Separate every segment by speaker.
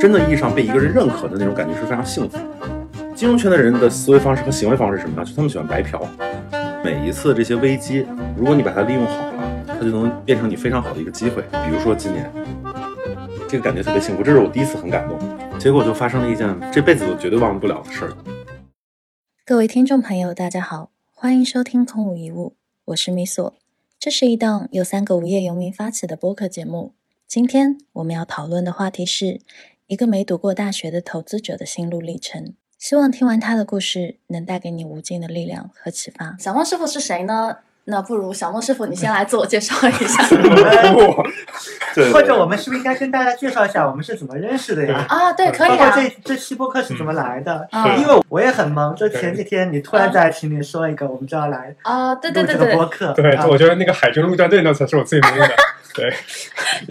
Speaker 1: 真的意义上被一个人认可的那种感觉是非常幸福。金融圈的人的思维方式和行为方式是什么呢？就他们喜欢白嫖。每一次这些危机，如果你把它利用好了，它就能变成你非常好的一个机会。比如说今年，这个感觉特别幸福，这是我第一次很感动。结果就发生了一件这辈子都绝对忘不了的事儿。
Speaker 2: 各位听众朋友，大家好，欢迎收听《空无一物》，我是米索。这是一档由三个无业游民发起的播客节目。今天我们要讨论的话题是一个没读过大学的投资者的心路历程。希望听完他的故事，能带给你无尽的力量和启发。小梦师傅是谁呢？那不如小梦师傅，你先来自我介绍一下
Speaker 1: 我，对
Speaker 3: 或者我们是不是应该跟大家介绍一下我们是怎么认识的呀？
Speaker 2: 啊？对，可
Speaker 3: 呃包
Speaker 2: 以
Speaker 3: 括
Speaker 2: 啊。
Speaker 3: 这这期播客是怎么来的？
Speaker 2: 啊
Speaker 3: 因为我也很忙，就前几天你突然在群里说一个，我们就要来
Speaker 2: 啊，对对
Speaker 3: 录
Speaker 2: 对
Speaker 3: 这个
Speaker 2: 对，
Speaker 3: 播客。
Speaker 4: 对，
Speaker 3: 啊
Speaker 4: 我觉得那个海军陆战队那才是我最懵 的。对，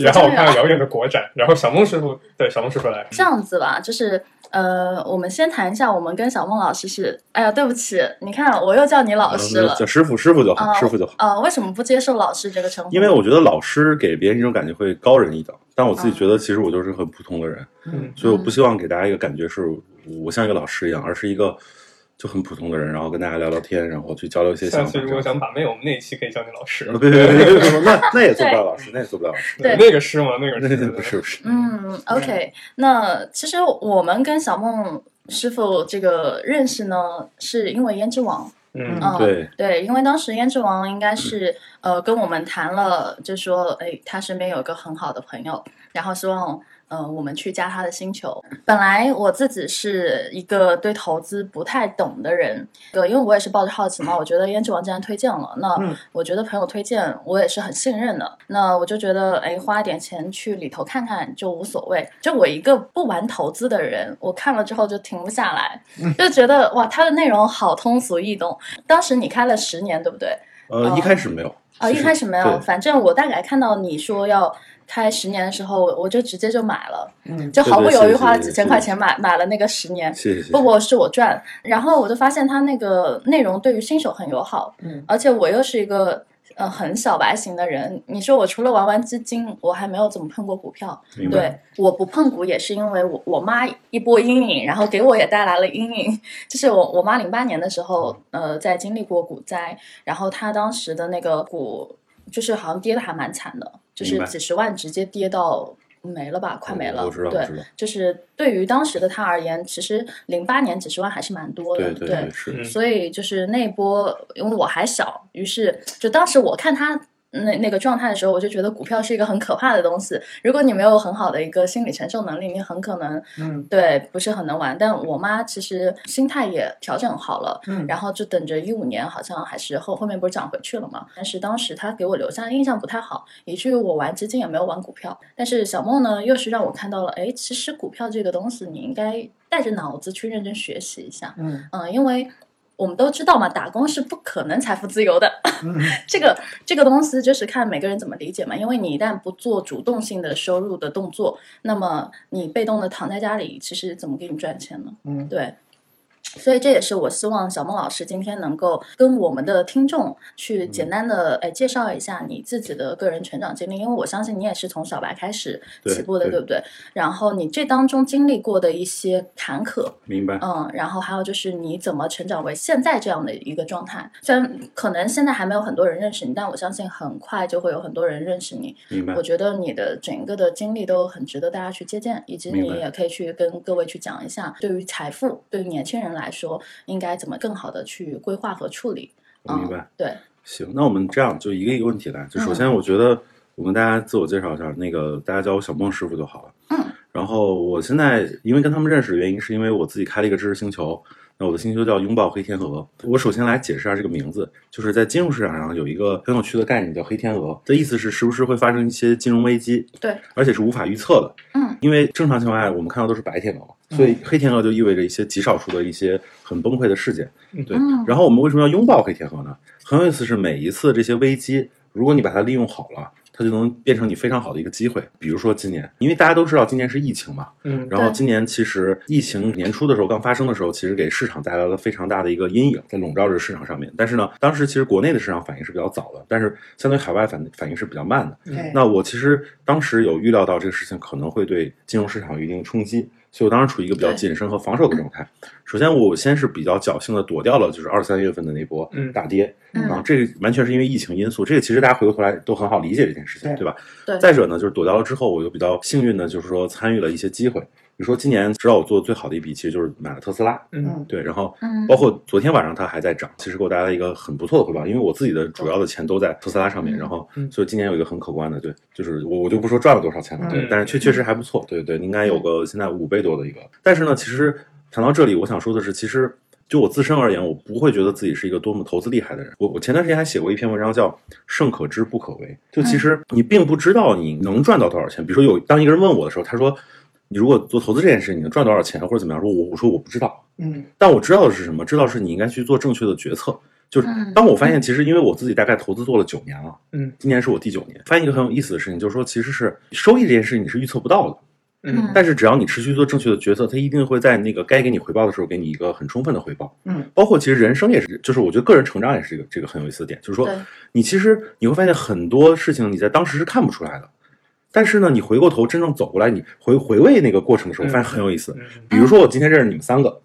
Speaker 4: 然后我看到遥远的国展，然后小孟师傅，对小孟师傅来，
Speaker 2: 这样子吧，就是呃，我们先谈一下，我们跟小孟老师是，哎呀，对不起，你看我又叫你老师了
Speaker 1: 叫，师傅，师傅就
Speaker 3: 哦
Speaker 1: 好，
Speaker 2: 啊
Speaker 1: 师傅就好。
Speaker 2: 呃，为什么不接受老师这个称呼？
Speaker 1: 因为我觉得老师给别人一种感觉会高人一等，但我自己觉得其实我就是很普通的人，
Speaker 4: 嗯，
Speaker 1: 所以我不希望给大家一个感觉是我像一个老师一样，而是一个就很普通的人，然后跟大家聊聊天，然后去交流一些
Speaker 4: 下
Speaker 1: 想
Speaker 4: 次
Speaker 1: 法。
Speaker 4: 如果想把妹，我们那一期可以叫你老师
Speaker 1: 啊，。别别别别别，那那也做不了老师，那也做不了老师，
Speaker 2: 对
Speaker 4: 那个师吗？那个
Speaker 1: 那
Speaker 4: 师
Speaker 1: 那不是不是。
Speaker 2: 嗯，OK，那其实我们跟小孟师傅这个认识呢，是因为《胭脂王》
Speaker 4: 嗯
Speaker 2: 嗯，
Speaker 1: 对
Speaker 2: 因为当时《胭脂王》应该是呃跟我们谈了，就说哎，他身边有一个很好的朋友，然后希望呃我们去加他的星球。本来我自己是一个对投资不太懂的人，呃，因为我也是抱着好奇嘛，我觉得《胭脂王》既然推荐了，那
Speaker 3: 嗯
Speaker 2: 我觉得朋友推荐我也是很信任的，那我就觉得哎，花一点钱去里头看看就无所谓。就我一个不玩投资的人，我看了之后就停不下来，就觉得哇，它的内容好通俗易懂。当时你开了十年，对不对？
Speaker 1: 呃，一开始没有，
Speaker 2: 哦，一开始没有，
Speaker 1: 对
Speaker 2: 反正我大概看到你说要开十年的时候，我就直接就买了，
Speaker 3: 嗯，
Speaker 2: 就毫不
Speaker 1: 对对
Speaker 2: 犹豫
Speaker 1: 是
Speaker 2: 花了
Speaker 1: 是
Speaker 2: 几千
Speaker 1: 是
Speaker 2: 块钱买买了那个十年。
Speaker 1: 谢谢谢
Speaker 2: 不
Speaker 1: 谢。
Speaker 2: 不，是我赚。然后我就发现它那个内容对于新手很友好，
Speaker 3: 嗯
Speaker 2: 而且我又是一个呃很小白型的人。你说我除了玩玩基金，我还没有怎么碰过股票。
Speaker 1: 明白
Speaker 2: 对，我不碰股也是因为我我妈一波阴影，然后给我也带来了阴影。就是我我妈零八年的时候，
Speaker 1: 嗯
Speaker 2: 呃，在经历过股灾，然后她当时的那个股就是好像跌的还蛮惨的，就
Speaker 1: 明
Speaker 2: 是
Speaker 1: 白哦
Speaker 2: 几十万直接跌到没了吧，快没了。
Speaker 1: 我知道
Speaker 2: 对
Speaker 1: 我知道，
Speaker 2: 就是对于当时的她而言，其实零八年几十万还是蛮多的。
Speaker 1: 对对对是。
Speaker 2: 所以就是那一波，因为我还小，于是就当时我看他那那个状态的时候，我就觉得股票是一个很可怕的东西。如果你没有很好的一个心理承受能力，你很可能
Speaker 3: 嗯
Speaker 2: 对不是很能玩。但我妈其实心态也调整好了，
Speaker 3: 嗯，
Speaker 2: 然后就等着一五年，好像还是后后面不是涨回去了嘛？但是当时他给我留下的印象不太好，以至于我玩基金也没有玩股票。但是小梦呢，又是让我看到了，哎，其实股票这个东西，你应该带着脑子去认真学习一下。
Speaker 3: 嗯
Speaker 2: 嗯，因为我们都知道嘛，打工是不可能财富自由的。
Speaker 3: 嗯
Speaker 2: 这个这个东西就是看每个人怎么理解嘛。因为你一旦不做主动性的收入的动作，那么你被动的躺在家里，其实怎么给你赚钱呢？
Speaker 3: 嗯
Speaker 2: 对。所以这也是我希望小孟老师今天能够跟我们的听众去
Speaker 1: 嗯
Speaker 2: 简单的哎介绍一下你自己的个人成长经历，因为我相信你也是从小白开始
Speaker 1: 对
Speaker 2: 起步的，
Speaker 1: 对
Speaker 2: 对不对？然后你这当中经历过的一些坎坷，
Speaker 1: 明白，
Speaker 2: 嗯，然后还有就是你怎么成长为现在这样的一个状态？虽然可能现在还没有很多人认识你，但我相信很快就会有很多人认识你。
Speaker 1: 明白
Speaker 2: 我，觉得你的整个的经历都很值得大家去借鉴，以及你
Speaker 1: 明白
Speaker 2: 也可以去跟各位去讲一下，对于财富，对于年轻人来说，应该怎么更好的去规划和处理。
Speaker 1: 我
Speaker 2: 嗯
Speaker 1: 明白。
Speaker 2: 对，
Speaker 1: 行，那我们这样就一个一个问题来。就首
Speaker 2: 嗯
Speaker 1: 先，我觉得我跟大家自我介绍一下，那个大家叫我小孟师傅就好了。
Speaker 2: 嗯。
Speaker 1: 然后我现在因为跟他们认识的原因，是因为我自己开了一个知识星球。那我的星球叫拥抱黑天鹅。我首先来解释一下这个名字，就是在金融市场上有一个很有趣的概念叫黑天鹅，的意思是时不时会发生一些金融危机，
Speaker 2: 对，
Speaker 1: 而且是无法预测的。
Speaker 2: 嗯，
Speaker 1: 因为正常情况下我们看到都是白天鹅嘛，所以黑天鹅就意味着一些极少数的一些很崩溃的事件。对
Speaker 2: 嗯，
Speaker 1: 然后我们为什么要拥抱黑天鹅呢？很有意思是，每一次这些危机，如果你把它利用好了，它就能变成你非常好的一个机会。比如说今年，因为大家都知道今年是疫情嘛，
Speaker 4: 嗯
Speaker 1: 然后
Speaker 2: 对
Speaker 1: 今年其实疫情年初的时候刚发生的时候，其实给市场带来了非常大的一个阴影，在笼罩着市场上面。但是呢，当时其实国内的市场反应是比较早的，但是相对海外反反应是比较慢的。
Speaker 3: 对
Speaker 1: 那我其实当时有预料到这个事情可能会对金融市场有一定冲击，所以我当时处于一个比较
Speaker 2: 对
Speaker 1: 谨慎和防守的状态。首先，我先是比较侥幸的躲掉了就是二三月份的那波
Speaker 4: 嗯
Speaker 1: 大跌，
Speaker 2: 嗯
Speaker 1: 然后这个完全是因为疫情因素，这个其实大家回过头来都很好理解这件事情，
Speaker 3: 对
Speaker 1: 对吧？
Speaker 2: 对
Speaker 1: 再者呢，就是躲掉了之后，我又比较幸运的，就是说参与了一些机会。比如说今年指导我做的最好的一笔，其实就是买了特斯拉，
Speaker 4: 嗯
Speaker 1: 对，然后
Speaker 2: 嗯
Speaker 1: 包括昨天晚上它还在涨，其实给我带来一个很不错的回报，因为我自己的主要的钱都在特斯拉上面，
Speaker 2: 嗯
Speaker 1: 然后
Speaker 4: 嗯
Speaker 1: 所以今年有一个很可观的，对，就是我我就不说赚了多少钱了，对
Speaker 4: 嗯，
Speaker 1: 但是确确实还不错，对对，应该有个现在五倍多的一个。但是呢，其实谈到这里，我想说的是，其实就我自身而言，我不会觉得自己是一个多么投资厉害的人。我我前段时间还写过一篇文章叫《胜可知不可为》，就其实你并不知道你能赚到多少钱。比如说有当一个人问我的时候，他说你如果做投资这件事，你能赚多少钱或者怎么样？说我我说我不知道。
Speaker 3: 嗯
Speaker 1: 但我知道的是什么？知道是你应该去做正确的决策。就是
Speaker 2: 嗯
Speaker 1: 当我发现，其实因为我自己大概投资做了九年了，
Speaker 4: 嗯，
Speaker 1: 今年是我第九年，发现一个很有意思的事情，就是说其实是收益这件事情你是预测不到的，
Speaker 4: 嗯
Speaker 1: 但是只要你持续做正确的决策，它一定会在那个该给你回报的时候给你一个很充分的回报。
Speaker 3: 嗯
Speaker 1: 包括其实人生也是，就是我觉得个人成长也是一个这个很有意思的点，就是说
Speaker 2: 对
Speaker 1: 你其实你会发现很多事情你在当时是看不出来的，但是呢，你回过头真正走过来，你回回味那个过程的时候，
Speaker 4: 嗯
Speaker 1: 发现很有意思。
Speaker 4: 嗯
Speaker 1: 比如说我今天认识你们三个，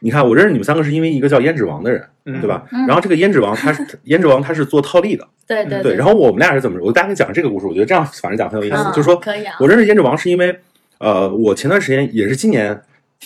Speaker 1: 你看我认识你们三个是因为一个叫胭脂王的人，
Speaker 4: 嗯
Speaker 1: 对吧？
Speaker 2: 嗯
Speaker 1: 然后这个胭脂王 他是胭脂王他是做套利的，
Speaker 2: 对对
Speaker 1: 嗯对。然
Speaker 2: 后
Speaker 1: 后我们俩是怎么？我大概讲这个故事，我觉得这样反正讲很有意思，
Speaker 2: 嗯
Speaker 1: 就是说
Speaker 2: 可以啊
Speaker 1: 我认识胭脂王是因为，呃，我前段时间也是今年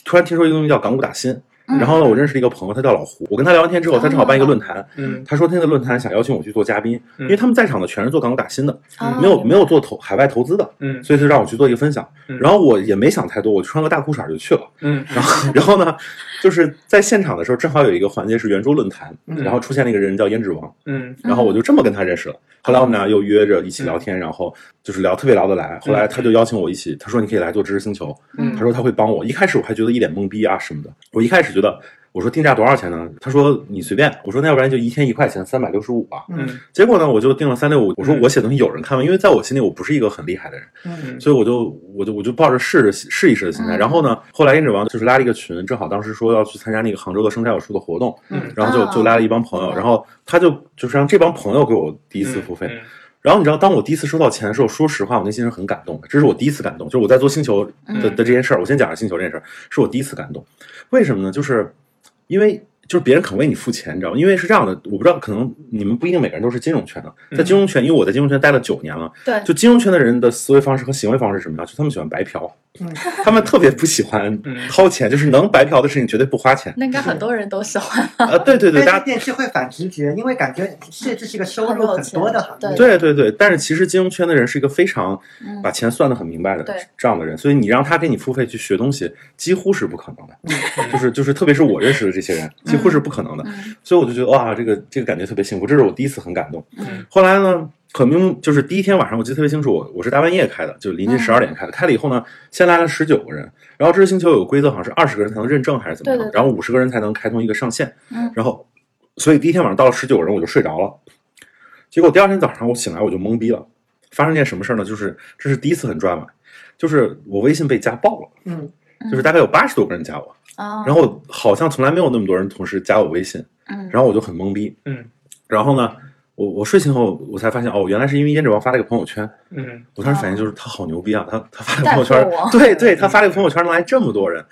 Speaker 1: 突然听说一个东西叫港股打新，
Speaker 2: 嗯
Speaker 1: 然后呢，我认识了一个朋友，他叫老胡，我跟他聊完天之后，他正好办一个论坛，
Speaker 4: 嗯
Speaker 1: 他说他那个论坛想邀请我去做嘉宾，
Speaker 4: 嗯
Speaker 1: 因为他们在场的全是做港股打新的，
Speaker 2: 哦
Speaker 1: 没有没有做投海外投资的，
Speaker 4: 嗯
Speaker 1: 所以就让我去做一个分享。
Speaker 4: 嗯
Speaker 1: 然后我也没想太多，我就穿个大裤衩就去了。
Speaker 4: 嗯
Speaker 1: 然后然后呢，就是在现场的时候，正好有一个环节是圆桌论坛，
Speaker 3: 嗯
Speaker 1: 然后出现了一个人叫胭脂王，
Speaker 4: 嗯
Speaker 1: 然后我就这么跟他认识了。后来我们俩又约着一起聊天，然后就是聊特别聊得来。后来他就邀请我一起，他说你可以来做知识星球，
Speaker 4: 嗯
Speaker 1: 他说他会帮我。一开始我还觉得一脸懵逼啊什么的，我一开始觉得我说定价多少钱呢？他说你随便，我说那要不然就一天一块钱，三百六十五吧。
Speaker 4: 嗯
Speaker 1: 结果呢，我就定了三六五。我说
Speaker 4: 嗯
Speaker 1: 我写东西有人看吗？因为在我心里我不是一个很厉害的人，
Speaker 3: 嗯
Speaker 1: 所以我就我就我就抱着试着试一试的心态。
Speaker 2: 嗯
Speaker 1: 然后呢，后来胭脂王就是拉了一个群，正好当时说要去参加那个杭州的生态有数的活动，
Speaker 4: 嗯
Speaker 1: 然后就
Speaker 2: 哦
Speaker 1: 就拉了一帮朋友，
Speaker 2: 嗯
Speaker 1: 然后他就就是让这帮朋友给我第一次付
Speaker 2: 嗯
Speaker 4: 嗯
Speaker 1: 费。然后你知道，当我第一次收到钱的时候，说实话，我内心是很感动的。这是我第一次感动，就是我在做星球
Speaker 2: 嗯
Speaker 1: 的的这件事儿。我先讲下星球这件事儿，是我第一次感动。为什么呢？就是因为就是别人肯为你付钱，你知道吗？因为是这样的，我不知道，可能你们不一定每个人都是金融圈的，
Speaker 2: 嗯
Speaker 1: 在金融圈，因为我在金融圈待了九年了，
Speaker 2: 对
Speaker 1: 就金融圈的人的思维方式和行为方式是什么样？就他们喜欢白嫖，
Speaker 3: 嗯
Speaker 1: 他们特别不喜欢
Speaker 4: 嗯
Speaker 1: 掏钱，就是能白嫖的事情绝对不花钱。
Speaker 2: 那应该很多人都喜欢，
Speaker 1: 啊，对对对，
Speaker 3: 但
Speaker 1: 大家
Speaker 3: 这电视会反直觉，因为感觉是这是一个收
Speaker 2: 很有
Speaker 3: 入很多的行
Speaker 2: 钱
Speaker 3: 业。
Speaker 1: 对对对，但是其实金融圈的人是一个非常
Speaker 2: 嗯
Speaker 1: 把钱算得很明白的
Speaker 2: 对
Speaker 1: 这样的人，所以你让他给你付费去学东西，几乎是不可能的。
Speaker 4: 嗯
Speaker 1: 就是 就是，特别是我认识的这些人，几乎是不可能的。
Speaker 2: 嗯
Speaker 1: 所以我就觉得哇，这个这个感觉特别幸福，这是我第一次很感动。
Speaker 2: 嗯
Speaker 1: 后来呢，可明就是第一天晚上，我记得特别清楚，我我是大半夜开的，就临近
Speaker 2: 嗯
Speaker 1: 十二点开的。开了以后呢，先来了十九个人，然后知识星球有个规则，好像是二十个人才能认证还是怎么样，
Speaker 2: 对对对
Speaker 1: 然后五十个人才能开通一个上线。
Speaker 2: 嗯
Speaker 1: 然后，所以第一天晚上到了十九人，我就睡着了。结果第二天早上我醒来我就懵逼了，发生件什么事儿呢？就是这是第一次很抓马，就是我微信被加爆了，
Speaker 3: 嗯
Speaker 1: 就是大概有八十多个人加我，
Speaker 2: 啊，
Speaker 1: 然后好像从来没有那么多人同时加我微信，
Speaker 2: 嗯
Speaker 1: 然后我就很懵逼。
Speaker 4: 嗯
Speaker 1: 然后呢，我我睡醒后我才发现哦，原来是因为胭脂王发了一个朋友圈，
Speaker 4: 嗯
Speaker 1: 我当时反应就是他好牛逼啊，他他发了个朋友
Speaker 2: 带
Speaker 1: 圈
Speaker 2: 货王，
Speaker 1: 对对，他发了个朋友圈能来这么多人。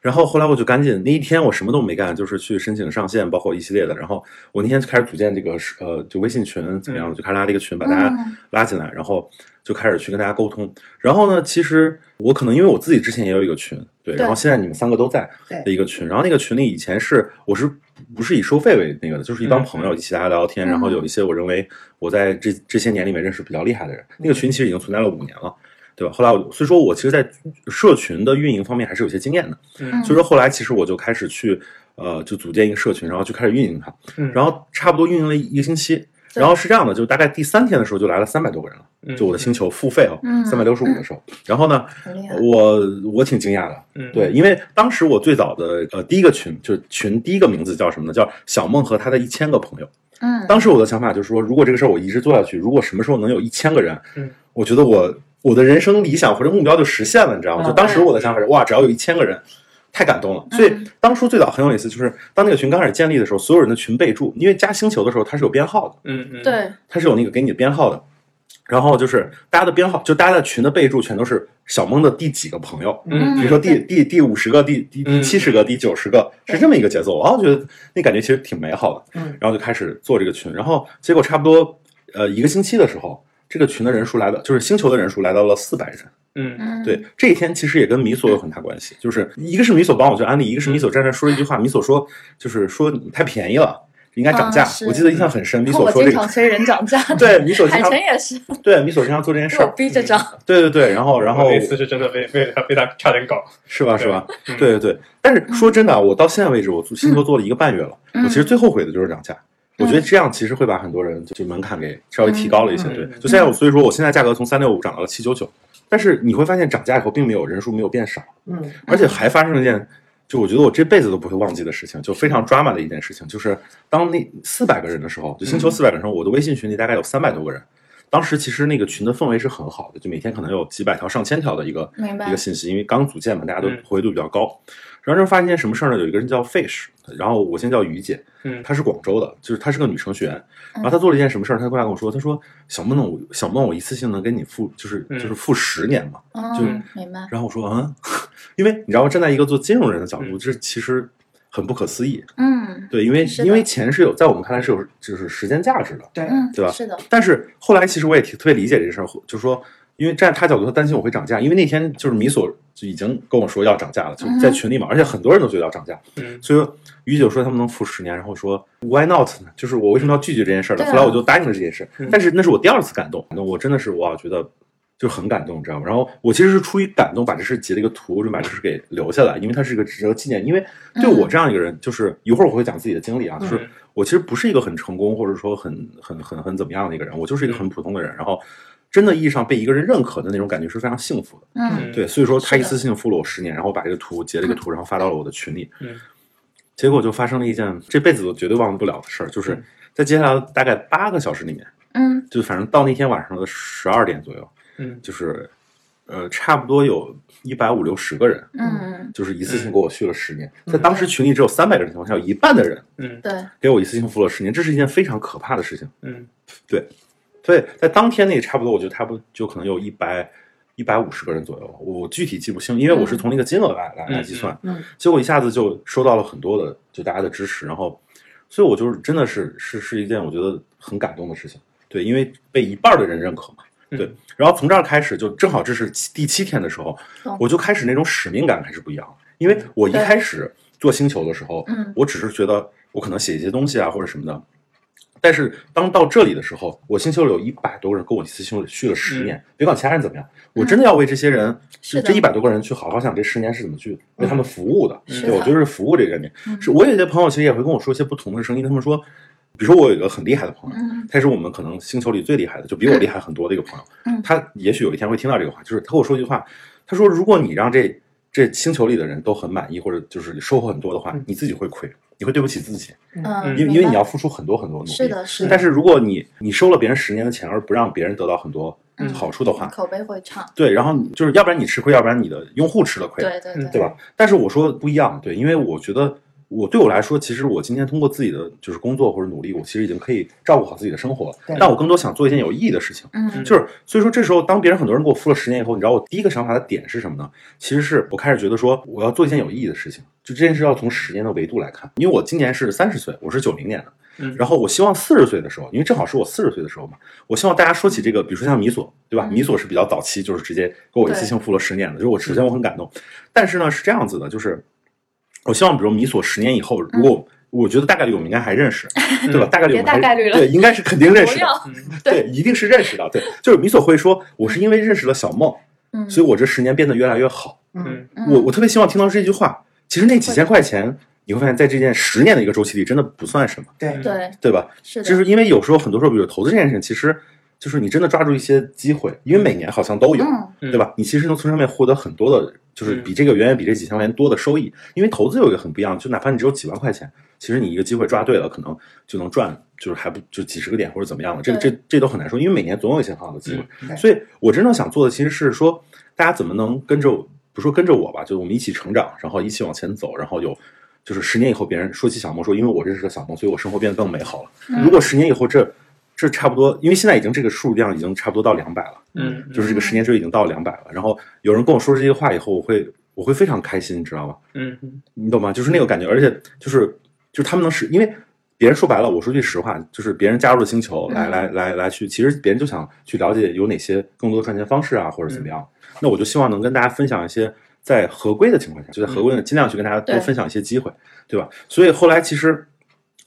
Speaker 1: 然后后来我就赶紧那一天我什么都没干，就是去申请上线，包括一系列的。然后我那天就开始组建这个是呃就微信群怎么样，
Speaker 4: 嗯
Speaker 1: 就开始拉了一个群，把大家
Speaker 2: 嗯
Speaker 1: 拉进来，然后就开始去跟大家沟通。然后呢，其实我可能因为我自己之前也有一个群，对，
Speaker 2: 对
Speaker 1: 然后现在你们三个都在
Speaker 3: 对
Speaker 1: 的一个群，然后那个群里以前是我是不是以收费为那个的，就是一帮
Speaker 4: 嗯
Speaker 1: 朋友一起大家聊聊天，然后有一些我认为我在这这些年里面认识比较厉害的人，那个群其实已经存在了五年了。对吧？后来我，所以说我其实，在社群的运营方面还是有些经验的。
Speaker 4: 嗯
Speaker 1: 所以说后来，其实我就开始去，呃，就组建一个社群，然后就开始运营它。
Speaker 4: 嗯
Speaker 1: 然后差不多运营了一个星期，
Speaker 2: 对
Speaker 1: 然后是这样的，就大概第三天的时候就来了三百多个人了，
Speaker 4: 嗯
Speaker 1: 就我的星球付费哦
Speaker 2: 嗯，
Speaker 1: 三百六十五的时候，然后呢，
Speaker 2: 很厉害，
Speaker 1: 我我挺惊讶的，
Speaker 4: 嗯
Speaker 1: 对，因为当时我最早的呃第一个群就是群第一个名字叫什么呢？叫小梦和她的一千个朋友，
Speaker 2: 嗯，
Speaker 1: 当时我的想法就是说，如果这个事儿我一直做下去，如果什么时候能有一千个人，
Speaker 4: 嗯
Speaker 1: 我觉得我我的人生理想或者目标就实现了，你知道吗？
Speaker 3: 嗯
Speaker 1: 就当时我的想法是，哇，只要有一千个人，太感动了。
Speaker 2: 嗯
Speaker 1: 所以当初最早很有意思，就是当那个群刚开始建立的时候，所有人的群备注，因为加星球的时候它是有编号的，
Speaker 4: 嗯嗯，
Speaker 5: 对，
Speaker 1: 它是有那个给你的编号的。然后就是大家的编号，就大家的群的备注全都是小梦的第几个朋友，
Speaker 4: 嗯
Speaker 1: 比如说第第第五十个、第第第
Speaker 4: 嗯
Speaker 1: 七十个、第九十个，是这么一个节奏。然后我觉得那感觉其实挺美好的，
Speaker 3: 嗯
Speaker 1: 然后就开始做这个群，然后结果差不多呃一个星期的时候，这个群的人数来到，就是星球的人数来到了四百人。
Speaker 4: 嗯
Speaker 2: 嗯，
Speaker 1: 对，这一天其实也跟米索有很大关系，就是一个是米索帮我去安利，一个是米索站那说了一句话，米索说就是说你太便宜了，应该涨价。
Speaker 2: 啊是
Speaker 1: 我记得印象很深，米
Speaker 5: 然后
Speaker 1: 索
Speaker 5: 我
Speaker 1: 说
Speaker 5: 经
Speaker 1: 这个
Speaker 5: 常，催人涨价，
Speaker 1: 对米索经
Speaker 5: 海
Speaker 1: 常嗯
Speaker 5: 晨也是
Speaker 1: 对米索经常做这件
Speaker 5: 被
Speaker 1: 事
Speaker 5: 我
Speaker 1: 儿，
Speaker 5: 逼着涨，
Speaker 1: 对对对，然后然后
Speaker 4: 我那次是真的被被他被他差点搞，
Speaker 1: 是吧？
Speaker 4: 对
Speaker 1: 是吧？
Speaker 4: 嗯
Speaker 1: 对对对。但是说真的啊，我到现在为止，我做星座做了一个半月了，
Speaker 2: 嗯
Speaker 1: 我其实最后悔的就是涨价。我
Speaker 2: 嗯
Speaker 1: 觉得这样其实会把很多人就就门槛给稍微提高了一些。
Speaker 4: 嗯
Speaker 1: 对
Speaker 4: 嗯，
Speaker 1: 就现在我所以说，我现在价格从三六五涨到了七九九，但是你会发现涨价以后并没有人数没有变少，
Speaker 3: 嗯
Speaker 1: 而且还发生了一件。就我觉得我这辈子都不会忘记的事情，就非常 drama 的一件事情，就是当那四百个人的时候，就星球
Speaker 4: 嗯
Speaker 1: 四百个人的时候，我的微信群里大概有三百多个人。当时其实那个群的氛围是很好的，就每天可能有几百条、上千条的一个
Speaker 2: 明白
Speaker 1: 一个信息，因为刚组建嘛，大家都
Speaker 4: 嗯
Speaker 1: 活跃度比较高。然后就发现一件什么事儿呢？有一个人叫 Fish，然后我现在叫于姐，
Speaker 4: 嗯
Speaker 1: 她是广州的，就是她是个女程序员。然
Speaker 2: 嗯
Speaker 1: 后她做了一件什么事儿？她过来跟我说，她说：“小梦，我小梦，我一次性能跟你付，就是
Speaker 4: 嗯
Speaker 1: 就是付十年嘛。
Speaker 2: 哦
Speaker 1: 就是，
Speaker 2: 明白，
Speaker 1: 然后我说：“嗯， 因为你知道，站在一个做金融人的角度，
Speaker 4: 嗯
Speaker 1: 这其实很不可思议。
Speaker 2: 嗯
Speaker 1: 对，因为
Speaker 2: 是的
Speaker 1: 因为钱是有在我们看来是有就是时间价值的。
Speaker 3: 对
Speaker 2: 嗯，
Speaker 1: 对吧
Speaker 2: 是的，
Speaker 1: 但是后来其实我也挺特别理解这事儿，就是说，因为站在他角度，他担心我会涨价，因为那天就是米索就已经跟我说要涨价了，就
Speaker 2: 嗯哼
Speaker 1: 在群里嘛，而且很多人都觉得要涨价，
Speaker 4: 嗯
Speaker 1: 所以于九说他们能付十年，然后我说 why not 呢？就是我为什么要拒绝这件事儿呢？
Speaker 2: 对啊
Speaker 1: 后来我就答应了这件事
Speaker 4: 嗯，
Speaker 1: 但是那是我第二次感动，那我真的是哇，觉得。就很感动，你知道吗？然后我其实是出于感动，把这事截了一个图，我就把这事给留下来，因为它是一个值得纪念。因为对
Speaker 2: 嗯
Speaker 1: 我这样一个人，就是一会儿我会讲自己的经历啊，就是
Speaker 4: 嗯
Speaker 1: 我其实不是一个很成功，或者说很很很很怎么样的一个人，我就是
Speaker 4: 嗯
Speaker 1: 一个很普通的人。然后，真的意义上被一个人认可的那种感觉是非常幸福的。
Speaker 2: 嗯，
Speaker 1: 对，所以说他
Speaker 2: 是
Speaker 1: 一
Speaker 2: 的嗯
Speaker 1: 次性付了我十年，然后把这个图截了一个图，然后发到了我的群里。
Speaker 4: 嗯
Speaker 1: 结果就发生了一件这辈子都绝对忘不了的事儿，就是
Speaker 4: 嗯
Speaker 1: 在接下来大概八个小时里面，
Speaker 2: 嗯
Speaker 1: 就反正到那天晚上的十二点左右，
Speaker 4: 嗯
Speaker 1: 就是呃，差不多有一百五六十个人，
Speaker 2: 嗯，
Speaker 1: 就是一次性给我续了十年。在当时群里只有三百个人的情况下，有一半的人
Speaker 4: 嗯
Speaker 2: 对，
Speaker 1: 给我一次性付了十年，这是一件非常可怕的事情。
Speaker 4: 嗯
Speaker 1: 所以在当天那差不多，我觉得差不多就可能有一百一百五十个人左右，我具体记不清，因为我是从那个金额来来
Speaker 4: 嗯
Speaker 1: 来计算，
Speaker 3: 嗯嗯
Speaker 1: 结果一下子就收到了很多的就大家的支持，然后，所以我就是真的是是是一件我觉得很感动的事情，对，因为被一半的人认可嘛。
Speaker 4: 嗯
Speaker 1: 对，然后从这儿开始，就正好这是七第七天的时候
Speaker 2: 懂，
Speaker 1: 我就开始那种使命感开始不一样了。因为我一
Speaker 2: 对
Speaker 1: 开始做星球的时候，
Speaker 2: 嗯
Speaker 1: 我只是觉得我可能写一些东西啊或者什么的，但是当到这里的时候，我星球里有一百多个人跟我一次性续了十年，别管其他人怎么样，我真的要为这些人，
Speaker 2: 是
Speaker 1: 就
Speaker 2: 嗯的嗯
Speaker 1: 这一百多个人去好好想这十年是怎么去为他们服务的。
Speaker 2: 是
Speaker 1: 对，我
Speaker 2: 的
Speaker 1: 觉得是服务这个概念。
Speaker 2: 嗯
Speaker 1: 是我有些朋友其实也会跟我说一些不同的声音，他们说，比如说我有一个很厉害的朋友，
Speaker 2: 嗯
Speaker 1: 他是我们可能星球里最厉害的，就比我厉害很多的一个朋友。
Speaker 2: 嗯
Speaker 1: 他也许有一天会听到这个话，就是他跟我说一句话，他说：“如果你让这这星球里的人都很满意，或者就是收获很多的话
Speaker 4: 嗯，
Speaker 1: 你自己会亏，你会对不起自己，
Speaker 2: 嗯，
Speaker 1: 因为
Speaker 2: 明
Speaker 1: 因为
Speaker 2: 白
Speaker 1: 你要付出很多很多努力。
Speaker 2: 是的，是
Speaker 1: 但
Speaker 2: 的，
Speaker 1: 是如果你你收了别人十年的钱，而不让别人得到很多
Speaker 2: 嗯
Speaker 1: 好处的话，
Speaker 2: 口碑会差，
Speaker 1: 对，然后你就是要不然你吃亏，要不然你的用户吃了亏，
Speaker 2: 对对
Speaker 4: 嗯
Speaker 1: 对吧？但是我说不一样，对，因为我觉得我对我来说，其实我今天通过自己的就是工作或者努力，我其实已经可以照顾好自己的生活了
Speaker 3: 对。
Speaker 1: 但我更多想做一件有意义的事情，
Speaker 2: 嗯
Speaker 1: 就是所以说这时候，当别人很多人给我付了十年以后，你知道我第一个想法的点是什么呢？其实是我开始觉得说我要做一件有意义的事情，就这件事要从十年的维度来看，因为我今年是三十岁，我是九零年的。
Speaker 4: 嗯，
Speaker 1: 然后我希望四十岁的时候，因为正好是我四十岁的时候嘛，我希望大家说起这个，比如说像米索，对吧？
Speaker 2: 嗯
Speaker 1: 米索是比较早期，就是直接给我一次性付了十年的，就是我首先我很感动，但是呢是这样子的，就是我希望比如米索十年以后，如果我觉得大概率我们应该还认识，
Speaker 4: 嗯
Speaker 1: 对吧？大概率
Speaker 5: 嗯
Speaker 1: 我
Speaker 5: 别
Speaker 1: 们还
Speaker 5: 大概率了
Speaker 1: 对，应该是肯定认识
Speaker 5: 不要
Speaker 1: 的，
Speaker 4: 嗯
Speaker 1: 对，一定是认识的，对，就是米索会说，我是因为认识了小梦，
Speaker 2: 嗯，
Speaker 1: 所以我这十年变得越来越好，
Speaker 3: 嗯
Speaker 4: 嗯
Speaker 2: 嗯
Speaker 1: 我我特别希望听到这句话。其实那几千块钱，你会发现在这件十年的一个周期里，真的不算什么，
Speaker 3: 对
Speaker 2: 对
Speaker 1: 对吧？
Speaker 2: 是的，
Speaker 1: 就是因为有时候很多时候，比如投资这件事情，其实就是你真的抓住一些机会，因为每年好像都有，
Speaker 2: 嗯，
Speaker 4: 嗯
Speaker 1: 对吧？你其实能从上面获得很多的，就是
Speaker 3: 嗯
Speaker 1: 比这个远远比这几千块钱多的收益。因为投资有一个很不一样，就哪怕你只有几万块钱，其实你一个机会抓对了，可能就能赚，就是还不就几十个点或者怎么样的，这个这这都很难说，因为每年总有一些很好的机会。
Speaker 3: 嗯对
Speaker 1: 所以我真正想做的其实是说，大家怎么能跟着我，不说跟着我吧，就我们一起成长，然后一起往前走，然后有。就是十年以后，别人说起小萌，说因为我认识了小萌，所以我生活变得更美好了。
Speaker 2: 嗯
Speaker 1: 如果十年以后这这差不多，因为现在已经这个数量已经差不多到两百了。
Speaker 4: 嗯，
Speaker 1: 就是这个十年之后已经到两百了。然后有人跟我说这些话以后，我会我会非常开心，你知道吗？
Speaker 4: 嗯嗯
Speaker 1: 你懂吗？就是那个感觉，而且就是就是他们能是因为别人说白了，我说句实话，就是别人加入了星球来
Speaker 2: 嗯
Speaker 1: 来来来去，其实别人就想去了解有哪些更多的赚钱方式啊，或者怎么样。那我就希望能跟大家分享一些。在合规的情况下，就在合规的，尽量去跟大家多
Speaker 2: 对
Speaker 1: 分享一些机会，对吧？所以后来其实，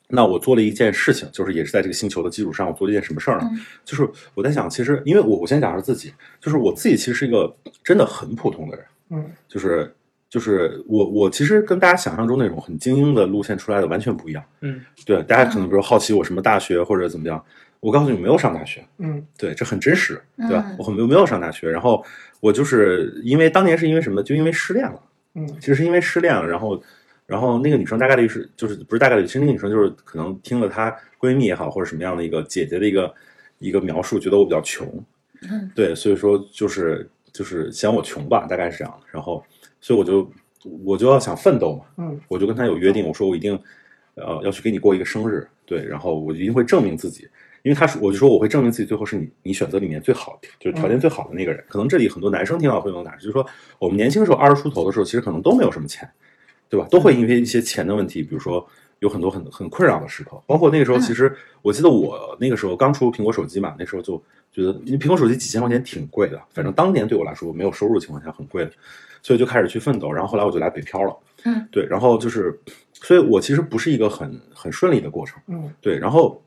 Speaker 1: 那我做了一件事情，就是也是在这个星球的基础上，我做了一件什么事儿呢？
Speaker 2: 嗯
Speaker 1: 就是我在想，其实因为我我先讲一下自己，就是我自己其实是一个真的很普通的人，
Speaker 3: 嗯，
Speaker 1: 就是就是我我其实跟大家想象中那种很精英的路线出来的完全不一样。
Speaker 4: 嗯，
Speaker 1: 对，大家可能比如好奇我什么大学或者怎么样，我告诉你没有上大学，
Speaker 3: 嗯
Speaker 1: 对，这很真实，对吧？
Speaker 2: 嗯
Speaker 1: 我很没有没有上大学，然后我就是因为当年是因为什么，就因为失恋了。
Speaker 3: 嗯
Speaker 1: 其实是因为失恋了，然后，然后那个女生大概率是就是不是大概率，其实那个女生就是可能听了她闺蜜也好，或者什么样的一个姐姐的一个一个描述，觉得我比较穷，
Speaker 2: 嗯
Speaker 1: 对，所以说就是就是嫌我穷吧，大概是这样的。然后，所以我就我就要想奋斗嘛，
Speaker 3: 嗯
Speaker 1: 我就跟她有约定，我说我一定呃要去给你过一个生日，对，然后我一定会证明自己。因为她说，我就说我会证明自己，最后是你你选择里面最好的，就是条件最好的那个人。可能这里很多男生听到会有打，就是说我们年轻时候二十出头的时候，其实可能都没有什么钱，对吧？都会因为一些钱的问题，比如说有很多很很困扰的时刻。包括那个时候，
Speaker 2: 嗯
Speaker 1: 其实我记得我那个时候刚出苹果手机嘛，那时候就觉得因为苹果手机几千块钱挺贵的，反正当年对我来说没有收入的情况下很贵的，所以就开始去奋斗。然后后来我就来北漂了，
Speaker 2: 嗯，
Speaker 1: 对，然后就是，所以我其实不是一个很很顺利的过程。
Speaker 3: 嗯
Speaker 1: 对，然后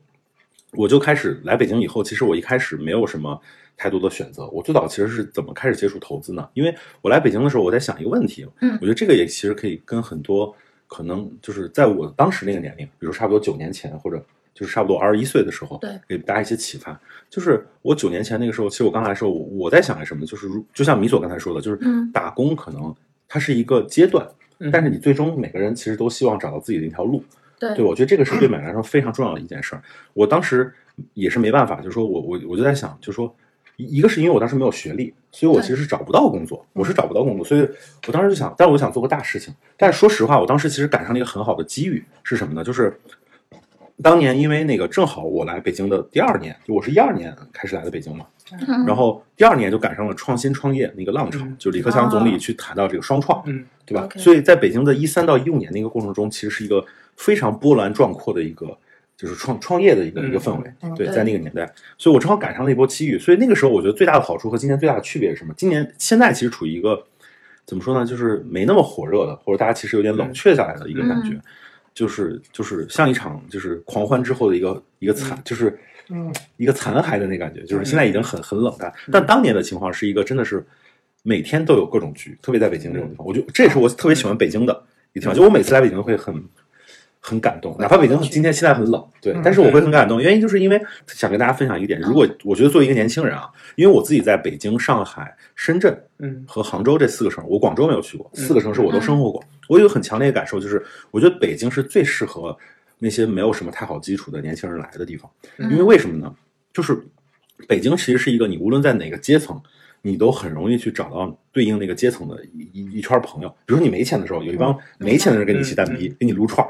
Speaker 1: 我就开始来北京以后，其实我一开始没有什么太多的选择。我最早其实是怎么开始接触投资呢？因为我来北京的时候，我在想一个问题，
Speaker 2: 嗯
Speaker 1: 我觉得这个也其实可以跟很多可能就是在我当时那个年龄，比如差不多九年前或者。就是差不多二十一岁的时候，
Speaker 2: 对，
Speaker 1: 给大家一些启发。就是我九年前那个时候，其实我刚来的时候，我我在想什么，就是如就像米索刚才说的，就是
Speaker 2: 嗯
Speaker 1: 打工可能它是一个阶段，
Speaker 4: 嗯
Speaker 1: 但是你最终每个人其实都希望找到自己的一条路。
Speaker 2: 对
Speaker 1: 对，我觉得这个是对每个人来说非常重要的一件事儿。我当时也是没办法，就是说我我我就在想，就是说一一个是因为我当时没有学历，所以我
Speaker 2: 对
Speaker 1: 其实是找不到工作，我是找不到工作，所以我当时就想，但我想做个大事情。但是说实话，我当时其实赶上了一个很好的机遇，是什么呢？就是当年因为那个正好我来北京的第二年，就我是一二年开始来的北京嘛，
Speaker 2: 嗯
Speaker 1: 然后第二年就赶上了创新创业那个浪潮，
Speaker 4: 嗯
Speaker 1: 就李克强总
Speaker 2: 啊
Speaker 1: 理去谈到这个双创，
Speaker 4: 嗯
Speaker 1: 对吧
Speaker 2: OK
Speaker 1: 所以在北京的一三到一五年的一个过程中，其实是一个非常波澜壮阔的一个就是创创业的一个、
Speaker 4: 嗯
Speaker 1: 一个氛围。
Speaker 3: 嗯
Speaker 1: 对，
Speaker 2: 对
Speaker 1: 在那个年代，所以我正好赶上了一波机遇。所以那个时候，我觉得最大的好处和今年最大的区别是什么？今年现在其实处于一个怎么说呢，就是没那么火热的，或者大家其实有点冷却下来的一个感觉。就是就是像一场就是狂欢之后的一个一个惨，就是
Speaker 3: 嗯
Speaker 1: 一个残骸的那感觉，就是现在已经很很冷淡。但当年的情况是一个真的是每天都有各种局，特别在北京这种地方，我就这也是我特别喜欢北京的一地方。就我每次来北京会很很感动，哪怕北京今天现在很冷，对
Speaker 3: 嗯，
Speaker 1: 但是我会很感动，原因就是因为想跟大家分享一点，如果我觉得作为一个年轻人啊，因为我自己在北京、上海、深圳
Speaker 4: 嗯
Speaker 1: 和杭州这四个城，我广州没有去过，
Speaker 4: 嗯
Speaker 1: 四个城市我都生活过。我有一个很强烈的感受，就是我觉得北京是最适合那些没有什么太好基础的年轻人来的地方，
Speaker 2: 嗯
Speaker 1: 因为为什么呢？就是北京其实是一个你无论在哪个阶层，你都很容易去找到对应那个阶层的一一一圈朋友。比如说你没钱的时候，有一帮没钱的人跟你一起蛋逼，给你撸串儿。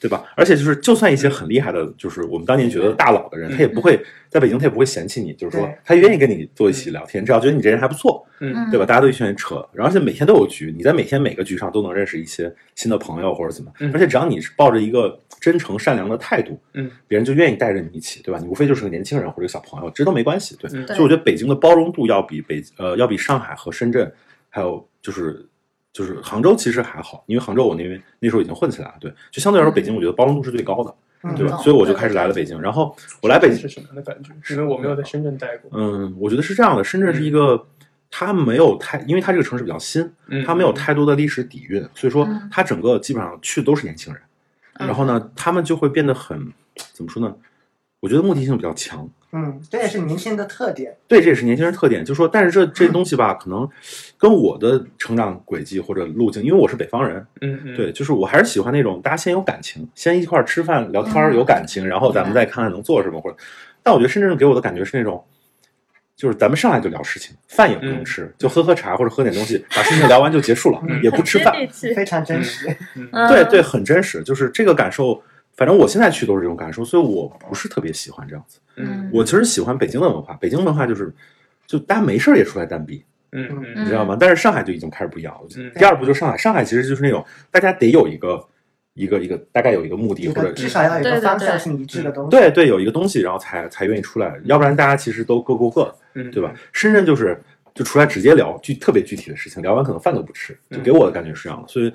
Speaker 1: 对吧？而且就是，就算一些很厉害的，就是我们当年觉得大佬的人，
Speaker 4: 嗯
Speaker 1: 他也不会在北京，他也不会嫌弃你，就是说
Speaker 3: 对
Speaker 1: 他愿意跟你坐一起聊天，只要觉得你这人还不错，
Speaker 4: 嗯
Speaker 1: 对吧？大家都一群人扯，然后而且每天都有局，你在每天每个局上都能认识一些新的朋友或者怎么样，
Speaker 4: 嗯
Speaker 1: 而且只要你是抱着一个真诚善良的态度，
Speaker 4: 嗯，
Speaker 1: 别人就愿意带着你一起，对吧？你无非就是个年轻人或者个小朋友，这都没关系，对。
Speaker 4: 嗯
Speaker 1: 所以我觉得北京的包容度要比北呃要比上海和深圳，还有就是就是杭州其实还好，因为杭州我那边那时候已经混起来了，对，就相对来说北
Speaker 4: 嗯
Speaker 1: 京我觉得包容度是最高的，
Speaker 3: 嗯
Speaker 1: 对吧？
Speaker 2: 嗯
Speaker 1: 所以我就开始来了北京，然后我来北京
Speaker 4: 是什么样的感觉？因为我没有在深圳待过，
Speaker 1: 嗯，我觉得是这样的，深圳是一个，它没有太，因为它这个城市比较新，
Speaker 4: 嗯
Speaker 1: 它没有太多的历史底蕴，所以说
Speaker 2: 嗯
Speaker 1: 它整个基本上去的都是年轻人。
Speaker 2: 嗯
Speaker 1: 然后呢，他们就会变得很怎么说呢？我觉得目的性比较强。
Speaker 3: 嗯，这也是年轻人的特点。
Speaker 1: 对，这也是年轻人特点，就说，但是这这东西吧，可能跟我的成长轨迹或者路径，因为我是北方人，
Speaker 4: 嗯嗯，
Speaker 1: 对，就是我还是喜欢那种大家先有感情，先一块儿吃饭聊天
Speaker 4: 嗯
Speaker 1: 儿有感情，然后咱们再看看能做什么或者。但我觉得深圳给我的感觉是那种，就是咱们上来就聊事情，饭也不用吃，就喝喝茶或者喝点东西，把事情聊完就结束了，
Speaker 4: 嗯
Speaker 1: 也不吃饭。
Speaker 5: 接地气
Speaker 3: 非常真实。
Speaker 5: 嗯
Speaker 1: 对对，很真实，就是这个感受。反正我现在去都是这种感受，所以我不是特别喜欢这样子。
Speaker 4: 嗯
Speaker 1: 我其实喜欢北京的文化，北京文化就是，就大家没事儿也出来单比，
Speaker 4: 嗯
Speaker 1: 你
Speaker 4: 嗯
Speaker 1: 知道吗？但是上海就已经开始不一样了。我觉得
Speaker 4: 嗯
Speaker 1: 第二步就是上海，上海其实就是那种大家得有一个一个一个大概有一个嗯目的
Speaker 3: 一
Speaker 1: 或
Speaker 3: 个
Speaker 1: 者
Speaker 3: 至少要有一
Speaker 5: 对
Speaker 3: 个
Speaker 5: 对
Speaker 3: 方
Speaker 5: 对
Speaker 3: 向性一致的东西。
Speaker 1: 对对有一个东西，然后才才愿意出来，要不然大家其实都各过各，
Speaker 4: 嗯，
Speaker 1: 对吧？？深圳就是就出来直接聊具特别具体的事情，聊完可能饭都不吃，就给我的感觉是这样的。所以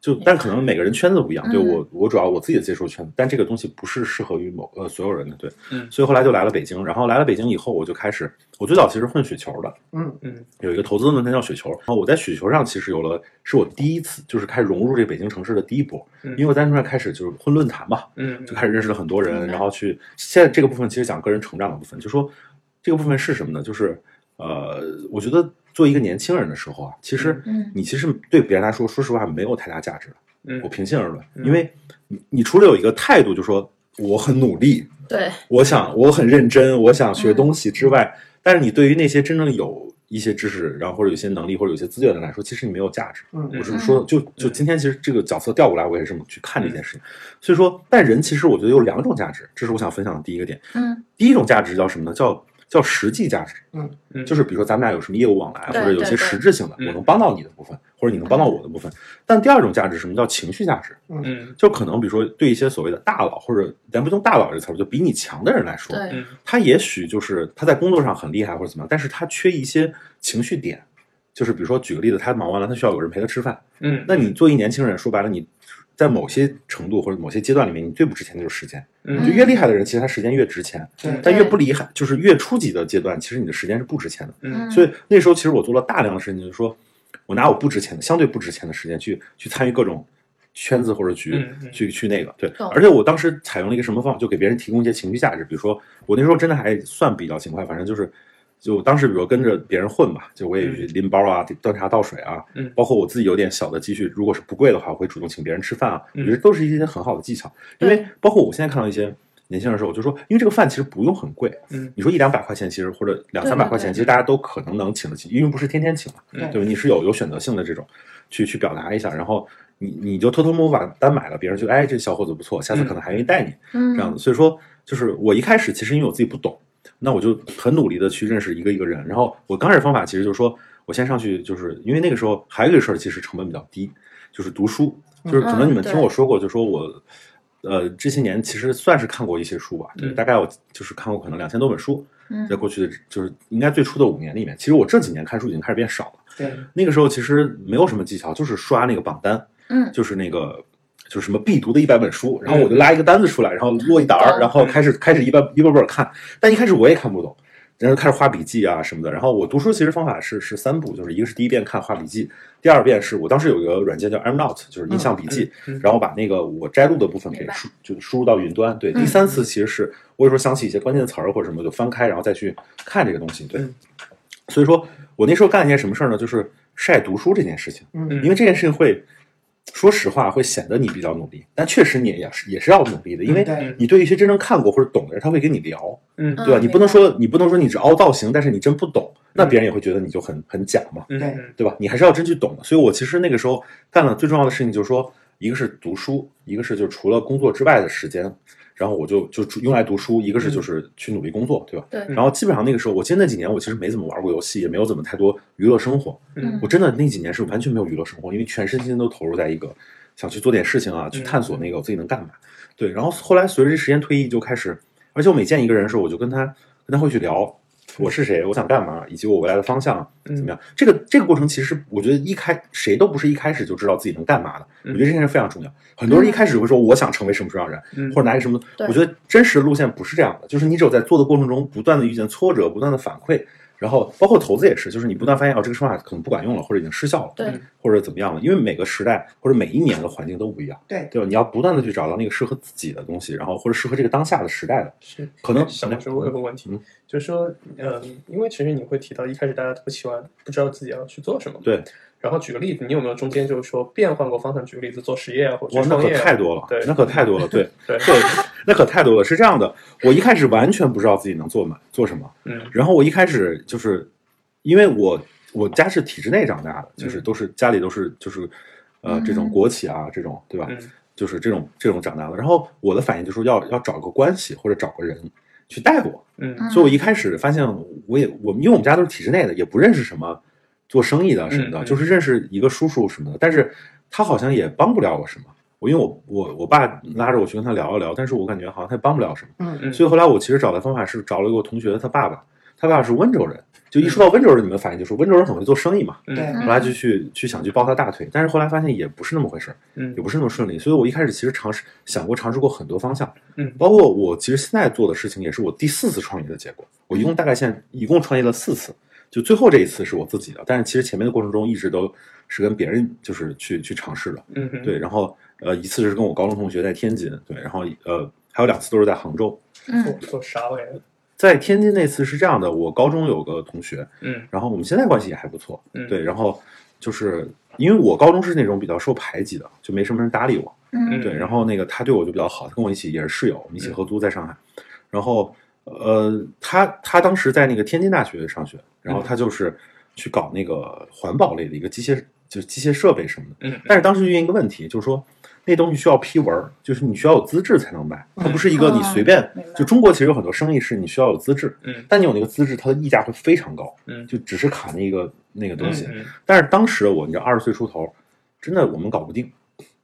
Speaker 1: 就但可能每个人圈子不一样，对
Speaker 2: 嗯
Speaker 1: 我我主要我自己的接受圈子，但这个东西不是适合于某呃所有人的，对。
Speaker 4: 嗯
Speaker 1: 所以后来就来了北京，然后来了北京以后，我就开始我最早其实混雪球的，
Speaker 3: 嗯
Speaker 4: 嗯
Speaker 1: 有一个投资的论坛叫雪球，然后我在雪球上其实有了，是我第一次就是开始融入这个北京城市的第一波，
Speaker 4: 嗯
Speaker 1: 因为我在那边开始就是混论坛嘛，
Speaker 4: 嗯，
Speaker 1: 就开始认识了很多人，
Speaker 2: 嗯
Speaker 1: 然后去现在这个部分其实讲个人成长的部分，就说这个部分是什么呢？就是呃，我觉得作为一个年轻人的时候啊，其实
Speaker 2: 嗯
Speaker 1: 你其实对别人来说，说实话没有太大价值的，
Speaker 4: 嗯
Speaker 1: 我平心而论，
Speaker 4: 嗯
Speaker 1: 因为你你除了有一个态度，就说我很努力，
Speaker 5: 对，
Speaker 1: 我想我很认真，我想
Speaker 4: 嗯
Speaker 1: 学东西之外，但是你对于那些真正有一些知识，然后或者有些能力或者有些资源的人来说，其实你没有价值。
Speaker 3: 嗯
Speaker 1: 我是说，就就今天其实这个角色调过来，我也是这么去看这
Speaker 5: 嗯
Speaker 1: 件事情。所以说，但人其实我觉得有两种价值，这是我想分享的第一个点。
Speaker 2: 嗯
Speaker 1: 第一种价值叫什么呢？叫叫实际价值，
Speaker 4: 嗯
Speaker 1: 就是比如说咱们俩有什么业务往来，或
Speaker 5: 对
Speaker 1: 者有些
Speaker 5: 对对
Speaker 1: 实质性的，
Speaker 4: 嗯
Speaker 1: 我能帮到你的部分，或者你能帮到我的部分。但第二种价值是什么叫情绪价值？
Speaker 4: 嗯
Speaker 1: 就可能比如说对一些所谓的大佬，或者咱不用大佬这个词儿，就比你强的人来说，
Speaker 5: 对，
Speaker 4: 嗯
Speaker 1: 他也许就是他在工作上很厉害或者怎么样，但是他缺一些情绪点，就是比如说举个例子，他忙完了，他需要有人陪他吃饭。
Speaker 4: 嗯，
Speaker 1: 那你作为一年轻人，说白了，你在某些程度或者某些阶段里面，你最不值钱的就是时间。
Speaker 4: 嗯
Speaker 1: 就越厉害的人，其实他时间越值钱，
Speaker 3: 对
Speaker 1: 但越不厉害，就是越初级的阶段，其实你的时间是不值钱的。
Speaker 4: 嗯
Speaker 1: 所以那时候其实我做了大量的事情，就是说我拿我不值钱的、相对不值钱的时间去去参与各种圈子或者局，
Speaker 4: 嗯嗯
Speaker 1: 去去那个对
Speaker 5: 懂。
Speaker 1: 而且我当时采用了一个什么方法，就给别人提供一些情绪价值。比如说我那时候真的还算比较勤快，反正就是。就我当时，比如跟着别人混吧，就我也去拎包啊、端茶倒水啊，
Speaker 4: 嗯
Speaker 1: 包括我自己有点小的积蓄，如果是不贵的话，我会主动请别人吃饭啊。
Speaker 4: 嗯
Speaker 1: 我觉得都是一些很好的技巧，因为
Speaker 5: 对
Speaker 1: 包括我现在看到一些年轻人的时候，我就说，因为这个饭其实不用很贵，
Speaker 4: 嗯
Speaker 1: 你说一两百块钱，其实或者两三百
Speaker 5: 对
Speaker 1: 块
Speaker 5: 对
Speaker 1: 钱，
Speaker 5: 对
Speaker 1: 其实大家都可能能请得起，因为不是天天请嘛，
Speaker 4: 嗯
Speaker 1: 对吧？你是有有选择性的这种，去去表达一下，然后你你就偷偷摸摸把单买了，别人就哎这小伙子不错，下次可能还愿意带你、
Speaker 2: 嗯，
Speaker 1: 这样子。所以说，就是我一开始其实因为我自己不懂，那我就很努力的去认识一个一个人，然后我刚开始方法其实就是说我先上去，就是因为那个时候还有一个事儿，其实成本比较低，就是读书，就是可能你们
Speaker 5: 嗯对
Speaker 1: 听我说过，就说我。呃，这些年其实算是看过一些书吧，对，
Speaker 4: 嗯
Speaker 1: 大概我就是看过可能两千多本书，
Speaker 2: 嗯
Speaker 1: 在过去的就是应该最初的五年里面，其实我这几年看书已经开始变少了。
Speaker 3: 对，
Speaker 1: 那个时候其实没有什么技巧，就是刷那个榜单，
Speaker 2: 嗯
Speaker 1: 就是那个就是什么必读的一百本书，
Speaker 4: 嗯
Speaker 1: 然后我就拉一个单子出来，然后摞一沓儿，然后开始开始一本一本本看。但一开始我也看不懂，然后开始画笔记啊什么的。然后我读书其实方法是是三步，就是一个是第一遍看画笔记，第二遍是我当时有一个软件叫 m n o t 就是印象笔记，
Speaker 4: 嗯嗯
Speaker 1: 然后把那个我摘录的部分给
Speaker 5: 明白
Speaker 1: 输就是输入到云端。
Speaker 4: 嗯
Speaker 1: 对，第三次其实是我有时候想起一些关键词儿或者什么，就翻开然后再去看这个东西。对，
Speaker 4: 嗯
Speaker 1: 所以说我那时候干一件什么事儿呢？就是晒读书这件事情。
Speaker 3: 嗯
Speaker 1: 因为这件事情会，说实话会显得你比较努力，但确实你也是也是要努力的，因为
Speaker 3: 对嗯
Speaker 1: 你对一些真正看过或者懂的人，他会跟你聊，
Speaker 4: 嗯
Speaker 1: 对吧？
Speaker 5: 嗯
Speaker 1: 你不能说你不能说你只凹造型，但是你真不懂，那别人也会觉得你就很很假嘛，
Speaker 4: 嗯
Speaker 1: 对吧？你还是要真去懂的。所以我其实那个时候干了最重要的事情，就是说，一个是读书，一个是就除了工作之外的时间，然后我就就用来读书，一个是就是去努力工作，对吧？
Speaker 5: 对
Speaker 1: 然后基本上那个时候，我记得那几年我其实没怎么玩过游戏，也没有怎么太多娱乐生活。
Speaker 4: 嗯
Speaker 1: 我真的那几年是完全没有娱乐生活，因为全身心都投入在一个想去做点事情啊，
Speaker 4: 嗯
Speaker 1: 去探索那个我自己能干嘛。对，然后后来随着这时间推移，就开始，而且我每见一个人的时候，我就跟他跟他会去聊。
Speaker 4: 嗯
Speaker 1: 我是谁？我想干嘛？以及我未来的方向怎么样？这个这个过程其实，我觉得一开谁都不是一开始就知道自己能干嘛的。我
Speaker 4: 嗯
Speaker 1: 觉得这件事非常重要。很多人一开始会说我想成为什么什么样的人，
Speaker 4: 嗯
Speaker 1: 或者拿一个什么，
Speaker 5: 对
Speaker 1: 我觉得真实的路线不是这样的，就是你只有在做的过程中不断的遇见挫折，不断的反馈，然后包括投资也是，就是你不断发现哦，这个方法可能不管用了，或者已经失效了，
Speaker 5: 对
Speaker 4: 嗯
Speaker 1: 或者怎么样了，因为每个时代或者每一年的环境都不一样，
Speaker 3: 对
Speaker 1: 对吧？你要不断的去找到那个适合自己的东西，然后或者适合这个当下的时代的，
Speaker 4: 是
Speaker 1: 可能
Speaker 4: 小时候我有个问题
Speaker 1: 嗯，
Speaker 4: 就是说，呃，因为其实你会提到一开始大家都不喜欢，不知道自己要去做什么。
Speaker 1: 对。
Speaker 4: 然后举个例子，你有没有中间就是说变换过方向？举个例子，做实业啊，或者
Speaker 1: 哇，
Speaker 4: 是
Speaker 1: 那
Speaker 4: 创
Speaker 1: 可
Speaker 4: 业啊？
Speaker 1: 太多了
Speaker 4: 对，
Speaker 1: 那可太多了， 对
Speaker 4: 对
Speaker 1: 对，那可太多了。是这样的，我一开始完全不知道自己能做嘛做什么，
Speaker 4: 嗯
Speaker 1: 然后我一开始就是，因为我我家是体制内长大的，
Speaker 4: 嗯
Speaker 1: 就是都是家里都是就是，呃，这种国企啊，这种对吧？
Speaker 4: 嗯
Speaker 1: 就是这种这种长大的。然后我的反应就是要要找个关系或者找个人去带我，
Speaker 4: 嗯
Speaker 1: 所以我一开始发现我也我因为我们家都是体制内的，也不认识什么做生意的什么的，
Speaker 4: 嗯嗯
Speaker 1: 就是认识一个叔叔什么的，但是他好像也帮不了我什么。我因为我我我爸拉着我去跟他聊一聊，但是我感觉好像他也帮不了什么。
Speaker 4: 嗯，
Speaker 1: 所以后来我其实找的方法是找了一个我同学的他爸爸，他爸爸是温州人，就一说到温州人，你们反应就是温州人很会做生意嘛。
Speaker 4: 嗯
Speaker 3: 对
Speaker 1: 后来就去去想去抱他大腿，但是后来发现也不是那么回事儿，
Speaker 4: 嗯
Speaker 1: 也不是那么顺利。所以我一开始其实尝试想过尝试过很多方向，
Speaker 4: 嗯
Speaker 1: 包括我其实现在做的事情也是我第四次创业的结果。我一共大概现在一共创业了四次，就最后这一次是我自己的，但是其实前面的过程中一直都是跟别人就是去去尝试的。
Speaker 4: 嗯嗯
Speaker 1: 对，然后呃一次是跟我高中同学在天津，对，然后呃还有两次都是在杭州。
Speaker 4: 做
Speaker 2: 嗯
Speaker 4: 做啥玩意儿？
Speaker 1: 在天津那次是这样的，我高中有个同学，
Speaker 4: 嗯
Speaker 1: 然后我们现在关系也还不错，
Speaker 4: 嗯
Speaker 1: 对，然后就是因为我高中是那种比较受排挤的，就没什么人搭理我，
Speaker 2: 嗯
Speaker 1: 对，然后那个他对我就比较好，他跟我一起也是室友，我们一起合租在上海，然后呃，他他当时在那个天津大学上学，然后他就是去搞那个环保类的一个机械，就是机械设备什么的，
Speaker 4: 嗯
Speaker 1: 但是当时遇见一个问题，就是说那东西需要批文儿，就是你需要有资质才能卖，它不是一个你随便
Speaker 2: 嗯哦明白。
Speaker 1: 就中国其实有很多生意是你需要有资质，
Speaker 4: 嗯
Speaker 1: 但你有那个资质，它的溢价会非常高，
Speaker 4: 嗯
Speaker 1: 就只是卡那个那个东西。
Speaker 4: 嗯
Speaker 1: 但是当时我，你知道，二十岁出头，真的我们搞不定，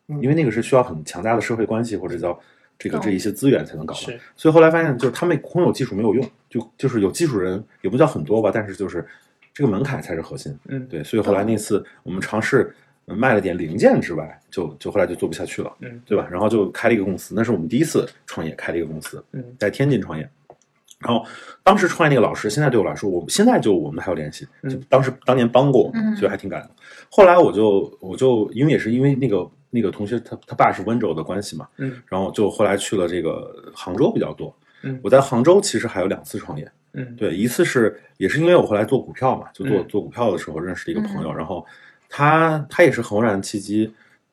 Speaker 3: 嗯
Speaker 1: 因为那个是需要很强大的社会关系或者叫这个
Speaker 2: 懂
Speaker 1: 这一些资源才能搞的。
Speaker 4: 是
Speaker 1: 所以后来发现，就是他们空有技术没有用，就就是有技术人也不叫很多吧，但是就是这个门槛才是核心。
Speaker 4: 嗯
Speaker 1: 对，所以后来那次我们尝试呃卖了点零件之外，就就后来就做不下去了，
Speaker 4: 嗯
Speaker 1: 对吧？然后就开了一个公司，那是我们第一次创业，开了一个公司，
Speaker 4: 嗯
Speaker 1: 在天津创业。然后当时创业那个老师，现在对我来说，我们现在就我们还有联系，
Speaker 4: 嗯
Speaker 1: 就当时当年帮过我
Speaker 2: 嗯
Speaker 1: 们，所以还挺感动。后来我就我就因为也是因为那个那个同学他他爸是温州的关系嘛，
Speaker 4: 嗯
Speaker 1: 然后就后来去了这个杭州比较多。
Speaker 4: 嗯
Speaker 1: 我在杭州其实还有两次创业，
Speaker 4: 嗯
Speaker 1: 对，一次是也是因为我后来做股票嘛，就做、
Speaker 4: 嗯
Speaker 1: 做股票的时候认识了一个朋友，然后他他也是很偶然契机，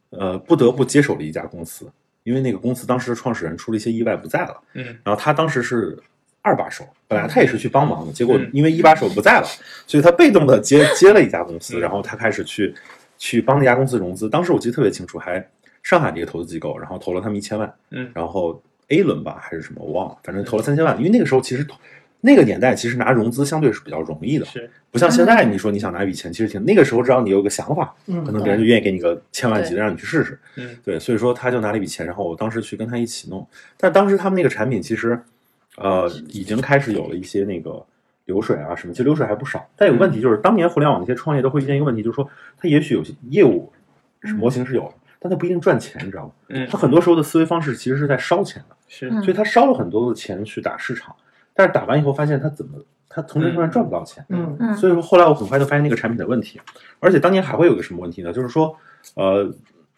Speaker 1: 呃，不得不接手了一家公司，因为那个公司当时的创始人出了一些意外不在了，
Speaker 4: 嗯
Speaker 1: 然后他当时是二把手，本来他也是去帮忙的，结果
Speaker 4: 嗯
Speaker 1: 因为一把手不在了，所以他被动的接接了一家公司，
Speaker 4: 嗯
Speaker 1: 然后他开始去去帮那家公司融资，当时我记得特别清楚，还上海的一个投资机构，然后投了他们一千万，
Speaker 4: 嗯
Speaker 1: 然后 A 轮吧还是什么我忘了，反正投了三千万，因为那个时候其实那个年代其实拿融资相对是比较容易的，
Speaker 4: 是
Speaker 1: 不像现在你说你想拿一笔钱，其实挺那个时候只要你有个想法，
Speaker 3: 嗯
Speaker 1: 可能别人就愿意给你个千万级的让你去试试。
Speaker 4: 嗯
Speaker 1: 对，所以说他就拿了一笔钱，然后我当时去跟他一起弄，但当时他们那个产品其实呃已经开始有了一些那个。流水啊，什么？其实流水还不少，但有个问题就是，当年互联网那些创业都会遇见一个问题，就是说，它也许有些业务是模型是有的，但它不一定赚钱，你知道吗？
Speaker 4: 嗯
Speaker 1: 他很多时候的思维方式其实是在烧钱的，
Speaker 4: 是
Speaker 2: 嗯
Speaker 1: 所以他烧了很多的钱去打市场，但是打完以后发现他怎么他从这上面赚不到钱，
Speaker 3: 嗯
Speaker 2: 嗯
Speaker 1: 所以说后来我很快就发现那个产品的问题，而且当年还会有个什么问题呢？就是说，呃，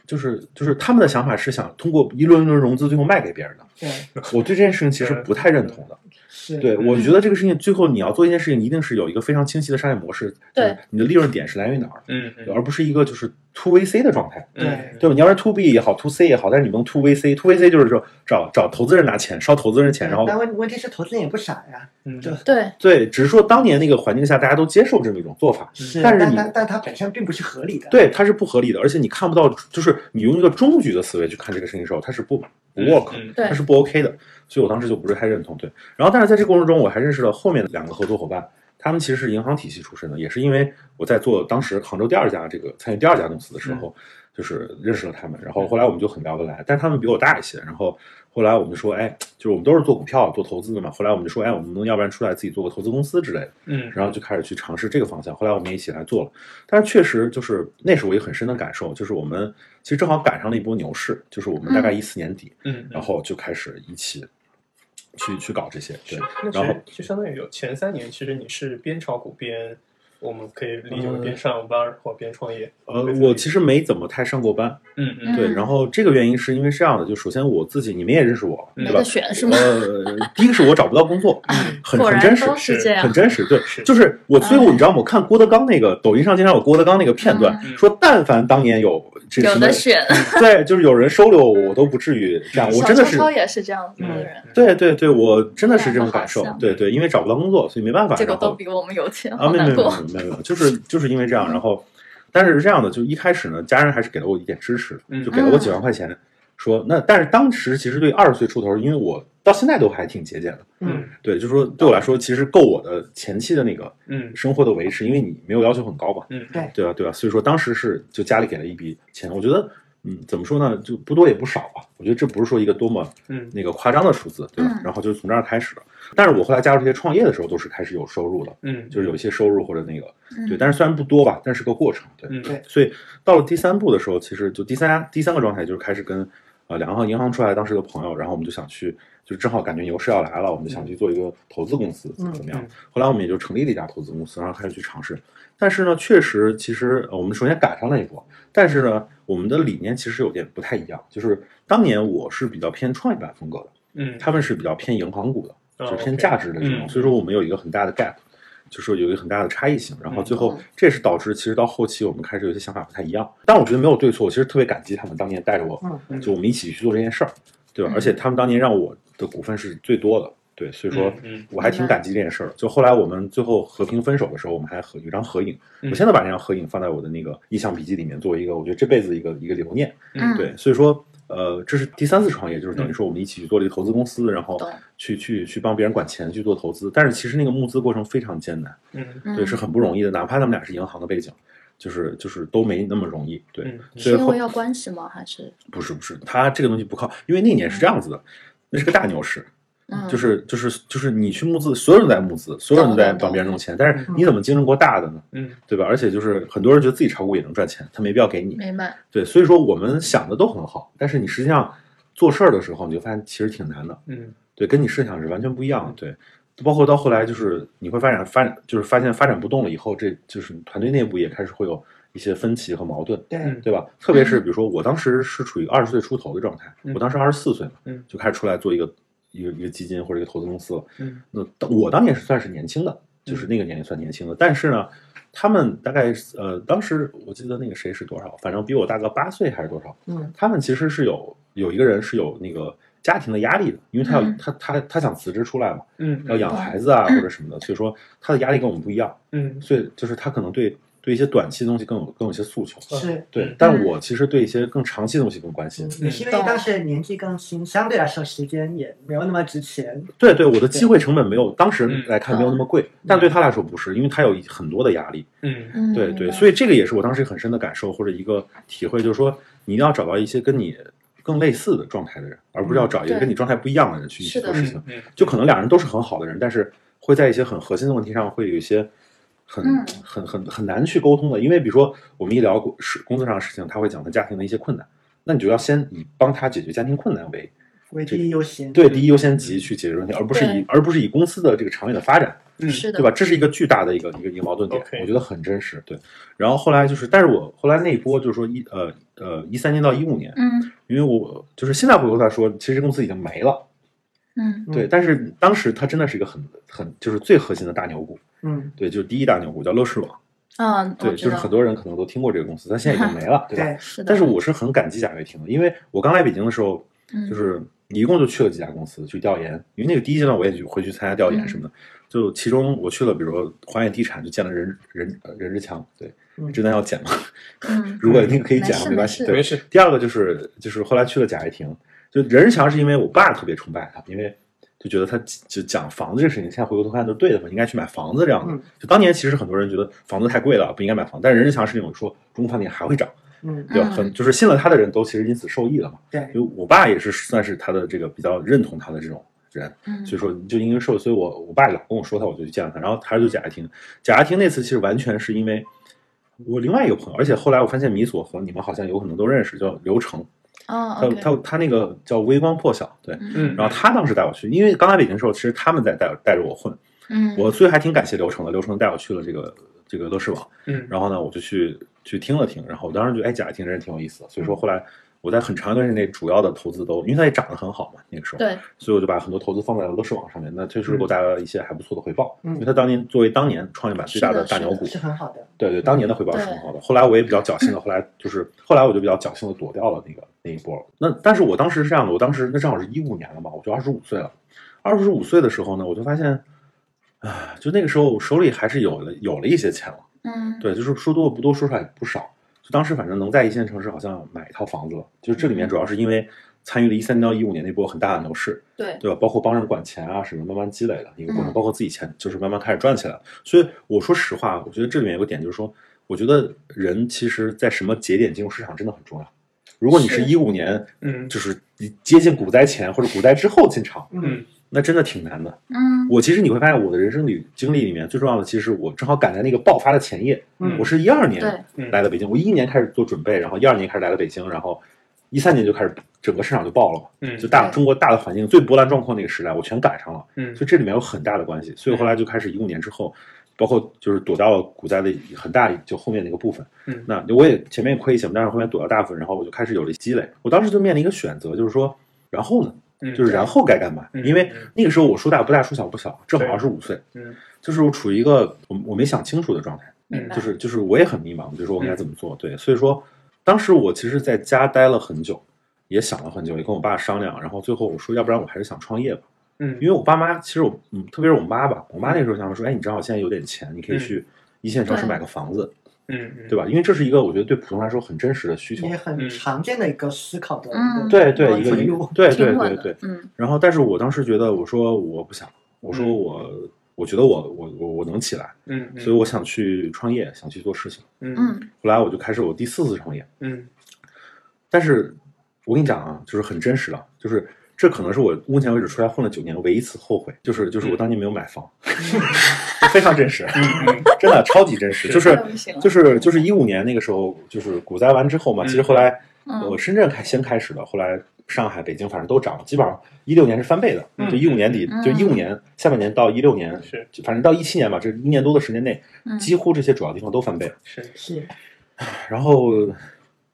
Speaker 1: 就是就是他们的想法是想通过一轮一轮融资最后卖给别人的，
Speaker 3: 对
Speaker 1: 我对这件事情其实不太认同的。
Speaker 3: 是，
Speaker 1: 对，我觉得这个事情最后你要做一件事情，一定是有一个非常清晰的商业模式，
Speaker 5: 对，
Speaker 1: 你的利润点是来源于哪儿，
Speaker 4: 嗯嗯
Speaker 1: 而不是一个就是 to VC 的状态。
Speaker 4: 嗯
Speaker 1: 对吧？你要是 to B 也好，to C 也好，但是你不能 to VC，to VC 就是说找找投资人拿钱，烧投资人钱，然后
Speaker 3: 但问问题是投资人也不傻呀，
Speaker 4: 嗯
Speaker 3: 就
Speaker 5: 对，
Speaker 1: 对，只是说当年那个环境下大家都接受这么一种做法，
Speaker 3: 是，
Speaker 1: 但
Speaker 3: 但
Speaker 1: 是你
Speaker 3: 但但它本身并不是合理的，
Speaker 1: 对，它是不合理的，而且你看不到，就是你用一个中局的思维去看这个事情的时候，它是不不 work，
Speaker 4: 嗯
Speaker 5: 对
Speaker 1: 它是不 OK 的，所以我当时就不是太认同。对，然后但是在这个过程中，我还认识了后面的两个合作伙伴，他们其实是银行体系出身的，也是因为我在做当时杭州第二家这个参与第二家公司的时候，就是认识了他们，然后后来我们就很聊得来，但是他们比我大一些，然后后来我们就说，哎，就是我们都是做股票、做投资的嘛，后来我们就说，哎，我们能要不然出来自己做个投资公司之类的。
Speaker 4: 嗯
Speaker 1: 然后就开始去尝试这个方向。后来我们也一起来做了，但是确实就是那是我一个很深的感受，就是我们其
Speaker 2: 嗯
Speaker 1: 实正好赶上了一波牛市，就是我们大概一四年底，
Speaker 4: 嗯
Speaker 1: 然后就开始一起去去搞这些。对，
Speaker 4: 那其
Speaker 1: 然后
Speaker 4: 实就相当于有前三年，其实你是边炒股边，我们可以理解为边上班或边创业。
Speaker 1: 呃，我其
Speaker 4: 实
Speaker 1: 实没怎么太上过班，
Speaker 4: 嗯嗯
Speaker 2: 嗯
Speaker 1: 对。然后这个原因是因为是这样的，就首先我自己，你们也认识我，
Speaker 4: 嗯
Speaker 1: 对
Speaker 2: 没
Speaker 1: 吧
Speaker 2: 得？选是吗？嗯
Speaker 1: 呃，第一个是我找不到工作，很
Speaker 2: 果
Speaker 1: 很
Speaker 2: 然
Speaker 1: 真实，
Speaker 2: 都是这样
Speaker 1: 很真实。对
Speaker 4: 是，
Speaker 1: 就是我最后
Speaker 2: 哎
Speaker 1: 你知道吗？我看郭德纲那个抖音上经常有郭德纲那个片段，
Speaker 4: 嗯
Speaker 1: 说但凡当年有这什
Speaker 2: 有
Speaker 1: 么
Speaker 2: 的，选，
Speaker 1: 对，就是有人收留我，我都不至于这样。啊我
Speaker 2: 小
Speaker 1: 真的
Speaker 2: 超
Speaker 1: 是，
Speaker 2: 超也是这样子的人，
Speaker 4: 嗯，
Speaker 1: 对对对，我真的是这种感
Speaker 2: 这
Speaker 1: 受
Speaker 2: 样好。
Speaker 1: 对对，因为找不到工作，所以没办法。
Speaker 2: 结果
Speaker 1: 然后
Speaker 2: 都比我们有钱，
Speaker 1: 啊，
Speaker 2: 好
Speaker 1: 没没
Speaker 2: 难
Speaker 1: 没
Speaker 2: 过。
Speaker 1: 没没没，就是就是因为这样，然后，但是是这样的，就一开始呢，家人还是给了我一点支持的，
Speaker 4: 嗯
Speaker 1: 就给了我几万块钱，说那但是当时其实对二十岁出头，因为我到现在都还挺节俭的，
Speaker 4: 嗯
Speaker 1: 对，就说对我来说其实够我的前期的那个
Speaker 4: 嗯
Speaker 1: 生活的维持，因为你没有要求很高嘛，
Speaker 4: 嗯，
Speaker 3: 对
Speaker 1: 对吧啊对吧？所以说当时是就家里给了一笔钱，我觉得嗯怎么说呢，就不多也不少吧，我觉得这不是说一个多么
Speaker 4: 嗯
Speaker 1: 那个夸张的数字，对吧？
Speaker 2: 嗯
Speaker 1: 然后就从这儿开始的，但是我后来加入这些创业的时候，都是开始有收入的。
Speaker 4: 嗯，
Speaker 1: 就是有一些收入或者那个，
Speaker 2: 嗯
Speaker 1: 对，但是虽然不多吧，但是个过程，对。
Speaker 4: 嗯
Speaker 3: 对
Speaker 1: 所以到了第三步的时候，其实就第三第三个状态就是开始跟呃两行银行出来当时的朋友，然后我们就想去，就正好感觉牛市要来了，我们就想去做一个投资公司，怎么怎么样
Speaker 4: 嗯嗯嗯？
Speaker 1: 后来我们也就成立了一家投资公司，然后开始去尝试。但是呢，确实，其实呃我们首先赶上了一波，但是呢，我们的理念其实有点不太一样，就是当年我是比较偏创业板风格的。
Speaker 4: 嗯，
Speaker 1: 他们是比较偏银行股的，
Speaker 4: 哦
Speaker 1: 就是偏
Speaker 4: OK
Speaker 1: 价值的这种，
Speaker 4: 嗯
Speaker 1: 所以说我们有一个很大的 gap，就是有一个很大的差异性。然后最后
Speaker 2: 嗯
Speaker 1: 这也是导致其实到后期我们开始有些想法不太一样，但我觉得没有对错，我其实特别感激他们当年带着我，
Speaker 4: 嗯
Speaker 1: 就我们一起去做这件事儿，对吧？
Speaker 2: 嗯
Speaker 1: 而且他们当年让我的股份是最多的，对，所以说
Speaker 4: 嗯嗯
Speaker 1: 我还挺感激这件事儿的。就后来我们最后和平分手的时候，我们还合有一张合影，
Speaker 4: 嗯
Speaker 1: 我现在把这张合影放在我的那个意向笔记里面，作为一个我觉得这辈子一个一个留念。
Speaker 2: 嗯，
Speaker 1: 对，所以说，呃，这是第三次创业，就是等于说我们一起去做了一个投资公司，然后
Speaker 2: 懂
Speaker 1: 去去去帮别人管钱去做投资，但是其实那个募资过程非常艰难，
Speaker 4: 嗯
Speaker 2: 嗯
Speaker 1: 对，是很不容易的，哪怕他们俩是银行的背景，就是就是都没那么容易，对，
Speaker 4: 嗯
Speaker 1: 所
Speaker 2: 是
Speaker 1: 以
Speaker 2: 因
Speaker 1: 后
Speaker 2: 为要关系吗？还是
Speaker 1: 不是不是，他这个东西不靠，因为那年是这样子的，那是个大牛市，
Speaker 2: 嗯，
Speaker 1: 就是就是就是你去募资，所有人都在募资，所有人都在
Speaker 2: 懂懂嗯
Speaker 1: 帮别人弄钱，但是你怎么竞争过大的呢？
Speaker 4: 嗯
Speaker 1: 对吧？而且就是很多人觉得自己炒股也能赚钱，他没必要给你，
Speaker 2: 明白，
Speaker 1: 对，所以说我们想的都很好，但是你实际上做事儿的时候，你就发现其实挺难的。
Speaker 4: 嗯
Speaker 1: 对，跟你设想是完全不一样的。对，包括到后来就是你会发展发展，就是发现发展不动了以后，这就是团队内部也开始会有一些分歧和矛盾，
Speaker 3: 对
Speaker 4: 嗯
Speaker 1: 对吧？特别是比如说我当时是处于二十岁出头的状态，
Speaker 4: 嗯
Speaker 1: 我当时二十四岁嘛，
Speaker 4: 嗯
Speaker 1: 就开始出来做一个一个一个基金或者一个投资公司了。
Speaker 4: 嗯
Speaker 1: 那呃当我当年是算是年轻的，就是那个年龄算年轻的，但是呢，他们大概是呃，当时我记得那个谁是多少，反正比我大个八岁还是多少，
Speaker 3: 嗯，
Speaker 1: 他们其实是有有一个人是有那个家庭的压力的，因为他要、
Speaker 2: 嗯
Speaker 1: 他他他想辞职出来嘛，
Speaker 4: 嗯，
Speaker 1: 要养孩子啊或者什么的，所以说他的压力跟我们不一样，
Speaker 4: 嗯
Speaker 1: 所以就是他可能对对一些短期的东西更有更有一些诉求，
Speaker 3: 是。嗯
Speaker 1: 对
Speaker 4: 嗯，
Speaker 1: 但我其实对一些更长期的东西更关心，
Speaker 3: 你是因为
Speaker 5: 嗯
Speaker 3: 当时年纪更轻，相对来说时间也没有那么值钱。
Speaker 1: 对对，我的机会成本没有当时来看
Speaker 2: 嗯
Speaker 1: 没有那么贵，但对他来说不是，因为他有很多的压力。
Speaker 4: 嗯
Speaker 2: 嗯，
Speaker 1: 对
Speaker 2: 明
Speaker 1: 对，
Speaker 2: 白
Speaker 1: 所以这个也是我当时很深的感受或者一个体会，就是说你一定要找到一些跟你更类似的状态的人，而不是要找一个
Speaker 2: 嗯对
Speaker 1: 跟你状态不一样的人去一起
Speaker 2: 是的
Speaker 1: 做事情。
Speaker 4: 嗯
Speaker 1: 就可能两人都是很好的人，但是会在一些很核心的问题上会有一些很、
Speaker 2: 嗯
Speaker 1: 很很很难去沟通的，因为比如说我们一聊是工作上的事情，他会讲他家庭的一些困难，那你就要先以帮他解决家庭困难为
Speaker 3: 为第一优先。
Speaker 1: 对第一优先级去解决问题，而不是以而不是以公司的这个长远的发展，
Speaker 4: 嗯
Speaker 2: 是的，
Speaker 1: 对吧？？这是一个巨大的一个一个一个矛盾点
Speaker 4: OK
Speaker 1: 我觉得很真实。对，然后后来就是，但是我后来那一波就是说一呃呃一三年到一五年，
Speaker 2: 嗯
Speaker 1: 因为我就是现在回头来说，其实公司已经没了，
Speaker 2: 嗯
Speaker 1: 对，
Speaker 3: 嗯
Speaker 1: 但是当时它真的是一个很很就是最核心的大牛股，
Speaker 3: 嗯，
Speaker 1: 对，就是第一大牛股叫乐视网，
Speaker 2: 嗯，
Speaker 1: 对，
Speaker 2: 我
Speaker 1: 就
Speaker 2: 知
Speaker 1: 是
Speaker 2: 道
Speaker 1: 很多人可能都听过这个公司，但现在已经没 了，对吧？
Speaker 3: 对，
Speaker 2: 是的，
Speaker 1: 但是我是很感激贾跃亭的，因为我刚来北京的时候，
Speaker 2: 嗯
Speaker 1: 就是一共就去了几家公司去调研，因为那个第一阶段我也去回去参加调研什
Speaker 2: 嗯
Speaker 1: 么的，就其中我去了，比如说华远地产就见了任任呃任志强，对，
Speaker 3: 嗯
Speaker 1: 这段要剪吗？
Speaker 2: 嗯
Speaker 1: 如果那个可以
Speaker 2: 没
Speaker 1: 剪
Speaker 2: 事
Speaker 1: 没关系，
Speaker 2: 没事
Speaker 1: 对
Speaker 4: 没事，
Speaker 1: 第二个就是就是后来去了贾跃亭，就任志强是因为我爸特别崇拜他，因为就觉得他就讲房子这个事情，现在回过头看都对的嘛，应该去买房子这样的。
Speaker 3: 嗯
Speaker 1: 就当年其实很多人觉得房子太贵了，不应该买房，但是任志强是那种说中国房地产还会涨，
Speaker 3: 嗯，
Speaker 1: 对吧？
Speaker 2: 嗯
Speaker 1: 很就是信了他的人都其实因此受益了嘛。
Speaker 3: 对，
Speaker 1: 就我爸也是算是他的这个比较认同他的这种人，
Speaker 2: 嗯
Speaker 1: 所以说就因为受，所以我我爸老跟我说他，我就去见了他，然后他就贾跃亭，贾跃亭那次其实完全是因为我另外一个朋友，而且后来我发现米索和你们好像有可能都认识，叫刘成，
Speaker 2: 哦
Speaker 1: 他
Speaker 2: OK，
Speaker 1: 他他那个叫微光破晓，对。
Speaker 4: 嗯，
Speaker 1: 然后他当时带我去，因为刚来北京的时候，其实他们在带带着我混，
Speaker 2: 嗯，
Speaker 1: 我最还挺感谢刘成的，刘成带我去了这个这个乐视网，
Speaker 4: 嗯，
Speaker 1: 然后呢，我就去去听了听，然后我当时觉得哎，贾跃亭这人挺有意思的，所
Speaker 2: 嗯
Speaker 1: 以说后来我在很长一段时间内主要的投资都，因为他也涨得很好嘛，那个时候，
Speaker 2: 对，
Speaker 1: 所以我就把很多投资放在了乐视网上面，那确实给我带来了一些还不错的回报，
Speaker 3: 嗯
Speaker 1: 因为他当年作为当年创业板最大
Speaker 2: 是的
Speaker 1: 大牛股，
Speaker 3: 是很好的。
Speaker 1: 对对，当年的回报是很好的。后来我也比较侥幸的，后来就是后来我就比较侥幸的躲掉了那个那一波。那但是我当时是这样的，我当时那正好是一五年了嘛，我就二十五岁了。二十五岁的时候呢，我就发现，啊，就那个时候手里还是有了有了一些钱了。
Speaker 2: 嗯，
Speaker 1: 对，就是说多不多，说少也不少。就当时反正能在一线城市好像买一套房子了，就是这里
Speaker 2: 嗯
Speaker 1: 面主要是因为参与了一三到一五年那波很大的牛市，
Speaker 2: 对，
Speaker 1: 对吧？包括帮人管钱啊什么，慢慢积累的一个过程，
Speaker 2: 嗯
Speaker 1: 包括自己钱就是慢慢开始赚起来了。所以我说实话，我觉得这里面有个点就是说，我觉得人其实在什么节点进入市场真的很重要。如果你是
Speaker 2: 是
Speaker 1: 一五年，
Speaker 4: 嗯
Speaker 1: 就是接近股灾前或者股灾之后进场，
Speaker 3: 嗯，
Speaker 1: 那真的挺难的。
Speaker 2: 嗯，
Speaker 1: 我其实你会发现，我的人生里经历里面最重要的，其实是我正好赶在那个爆发的前夜。
Speaker 4: 嗯
Speaker 1: 我是一二年
Speaker 2: 对，
Speaker 4: 嗯
Speaker 1: 来了北京，我一一年开始做准备，然后一二年开始来了北京，然后一三年就开始整个市场就爆了嘛。
Speaker 4: 嗯
Speaker 1: 就大
Speaker 2: 对
Speaker 1: 中国大的环境最波澜壮阔那个时代，我全赶上了，
Speaker 4: 嗯
Speaker 1: 所以这里面有很大的关系。所以后来就开始一五年之后，包括就是躲到了股灾的很大的就后面那个部分。
Speaker 4: 嗯
Speaker 1: 那我也前面亏一些，但是后面躲到大部分，然后我就开始有了积累。我当时就面临一个选择，就是说，然后呢，
Speaker 4: 嗯
Speaker 1: 就是然后该干嘛？
Speaker 4: 嗯
Speaker 1: 因为那个时候我说大不大，说小不小，正好
Speaker 4: 对
Speaker 1: 二十五岁，
Speaker 4: 嗯
Speaker 1: 就是我处于一个我我没想清楚的状态。
Speaker 2: 明
Speaker 1: 嗯
Speaker 2: 白，
Speaker 1: 就是就是我也很迷茫，就是说我应该怎么做。对，所以说当时我其实在家待了很久，也想了很久，也跟我爸商量，然后最后我说，要不然我还是想创业吧，
Speaker 4: 嗯
Speaker 1: 因为我爸妈其实我嗯，特别是我妈吧，我妈那时候想说，哎，你正好现在有点钱，你可以去一线城市
Speaker 2: 对
Speaker 1: 买个房子，
Speaker 4: 嗯
Speaker 1: 对吧？因为这是一个我觉得对普通人来说很真实的需求
Speaker 3: 也。很常见的一个思考的
Speaker 2: 嗯
Speaker 3: 一
Speaker 1: 嗯对对，
Speaker 3: 往
Speaker 1: 一个
Speaker 3: 前
Speaker 1: 一
Speaker 3: 路
Speaker 1: 对对
Speaker 2: 挺稳
Speaker 1: 对
Speaker 2: 的
Speaker 1: 对。
Speaker 2: 嗯，
Speaker 1: 然后，但是我当时觉得，我说我不想，我说
Speaker 4: 嗯
Speaker 1: 我、我觉得我我我我能起来，
Speaker 4: 嗯，
Speaker 1: 所以我想去创业，想去做事情。
Speaker 4: 嗯
Speaker 2: 嗯，
Speaker 1: 后来我就开始我第四次创业，
Speaker 4: 嗯
Speaker 1: 但是我跟你讲啊，就是很真实了，就是这可能是我目前为止出来混了九年唯一一次后悔，就是就是我当年没有买房， 非常真实，真的超级真实，就是
Speaker 2: 这不行了
Speaker 1: 就是就是一五年那个时候，就是股灾完之后嘛，
Speaker 4: 嗯
Speaker 1: 其实后来
Speaker 2: 嗯
Speaker 1: 我深圳开先开始的，后来上海、北京反正都涨了，基本上一六年是翻倍的，
Speaker 4: 嗯
Speaker 1: 就一五年底
Speaker 2: 嗯
Speaker 1: 就一五年下半年到一六年
Speaker 4: 是，
Speaker 1: 就反正到一七年吧，这一年多的时间内，
Speaker 2: 嗯
Speaker 1: 几乎这些主要地方都翻倍了。
Speaker 4: 是
Speaker 3: 个是
Speaker 1: 然后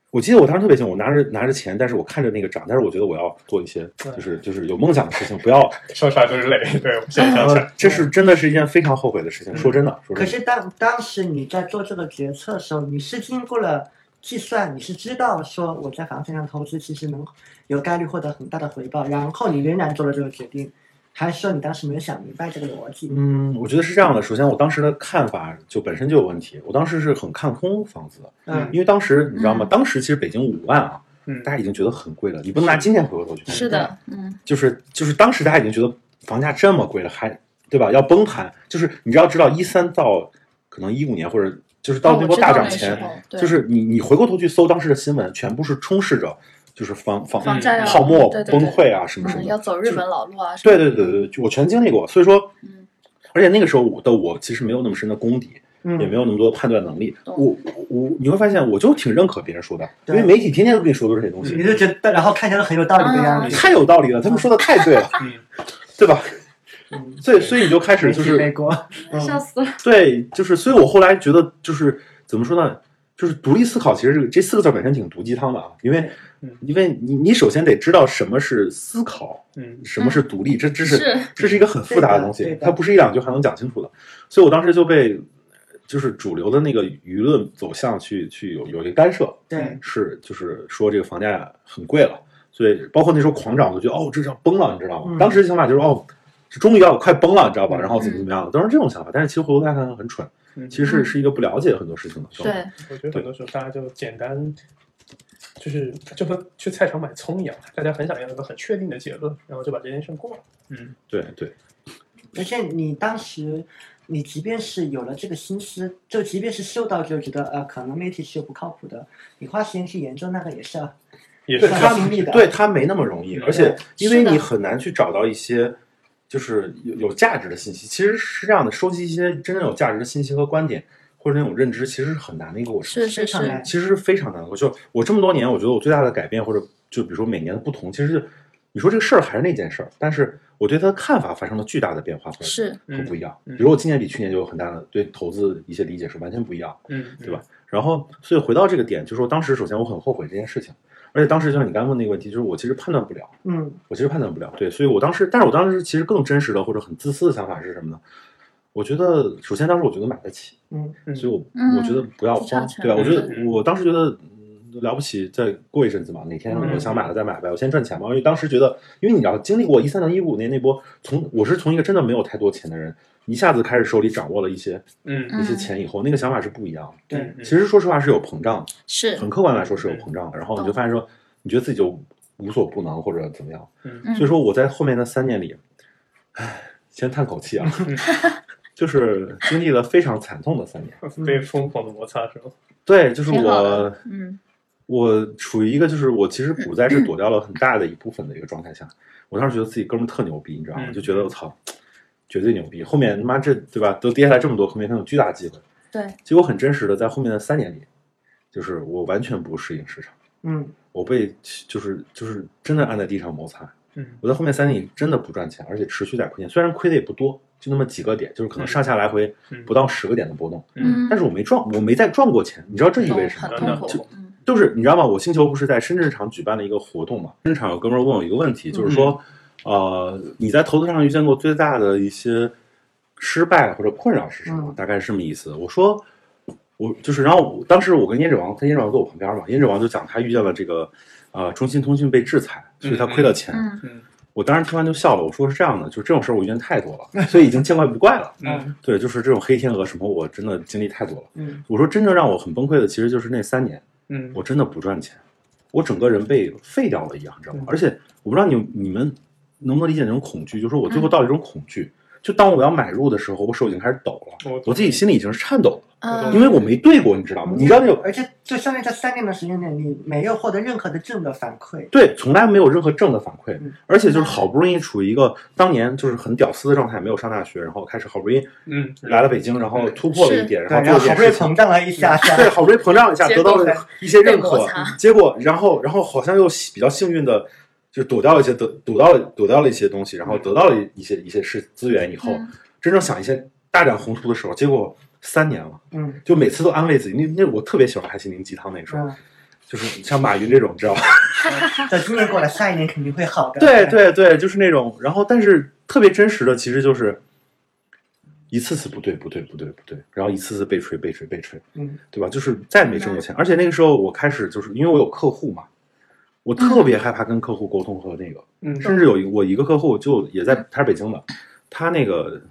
Speaker 1: 我记得我当时特别清楚，我拿着拿着钱，但是我看着那个涨，但是我觉得我要做一些
Speaker 3: 对
Speaker 1: 就是就是有梦想的事情，不要。
Speaker 4: 说啥都是泪，对我现在想
Speaker 1: 然
Speaker 4: 起
Speaker 1: 后
Speaker 4: 来，
Speaker 1: 这是真的是一件非常后悔的事情，
Speaker 4: 嗯
Speaker 1: 说真的，说真
Speaker 3: 可
Speaker 1: 的。
Speaker 3: 是当当时你在做这个决策的时候，你是经过了计算，你是知道说我在房产上投资其实能有概率获得很大的回报，然后你仍然做了这个决定，还是说你当时没有想明白这个逻辑？
Speaker 1: 嗯，我觉得是这样的。首先，我当时的看法就本身就有问题。我当时是很看空房子的，
Speaker 3: 嗯
Speaker 1: 因为当时你知道吗？
Speaker 2: 嗯
Speaker 1: 当时其实北京五万啊，
Speaker 4: 嗯
Speaker 1: 大家已经觉得很贵了。你不能拿今天回过头去看，
Speaker 2: 是的，嗯，
Speaker 1: 就是就是当时大家已经觉得房价这么贵了，还对吧？要崩盘，就是你要知道一三到可能一五年或者就是
Speaker 2: 哦
Speaker 1: 到那波大涨前，
Speaker 2: 对
Speaker 1: 就是你你回过头去搜当时的新闻，全部是充斥着就是房房
Speaker 3: 嗯
Speaker 2: 房价要
Speaker 1: 泡沫
Speaker 2: 啊对对
Speaker 1: 崩溃啊什么什
Speaker 2: 嗯，
Speaker 1: 么
Speaker 2: 要
Speaker 1: 的。
Speaker 2: 走日本老路啊，
Speaker 1: 对对对对对，我全经历过，所以说，
Speaker 2: 嗯
Speaker 1: 而且那个时候我的我其实没有那么深的功底，也
Speaker 3: 嗯，
Speaker 1: 没有那么多判断能力。
Speaker 2: 懂
Speaker 1: 我我你会发现，我就挺认可别人说的，因
Speaker 3: 对
Speaker 1: 为媒体天天都跟你说都是这些东
Speaker 3: 你
Speaker 1: 西，
Speaker 3: 就觉得，然后看起来都很有道理的样
Speaker 1: 你
Speaker 3: 子。
Speaker 1: 太有道理了，他们说的太 对了，
Speaker 4: 嗯
Speaker 1: 对吧？
Speaker 3: 嗯，
Speaker 1: 所以所以你就开始就
Speaker 3: 媒体背
Speaker 1: 是
Speaker 3: 锅，
Speaker 2: 对，笑死了，
Speaker 1: 对，就是所以我后来觉得就是怎么说呢？就是独立思考，其实这个这四个字本身挺毒鸡汤的啊，因为
Speaker 4: 嗯
Speaker 1: 因为你你首先得知道什么是思考，
Speaker 4: 嗯
Speaker 1: 什么是独立，这这是
Speaker 2: 是
Speaker 1: 这是一个很复杂
Speaker 3: 对
Speaker 1: 的
Speaker 3: 的
Speaker 1: 东西
Speaker 3: 对，的
Speaker 1: 它不是一两句还能讲清楚的。所以我当时就被就是主流的那个舆论走向去去有有一个干涉，
Speaker 3: 对，
Speaker 1: 是就是说这个房价很贵了，所以包括那时候狂涨，我就觉得哦，这要崩了，你知道吗？
Speaker 3: 嗯
Speaker 1: 当时的想法就是哦，这终于要快崩了，你知道吧？然后怎么
Speaker 2: 嗯
Speaker 1: 怎么样，当时这种想法，但是其实回头再看很蠢，
Speaker 4: 嗯，
Speaker 1: 其实是是一个不了解很多事情的状态。
Speaker 2: 对，
Speaker 4: 我觉得很多时候大家就简单，就是就和去菜场买葱一样，大家很想要一个很确定的结论，然后就把这件事过了。嗯
Speaker 1: 对对
Speaker 3: 而且你当时，你即便是有了这个心思，就即便是嗅到就觉得呃，可能媒体是有不靠谱的，你花时间去研究那个也是要
Speaker 4: 也是
Speaker 1: 对，
Speaker 3: 是
Speaker 1: 他
Speaker 3: 要经历的
Speaker 1: 对他没那么容易，
Speaker 4: 嗯
Speaker 1: 而且因为
Speaker 2: 是的
Speaker 1: 你很难去找到一些。就是有有价值的信息，其实是这样的，收集一些真正有价值的信息和观点，或者那种认知，其实是很难的一个过程。
Speaker 2: 是是
Speaker 3: 非常
Speaker 2: 是，
Speaker 3: 难。
Speaker 1: 其实是非常难的。我就我这么多年，我觉得我最大的改变或者就比如说每年的不同，其实是你说这个事儿还是那件事儿，但是我对他的看法发生了巨大的变化和
Speaker 2: 是
Speaker 1: 和不一样。
Speaker 4: 嗯
Speaker 1: 比如我今年比去年就有很大的对投资一些理解是完全不一样。
Speaker 4: 嗯，
Speaker 1: 对吧？然后，所以回到这个点，就是说当时首先我很后悔这件事情，而且当时就像你刚刚问那个问题，就是我其实判断不了，
Speaker 3: 嗯
Speaker 1: 我其实判断不了，对，所以我当时，但是我当时其实更真实的或者很自私的想法是什么呢？我觉得，首先当时我觉得买得起，
Speaker 3: 嗯
Speaker 4: 嗯？
Speaker 1: 所以我、
Speaker 2: 嗯
Speaker 1: 我觉得不要
Speaker 2: 不差
Speaker 1: 慌，
Speaker 2: 钱
Speaker 1: 对吧？我觉得
Speaker 4: 嗯
Speaker 1: 我当时觉得嗯了不起，再过一阵子嘛，哪天
Speaker 3: 嗯
Speaker 1: 我想买了再买呗，我先赚钱嘛。因为当时觉得，因为你知道，经历过一三年、一五年那波，从我是从一个真的没有太多钱的人，一下子开始手里掌握了一些
Speaker 4: 嗯
Speaker 2: 嗯
Speaker 1: 一些钱以后，那个想法是不一样的。
Speaker 3: 对
Speaker 4: 嗯嗯嗯
Speaker 1: 其实说实话是有膨胀的。
Speaker 2: 是，
Speaker 1: 很客观来说是有膨胀的，然后你就
Speaker 2: 懂
Speaker 1: 发现说，你觉得自己就无所不能或者怎么样。
Speaker 4: 嗯
Speaker 2: 嗯
Speaker 1: 所以说我在后面的三年里，唉，先叹口气啊， 就是经历了非常惨痛的三年。
Speaker 4: 被疯狂的摩擦是吧？
Speaker 1: 对，就是
Speaker 2: 挺好
Speaker 1: 我
Speaker 2: 的，嗯
Speaker 1: 我处于一个就是我其实股灾是躲掉了很大的一部分的一个状态下，我当时觉得自己哥们儿特牛逼，你知道吗？
Speaker 4: 嗯
Speaker 1: 就觉得我操，绝对牛逼。后面他妈这对吧，都跌下来这么多，后面他有巨大机会。
Speaker 2: 对，
Speaker 1: 结果很真实的，在后面的三年里，就是我完全不适应市场。
Speaker 3: 嗯
Speaker 1: 我被就是就是真的按在地上摩擦。
Speaker 4: 嗯
Speaker 1: 我在后面三年里真的不赚钱，而且持续在亏钱，虽然亏的也不多，就那么几个点，就是可能上下来回
Speaker 4: 嗯
Speaker 1: 不到十个点的波动，
Speaker 2: 嗯，
Speaker 1: 但是我没赚，我没再赚过钱。你知道这意
Speaker 2: 懂
Speaker 1: 味着什
Speaker 2: 很
Speaker 1: 么？
Speaker 2: 痛苦
Speaker 1: 就，
Speaker 2: 嗯
Speaker 1: 就是你知道吗？我星球不是在深圳场举办了一个活动嘛？深圳场有哥们儿问我一个问题，就是说，呃，你在投资上遇见过最大的一些失败或者困扰是什么？
Speaker 3: 嗯
Speaker 1: 大概是这么意思。我说，我就是，然后我当时我跟胭脂王，他胭脂王坐我旁边嘛，胭脂王就讲他遇见了这个，呃，中兴通讯被制裁，所以他亏了钱。
Speaker 2: 嗯
Speaker 4: 嗯
Speaker 1: 我当时听完就笑了，我说是这样的，就是这种事儿我遇见太多了，所以已经见怪不怪了。
Speaker 4: 嗯
Speaker 1: 对，就是这种黑天鹅什么，我真的经历太多了。
Speaker 3: 嗯
Speaker 1: 我说真正让我很崩溃的，其实就是那三年。
Speaker 4: 嗯，
Speaker 1: 我真的不赚钱，我整个人被废掉了一样，你知道吗
Speaker 4: 嗯？
Speaker 1: 而且我不知道你你们能不能理解那种恐惧，就是我最后
Speaker 3: 嗯
Speaker 1: 到了一种恐惧，就当我要买入的时候，我手已经开始抖了，
Speaker 4: 我
Speaker 1: 我自己心里已经是颤抖了，
Speaker 2: 嗯，
Speaker 1: 因为我没对过，你知道吗？啊你知道那种
Speaker 3: 而且就相当于在三年的时间内，你没有获得任何的正的反馈。
Speaker 1: 对，从来没有任何正的反馈
Speaker 3: 嗯，
Speaker 1: 而且就是好不容易处于一个当年就是很屌丝的状态，没有上大学，然后开始好不容易
Speaker 4: 嗯
Speaker 1: 来了北京，然后突破了一点，然
Speaker 3: 对，
Speaker 1: 后
Speaker 3: 然
Speaker 1: 做
Speaker 3: 后
Speaker 1: 了一件
Speaker 3: 好不容
Speaker 1: 事
Speaker 3: 易
Speaker 1: 情嗯
Speaker 3: 膨。胀了一下下，
Speaker 1: 对， 好不容易膨胀一下，
Speaker 2: 结
Speaker 1: 得
Speaker 2: 果
Speaker 1: 到了一些认
Speaker 2: 被
Speaker 1: 可
Speaker 2: 摩擦，
Speaker 1: 结果然后然后好像又喜比较幸运的，就躲掉了一些得躲到了躲掉了一些东西，然后得到了一些一些是资源以后，
Speaker 2: 嗯
Speaker 1: 真正想一些大展宏图的时候，结果三年了，
Speaker 3: 嗯
Speaker 1: 就每次都安慰自己，那那我特别喜欢海心灵鸡汤那种，
Speaker 3: 嗯，
Speaker 1: 就是像马云这种，知 道吧？
Speaker 3: 这今年过了，下一年肯定会好的。
Speaker 1: 对，对对，就是那种，然后但是特别真实的，其实就是。一次次不对，不对，不对，不对，然后一次次被锤，被锤，被锤，
Speaker 3: 嗯
Speaker 1: 对吧？就是再也没挣过钱，而且那个时候我开始就是因为我有客户嘛，我特别害怕跟客户沟通和那个，
Speaker 4: 嗯
Speaker 1: 甚至有一我一个客户就也在，他是北京的，他那个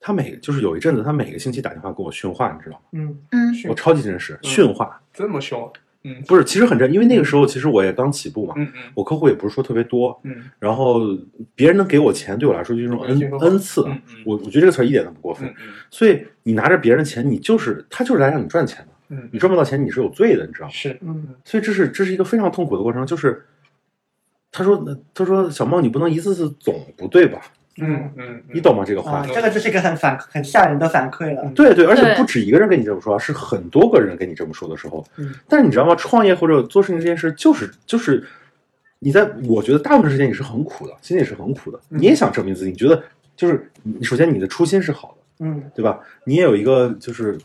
Speaker 1: 他每就是有一阵子他每个星期打电话跟我训话，你知道吗？
Speaker 3: 嗯
Speaker 2: 嗯
Speaker 1: 我超级真实，
Speaker 4: 嗯
Speaker 1: 训话
Speaker 4: 这么凶，嗯
Speaker 1: 不是，其实很真，因为那个时候其实我也刚起步嘛，
Speaker 4: 嗯嗯
Speaker 1: 我客户也不是说特别多，
Speaker 4: 嗯
Speaker 1: 然后别人能给我钱，对我来说就是一种
Speaker 4: 我也听
Speaker 1: n
Speaker 4: 说过
Speaker 1: n 次
Speaker 4: 嗯嗯，
Speaker 1: 我我觉得这个词儿一点都不过分
Speaker 4: 嗯，嗯
Speaker 1: 所以你拿着别人的钱，你就是他就是来让你赚钱的，
Speaker 4: 嗯
Speaker 1: 你赚不到钱你是有罪的，你知道吗？
Speaker 4: 是
Speaker 3: 嗯
Speaker 1: 所以这是这是一个非常痛苦的过程。就是他说他说小猫你不能一次次总不对吧？
Speaker 4: 嗯嗯，
Speaker 1: 你懂吗？这个话
Speaker 3: 啊，这个就是一个很反很吓人的反馈了。
Speaker 1: 对对，而且
Speaker 2: 对
Speaker 1: 不止一个人跟你这么说，是很多个人跟你这么说的时候。
Speaker 4: 嗯
Speaker 1: 但是你知道吗？创业或者做事情这件事，就是就是你在我觉得大部分时间你是很苦的，心里是很苦的。
Speaker 4: 嗯
Speaker 1: 你也想证明自己，你觉得就是你首先你的初心是好的，
Speaker 3: 嗯
Speaker 1: 对吧？你也有一个就是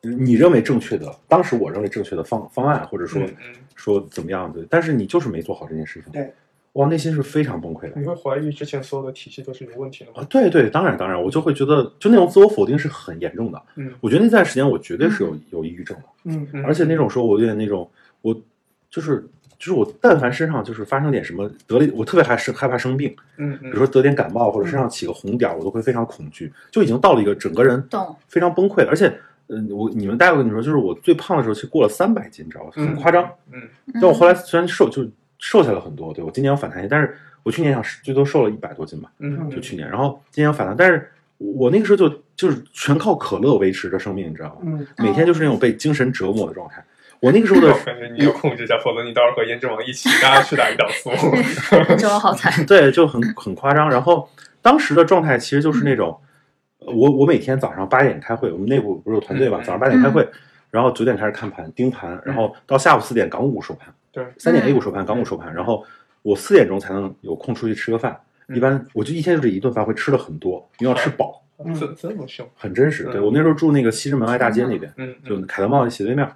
Speaker 1: 你认为正确的，当时我认为正确的方方案，或者说、
Speaker 4: 嗯嗯，
Speaker 1: 说怎么样的，但是你就是没做好这件事情。
Speaker 3: 对，
Speaker 1: 哇，内心是非常崩溃的
Speaker 4: 你会怀疑之前所有的体系都是有问题的
Speaker 1: 啊
Speaker 4: 吗？！
Speaker 1: 对对，当然当然，我就会觉得就那种自我否定是很严重的。
Speaker 4: 嗯，
Speaker 1: 我觉得那段时间我绝对是有有抑郁症的，
Speaker 3: 嗯
Speaker 1: 而且那种时候我有点那种，我就是就是我但凡身上就是发生点什么得了，我特别害生害怕生病，
Speaker 4: 嗯
Speaker 1: 比
Speaker 4: 嗯，
Speaker 1: 如说得点感冒或者身上起个红点儿，我都会非常恐惧，就已经到了一个整个人
Speaker 2: 懂，
Speaker 1: 非常崩溃了。而且，嗯、我你们大夫跟你说，就是我最胖的时候其实过了三百斤，你知道吗？很夸张。
Speaker 4: 嗯
Speaker 1: 但我后来虽然瘦，就是瘦下来很多，对我今年要反弹一些，但是我去年想最多瘦了一百多斤吧，
Speaker 4: 嗯，
Speaker 1: 就去年，然后今年要反弹，但是我那个时候就就是全靠可乐维持着生命，你知道吗？
Speaker 3: 嗯
Speaker 1: 每天就是那种被精神折磨的状态。我那个时候
Speaker 4: 我
Speaker 1: 的
Speaker 4: 感觉你要控制一下，否则你到时候和胭脂王一起，大家去打胰岛 素。
Speaker 2: 这我 好惨，
Speaker 1: 对就很很夸张，然后当时的状态其实就是那种，呃我我每天早上八点开会，我们内部不是有团队嘛，
Speaker 4: 嗯
Speaker 1: 早上八点开会，然后九点开始看盘盯盘，然后到下午四点港股收盘，
Speaker 4: 对，
Speaker 1: 三点 A 股收盘，港股收盘，然后我四点钟才能有空出去吃个饭。
Speaker 4: 嗯
Speaker 1: 一般我就一天就这一顿饭会吃的很多，因为要吃饱，
Speaker 3: 嗯
Speaker 4: 这这么凶，
Speaker 1: 很真实。
Speaker 4: 嗯
Speaker 1: 对我那时候住那个西直门外大街那边，
Speaker 4: 嗯，
Speaker 1: 就凯德茂斜对面，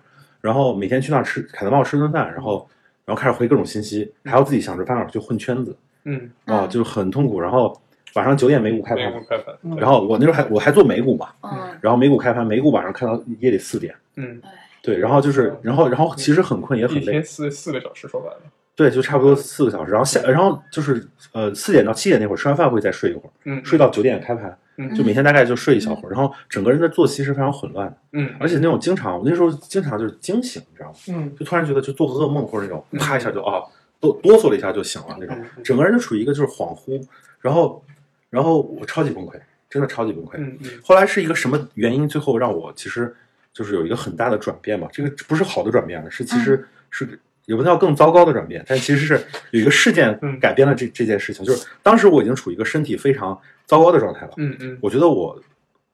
Speaker 1: 然后每天去那儿吃凯德茂吃顿饭，然后然后开始回各种信息，还要自己想着办法去混圈子
Speaker 4: 嗯，
Speaker 1: 啊，
Speaker 2: 嗯
Speaker 1: 就是很痛苦。然后晚上九点美股开
Speaker 4: 美
Speaker 1: 盘
Speaker 4: 股，开盘，
Speaker 3: 嗯
Speaker 1: 然后我那时候还我还做美股嘛，
Speaker 2: 嗯，
Speaker 1: 然后美股开盘，美股晚上看到夜里四点。
Speaker 4: 嗯，
Speaker 1: 对，然后就是，然后，然后其实很困也
Speaker 4: 一
Speaker 1: 很累
Speaker 4: 天，四四个小时说白了，
Speaker 1: 对，就差不多四个小时。然后下，然后就是呃四点到七点那会儿吃完饭会再睡一会儿，
Speaker 4: 嗯，
Speaker 1: 睡到九点开盘，
Speaker 4: 嗯
Speaker 1: 就每天大概就睡一小会儿。然后整个人的作息是非常混乱的，
Speaker 4: 嗯，
Speaker 1: 而且那种经常我那时候经常就是惊醒，你知道吗？
Speaker 3: 嗯，
Speaker 1: 就突然觉得就做个噩梦或者那种
Speaker 4: 嗯
Speaker 1: 啪一下就啊哆哆嗦了一下就醒了那种，
Speaker 4: 嗯
Speaker 1: 整个人就处于一个就是恍惚，然后然后我超级崩溃，真的超级崩溃。
Speaker 4: 嗯嗯
Speaker 1: 后来是一个什么原因，最后让我其实就是有一个很大的转变吧。这个不是好的转变了，是其
Speaker 4: 嗯
Speaker 1: 实是也不叫更糟糕的转变，但其实是有一个事件
Speaker 4: 嗯
Speaker 1: 改变了这这件事情。就是当时我已经处于一个身体非常糟糕的状态了，
Speaker 4: 嗯嗯
Speaker 1: 我觉得我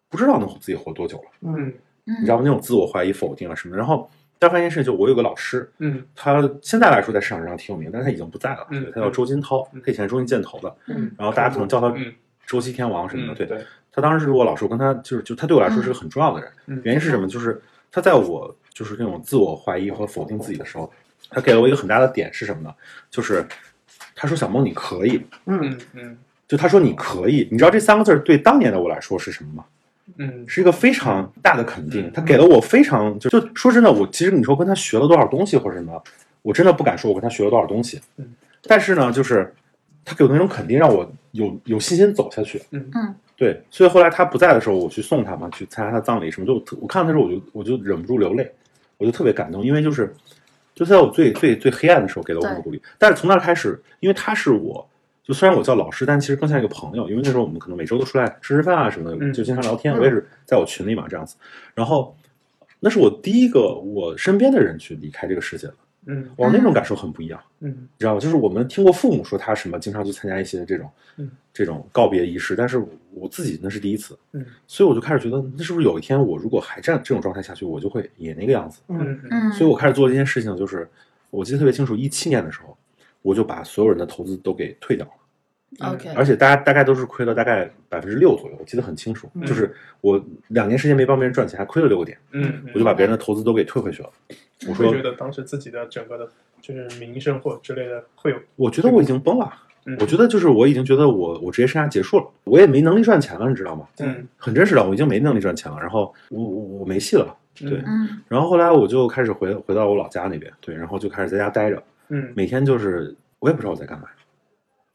Speaker 1: 不知道能自己活多久了，
Speaker 4: 嗯
Speaker 1: 你知道吗？那种自我怀疑、否定啊什么的。然后但发现事情，就我有个老师，
Speaker 4: 嗯
Speaker 1: 他现在来说在市场上挺有名，但他已经不在了。
Speaker 4: 嗯
Speaker 1: 对他叫周金涛
Speaker 4: 嗯，
Speaker 1: 他以前是中信建投的，
Speaker 2: 嗯
Speaker 1: 然后大家可能叫他
Speaker 4: 嗯
Speaker 1: 周期天王什么的，
Speaker 4: 嗯，
Speaker 1: 对。
Speaker 4: 对，
Speaker 1: 他当时是我老师，我跟他就是就他对我来说是个很重要的人。
Speaker 4: 嗯
Speaker 1: 原因是什么？就是他在我就是那种自我怀疑和否定自己的时候，他给了我一个很大的点是什么呢？就是他说小梦你可以，
Speaker 4: 嗯嗯
Speaker 1: 就他说你可以，你知道这三个字儿对当年的我来说是什么吗？
Speaker 4: 嗯，
Speaker 1: 是一个非常大的肯定
Speaker 4: 嗯，
Speaker 1: 他给了我非常就就说真的，我其实你说跟他学了多少东西或者什么，我真的不敢说我跟他学了多少东西
Speaker 4: 嗯，
Speaker 1: 但是呢，就是他给我那种肯定，让我有有信心走下去。
Speaker 4: 嗯
Speaker 2: 嗯，
Speaker 1: 对，所以后来他不在的时候，我去送他嘛，去参加他葬礼什么，就我特我看到他时候，我就我就忍不住流泪，我就特别感动，因为就是就在我最最最黑暗的时候给了我那种鼓励。但是从那儿开始，因为他是我。就虽然我叫老师，但其实更像一个朋友，因为那时候我们可能每周都出来吃吃饭啊什么的，
Speaker 4: 嗯
Speaker 1: 就经常聊天。
Speaker 3: 嗯
Speaker 1: 我也是在我群里嘛这样子，然后那是我第一个我身边的人去离开这个世界了，
Speaker 4: 嗯
Speaker 1: 哇，那种感受很不一样，
Speaker 4: 嗯
Speaker 1: 你知道吗？就是我们听过父母说他什么，经常去参加一些这种
Speaker 4: 嗯
Speaker 1: 这种告别仪式，但是我自己那是第一次，
Speaker 4: 嗯
Speaker 1: 所以我就开始觉得，那是不是有一天我如果还这样这种状态下去，我就会也那个样子？
Speaker 3: 嗯
Speaker 4: 嗯嗯
Speaker 2: 嗯，
Speaker 1: 所以我开始做这件事情，就是我记得特别清楚，一七年的时候，我就把所有人的投资都给退掉了。
Speaker 2: 嗯 OK，
Speaker 1: 而且大家大概都是亏了大概百分之六左右，我记得很清楚。
Speaker 3: 嗯
Speaker 1: 就是我两年时间没帮别人赚钱，还亏了六个点，
Speaker 4: 嗯，
Speaker 1: 我就把别人的投资都给退回去了。我
Speaker 4: 会
Speaker 1: 说
Speaker 4: 觉，得当时自己的整个的，就是名声或之类的会有，
Speaker 1: 我觉得我已经崩了，
Speaker 4: 嗯
Speaker 1: 我觉得就是我已经觉得我我职业生涯结束了，我也没能力赚钱了，你知道吗？
Speaker 4: 嗯
Speaker 1: 很真实的，我已经没能力赚钱了，然后我我我没戏了。对，
Speaker 2: 嗯
Speaker 1: 然后后来我就开始回回到我老家那边，对，然后就开始在家待着，
Speaker 4: 嗯
Speaker 1: 每天就是我也不知道我在干嘛，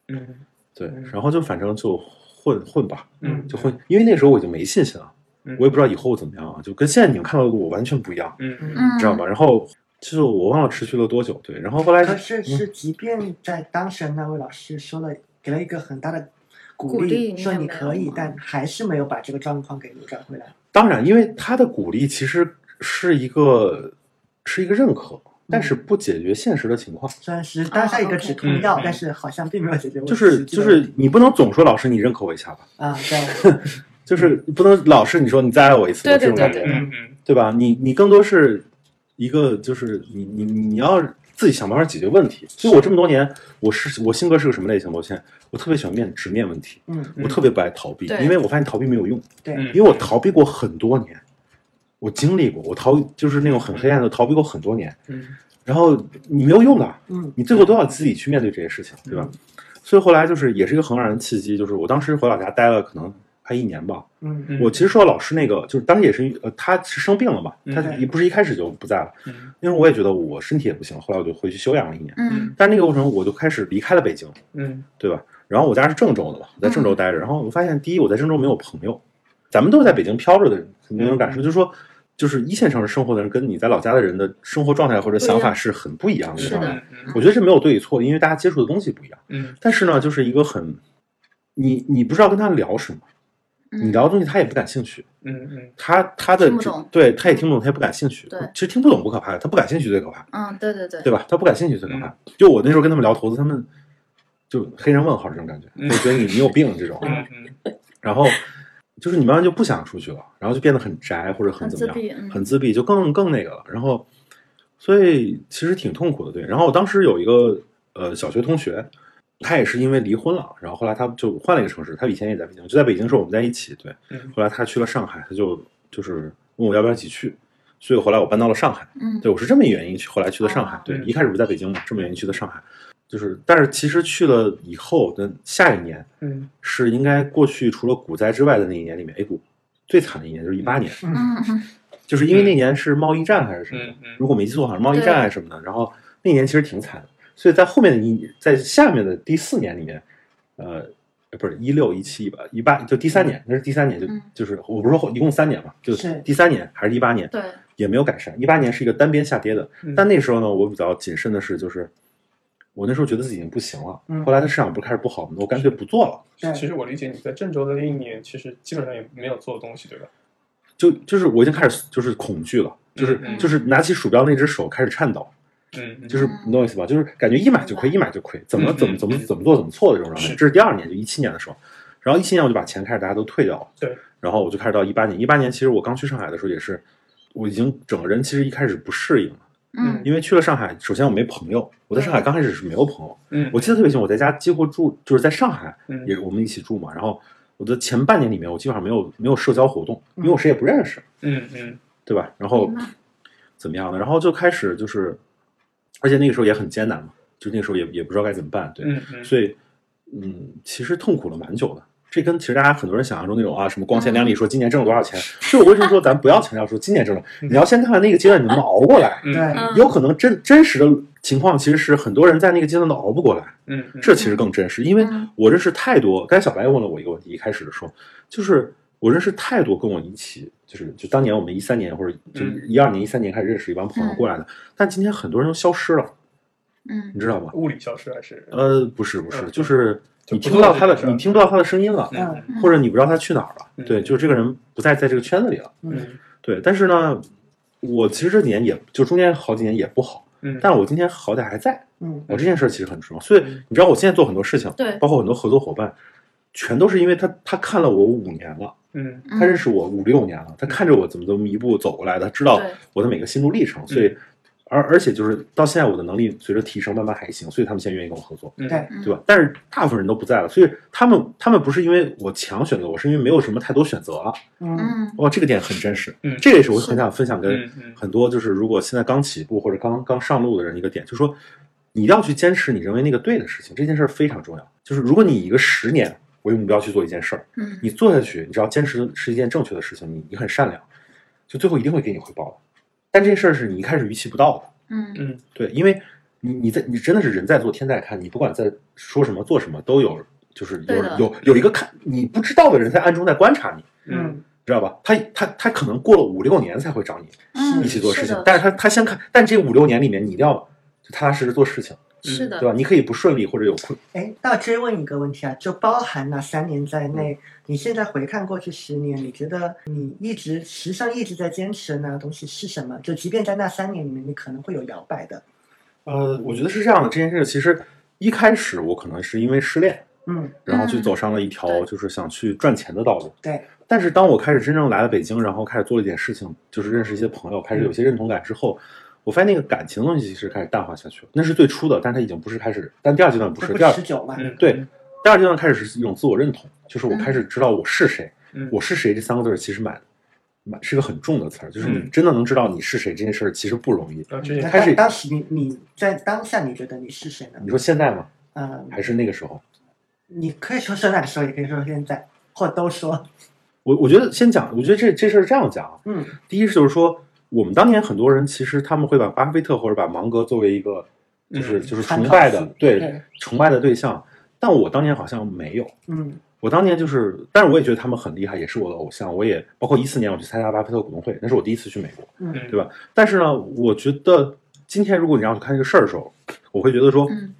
Speaker 4: 嗯
Speaker 1: 对
Speaker 4: 嗯，
Speaker 1: 然后就反正就混混吧，
Speaker 4: 嗯，
Speaker 1: 就混，因为那时候我已经没信心了。
Speaker 4: 嗯，
Speaker 1: 我也不知道以后怎么样啊，就跟现在你们看到的我完全不一样，
Speaker 4: 嗯嗯
Speaker 2: 嗯，
Speaker 1: 知道吗？然后就是我忘了持续了多久，对，然后后来
Speaker 3: 可是是，即便在当时那位老师说了，给了一个很大的鼓
Speaker 2: 鼓励
Speaker 3: 励，
Speaker 2: 你
Speaker 3: 说
Speaker 2: 也
Speaker 3: 你
Speaker 2: 没
Speaker 3: 可以
Speaker 2: 有，
Speaker 3: 但还是没有把这个状况给扭转回来。
Speaker 1: 当然，因为他的鼓励其实是一个是一个认可，但是
Speaker 3: 嗯
Speaker 1: 不解决现实的情况，
Speaker 3: 虽然是当下一个止痛
Speaker 4: 嗯
Speaker 3: 药
Speaker 4: 嗯，
Speaker 3: 但是好像并没有解决我
Speaker 1: 就
Speaker 3: 实
Speaker 1: 是
Speaker 3: 际的
Speaker 1: 就
Speaker 3: 问题
Speaker 1: 是你不能总说老师你认可我一下吧，
Speaker 3: 啊，对，
Speaker 1: 就是
Speaker 3: 嗯
Speaker 1: 不能老师你说你再爱我一次
Speaker 2: 对
Speaker 1: 这种
Speaker 2: 对
Speaker 1: 感
Speaker 2: 对
Speaker 1: 觉，
Speaker 2: 对
Speaker 4: 嗯嗯
Speaker 1: 对吧？你你更多是一个就是你你你要自己想办法解决问题。所以我这么多年，我是我性格是个什么类型？我现在我特别喜欢面直面问题。
Speaker 3: 嗯，
Speaker 1: 我特别不爱逃避，
Speaker 2: 对
Speaker 1: 因为我发现逃避没有用，
Speaker 3: 对，
Speaker 4: 嗯，
Speaker 1: 因为我逃避过很多年，我经历过，我逃就是那种很黑暗的逃避过很多年，
Speaker 4: 嗯
Speaker 1: 然后你没有用的，
Speaker 3: 嗯
Speaker 1: 你最后都要自己去面对这些事情，对吧？所以后来就是也是一个很让人契机，就是我当时回老家待了可能快一年吧，
Speaker 3: 嗯
Speaker 1: 我其实说老师那个就是当时也是呃他是生病了嘛，
Speaker 4: 嗯
Speaker 1: 他也不是一开始就不在了，
Speaker 4: 嗯
Speaker 1: 因为我也觉得我身体也不行，后来我就回去休养了一年，
Speaker 2: 嗯
Speaker 1: 但是那个过程我就开始离开了北京，
Speaker 4: 嗯
Speaker 1: 对吧？然后我家是郑州的嘛，我在郑
Speaker 2: 嗯
Speaker 1: 州待着，然后我发现，第一，我在郑州没有朋友，咱们都是在北京飘着的人，那种感
Speaker 2: 嗯
Speaker 1: 受，就是说，就是一线城市生活的人跟你在老家的人的生活状态或者想法是很不一样的。
Speaker 2: 是
Speaker 1: 你知道吗
Speaker 2: 的
Speaker 1: 我觉得是没有对与错的，因为大家接触的东西不一样。
Speaker 4: 嗯
Speaker 1: 但是呢，就是一个很，你你不知道跟他聊什么，
Speaker 2: 嗯，
Speaker 1: 你聊的东西他也不感兴趣，
Speaker 4: 嗯嗯
Speaker 1: 他他的
Speaker 2: 听不懂
Speaker 1: 对他也听不懂，他也不感兴趣。
Speaker 2: 对
Speaker 1: 其实听不懂不可怕，他不感兴趣最可怕。
Speaker 2: 嗯，对对对，嗯
Speaker 1: 对吧？他不感兴趣最可怕。就我那时候跟他们聊投资，他们就黑人问号这种感觉，
Speaker 4: 嗯
Speaker 1: 就觉得你你有病 这种。
Speaker 4: 嗯
Speaker 1: 然后就是你慢慢就不想出去了，然后就变得很宅或者
Speaker 2: 很
Speaker 1: 怎么样，
Speaker 2: 自闭嗯
Speaker 1: 很自闭，就更更那个了。然后，所以其实挺痛苦的，对。然后我当时有一个呃小学同学，他也是因为离婚了，然后后来他就换了一个城市，他以前也在北京，就在北京时候我们在一起，对。
Speaker 4: 嗯，
Speaker 1: 后来他去了上海，他就就是问我要不要一起去，所以后来我搬到了上海，
Speaker 2: 嗯，
Speaker 1: 对我是这么一个原因去，后来去的上海
Speaker 2: 哦，
Speaker 1: 对，
Speaker 4: 嗯
Speaker 1: 一开始不在北京嘛，这么原因去的上海，就是但是其实去了以后的下一年
Speaker 4: 嗯，
Speaker 1: 是应该过去除了股灾之外的那一年里面 A 股最惨的一年就是一八年，
Speaker 2: 嗯嗯
Speaker 1: 就是因为那年是贸易战还是什么
Speaker 4: 嗯嗯，
Speaker 1: 如果没记错好像是贸易战还是什么的，然后那年其实挺惨的，所以在后面的一在下面的第四年里面，呃。不是一六一七吧，一八就第三年，那是第三年，就
Speaker 2: 嗯
Speaker 1: 就是我不是说一共三年嘛，就是第三年还是一八年，
Speaker 2: 对，
Speaker 1: 也没有改善。一八年是一个单边下跌的，
Speaker 4: 嗯
Speaker 1: 但那时候呢，我比较谨慎的是，就是我那时候觉得自己已经不行了。
Speaker 3: 嗯
Speaker 1: 后来它市场不是开始不好吗？我干脆不做了。
Speaker 3: 对
Speaker 4: 其实我理解你在郑州的那一年，其实基本上也没有做东西，对吧？
Speaker 1: 就就是我已经开始就是恐惧了，就是、
Speaker 4: 嗯嗯
Speaker 1: 就是拿起鼠标那只手开始颤抖，
Speaker 4: 嗯，嗯
Speaker 1: 就是
Speaker 2: 嗯
Speaker 1: 你懂我意思吧？就是感觉一买就亏，一买就亏，怎么
Speaker 4: 嗯
Speaker 1: 怎么
Speaker 4: 嗯
Speaker 1: 怎么
Speaker 4: 嗯
Speaker 1: 怎么做怎么错的这种状态。
Speaker 4: 是
Speaker 1: 这是第二年，就一七年的时候，然后一七年我就把钱开始大家都退掉了，
Speaker 4: 对，
Speaker 1: 然后我就开始到一八年，一八年其实我刚去上海的时候也是，我已经整个人其实一开始不适应了，
Speaker 2: 嗯
Speaker 1: 因为去了上海，首先我没朋友，我在上海刚开始是没有朋友，
Speaker 4: 嗯，
Speaker 1: 我记得特别清，我在家几乎住就是在上海
Speaker 4: 嗯
Speaker 1: 也我们一起住嘛，然后我的前半年里面我基本上没有没有社交活动，因为我谁也不认识，
Speaker 4: 嗯嗯
Speaker 1: 对吧？然后
Speaker 2: 明白
Speaker 1: 怎么样呢？然后就开始就是，而且那个时候也很艰难嘛，就那个时候也也不知道该怎么办，对，
Speaker 4: 嗯嗯，
Speaker 1: 所以嗯，其实痛苦了蛮久的。这跟其实大家很多人想象中那种啊，什么光鲜
Speaker 2: 嗯
Speaker 1: 亮丽，说今年挣了多少钱，所以我为什么说咱不要强调说今年挣了，
Speaker 4: 嗯
Speaker 1: 你要先看看那个阶段你能不能熬过来。
Speaker 4: 嗯
Speaker 3: 对
Speaker 2: 嗯
Speaker 1: 有可能真真实的情况其实是很多人在那个阶段都熬不过来，
Speaker 4: 嗯，嗯
Speaker 1: 这其实更真实，因为我认识太多。刚才小白问了我一个问题，一开始的时候，就是我认识太多跟我一起，就是就当年我们一三年或者就
Speaker 4: 嗯
Speaker 1: 一二年、一三年开始认识一帮朋友
Speaker 2: 嗯
Speaker 1: 过来的，但今天很多人都消失了，
Speaker 2: 嗯
Speaker 1: 你知道吗？
Speaker 4: 物理消失还是
Speaker 1: 呃，不是不是，
Speaker 4: 嗯
Speaker 1: 就是
Speaker 4: 就
Speaker 1: 你
Speaker 4: 不
Speaker 1: 听不到
Speaker 4: 做这
Speaker 1: 他的
Speaker 4: 件事，儿
Speaker 1: 你听不到他的声音了，
Speaker 4: 嗯
Speaker 2: 嗯
Speaker 1: 或者你不知道他去哪儿了。
Speaker 4: 嗯
Speaker 1: 对，就是这个人不再在这个圈子里了。
Speaker 4: 嗯
Speaker 1: 对，但是呢，我其实这几年也就中间好几年也不好，
Speaker 4: 嗯，
Speaker 1: 但我今天好歹还在。
Speaker 3: 嗯
Speaker 1: 我这件事儿其实很重要，所以
Speaker 4: 嗯
Speaker 1: 你知道我现在做很多事情，
Speaker 2: 对
Speaker 1: 包括很多合作伙伴，全都是因为他他看了我五年了，
Speaker 4: 嗯
Speaker 2: 嗯，
Speaker 1: 他认识我五六年了，他看着我怎么怎么一步走过来的，他知道
Speaker 2: 对
Speaker 1: 我的每个心路历程，所以
Speaker 4: 嗯
Speaker 1: 而而且就是到现在我的能力随着提升慢慢还行，所以他们现在愿意跟我合作，
Speaker 4: 嗯
Speaker 3: 对
Speaker 2: 嗯
Speaker 1: 对吧？但是大部分人都不在了，所以他们他们不是因为我强选择我，是因为没有什么太多选择了。
Speaker 3: 嗯
Speaker 2: 嗯
Speaker 1: 哇，这个点很真实，
Speaker 4: 嗯
Speaker 1: 这个也是我很想分享给
Speaker 4: 嗯嗯
Speaker 1: 很多就是如果现在刚起步或者刚刚上路的人一个点，就是说你一定要去坚持你认为那个对的事情，这件事儿非常重要。就是如果你以一个十年为目标去做一件事儿，
Speaker 2: 嗯
Speaker 1: 你做下去，你只要坚持是一件正确的事情，你你很善良，就最后一定会给你回报的。但这件事儿是你一开始预期不到的，
Speaker 2: 嗯
Speaker 4: 嗯
Speaker 1: 对，因为你你在你真的是人在做天在看，你不管在说什么做什么都有，就是
Speaker 2: 对
Speaker 1: 有
Speaker 2: 的
Speaker 1: 有有一个看你不知道的人在暗中在观察你。
Speaker 4: 嗯
Speaker 3: 嗯
Speaker 1: 知道吧？他他他可能过了五六年才会找你
Speaker 2: 嗯，
Speaker 1: 一起做事情，
Speaker 2: 的
Speaker 1: 但是他他先看，但这五六年里面，你一定要就踏踏实实做事情，
Speaker 2: 是的，
Speaker 1: 对吧？你可以不顺利或者有困，
Speaker 3: 哎，那追问一个问题啊，就包含那三年在内，你现在回看过去十年，你觉得你一直实际上一直在坚持的那东西是什么？就即便在那三年里面，你可能会有摇摆的。
Speaker 1: 呃，我觉得是这样的。这件事其实一开始我可能是因为失恋，
Speaker 3: 嗯，
Speaker 1: 然后就
Speaker 2: 嗯
Speaker 1: 走上了一条
Speaker 2: 对
Speaker 1: 就是想去赚钱的道路。
Speaker 3: 对，
Speaker 1: 但是当我开始真正来了北京，然后开始做了一点事情，就是认识一些朋友，开始有
Speaker 2: 嗯
Speaker 1: 些认同感之后，我发现那个感情的东西其实开始淡化下去了。那是最初的，但它已经不是开始，但第二阶段不
Speaker 3: 这
Speaker 1: 是
Speaker 3: 不
Speaker 1: 第二
Speaker 3: 持久嘛。
Speaker 4: 嗯，
Speaker 1: 对，第二阶段开始是一种自我认同，就是我
Speaker 2: 嗯
Speaker 1: 开始知道我是谁，
Speaker 4: 嗯
Speaker 1: 我是谁这三个字儿其实蛮蛮是个很重的词儿，就是你
Speaker 4: 嗯
Speaker 1: 真的能知道你是谁这件事儿其实不容易。
Speaker 4: 啊，
Speaker 3: 嗯
Speaker 4: 之
Speaker 3: 那
Speaker 4: 前
Speaker 1: 开始
Speaker 3: 当当时你你在当下你觉得你是谁呢
Speaker 1: 你？说现在吗？
Speaker 3: 嗯，
Speaker 1: 还是那个时候？
Speaker 3: 你可以说是那个时候，也可以说现在，或都说。
Speaker 1: 我我觉得先讲，我觉得这这事儿这样讲啊，
Speaker 3: 嗯
Speaker 1: 第一是就是说，我们当年很多人其实他们会把巴菲特或者把芒格作为一个就是、
Speaker 4: 嗯
Speaker 1: 就是
Speaker 3: 参考
Speaker 1: 崇拜的
Speaker 3: 系
Speaker 1: 对
Speaker 3: 对
Speaker 1: 崇拜的对象，但我当年好像没有。
Speaker 3: 嗯
Speaker 1: 我当年就是，但是我也觉得他们很厉害，也是我的偶像。我也包括一四年我去参加巴菲特股东会，那是我第一次去美国。
Speaker 3: 嗯
Speaker 1: 对吧？但是呢，我觉得今天如果你让我去看这个事儿的时候，我会觉得说，
Speaker 2: 嗯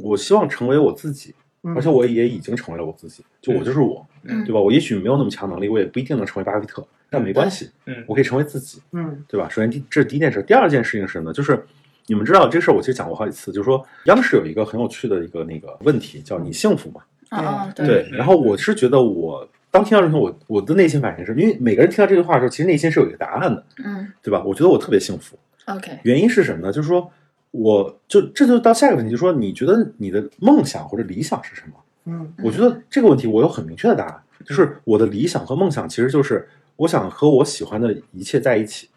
Speaker 1: 我希望成为我自己，
Speaker 3: 嗯，
Speaker 1: 而且我也已经成为了我自己，就我就是我，
Speaker 2: 嗯
Speaker 1: 对吧？我也许没有那么强能力，我也不一定能成为巴菲特，但没关系，
Speaker 4: 嗯
Speaker 1: 我可以成为自己，
Speaker 3: 嗯
Speaker 1: 对吧？首先第这是第一件事，第二件事情是什么呢？就是你们知道这事儿，我其实讲过好几次，就是说央视有一个很有趣的一个那个问题，叫你幸福吗？
Speaker 2: 啊啊
Speaker 1: 对，
Speaker 4: 嗯
Speaker 1: 然后我是觉得我当听到这句话，我我的内心反应是因为每个人听到这句话的时候，其实内心是有一个答案的，
Speaker 2: 嗯
Speaker 1: 对吧？我觉得我特别幸福，
Speaker 2: OK，
Speaker 1: 原因是什么呢？就是说，我就这就到下一个问题，就是说，你觉得你的梦想或者理想是什么？
Speaker 3: 嗯
Speaker 1: 我觉得这个问题我有很明确的答案，就是我的理想和梦想其实就是我想和我喜欢的一切在一起，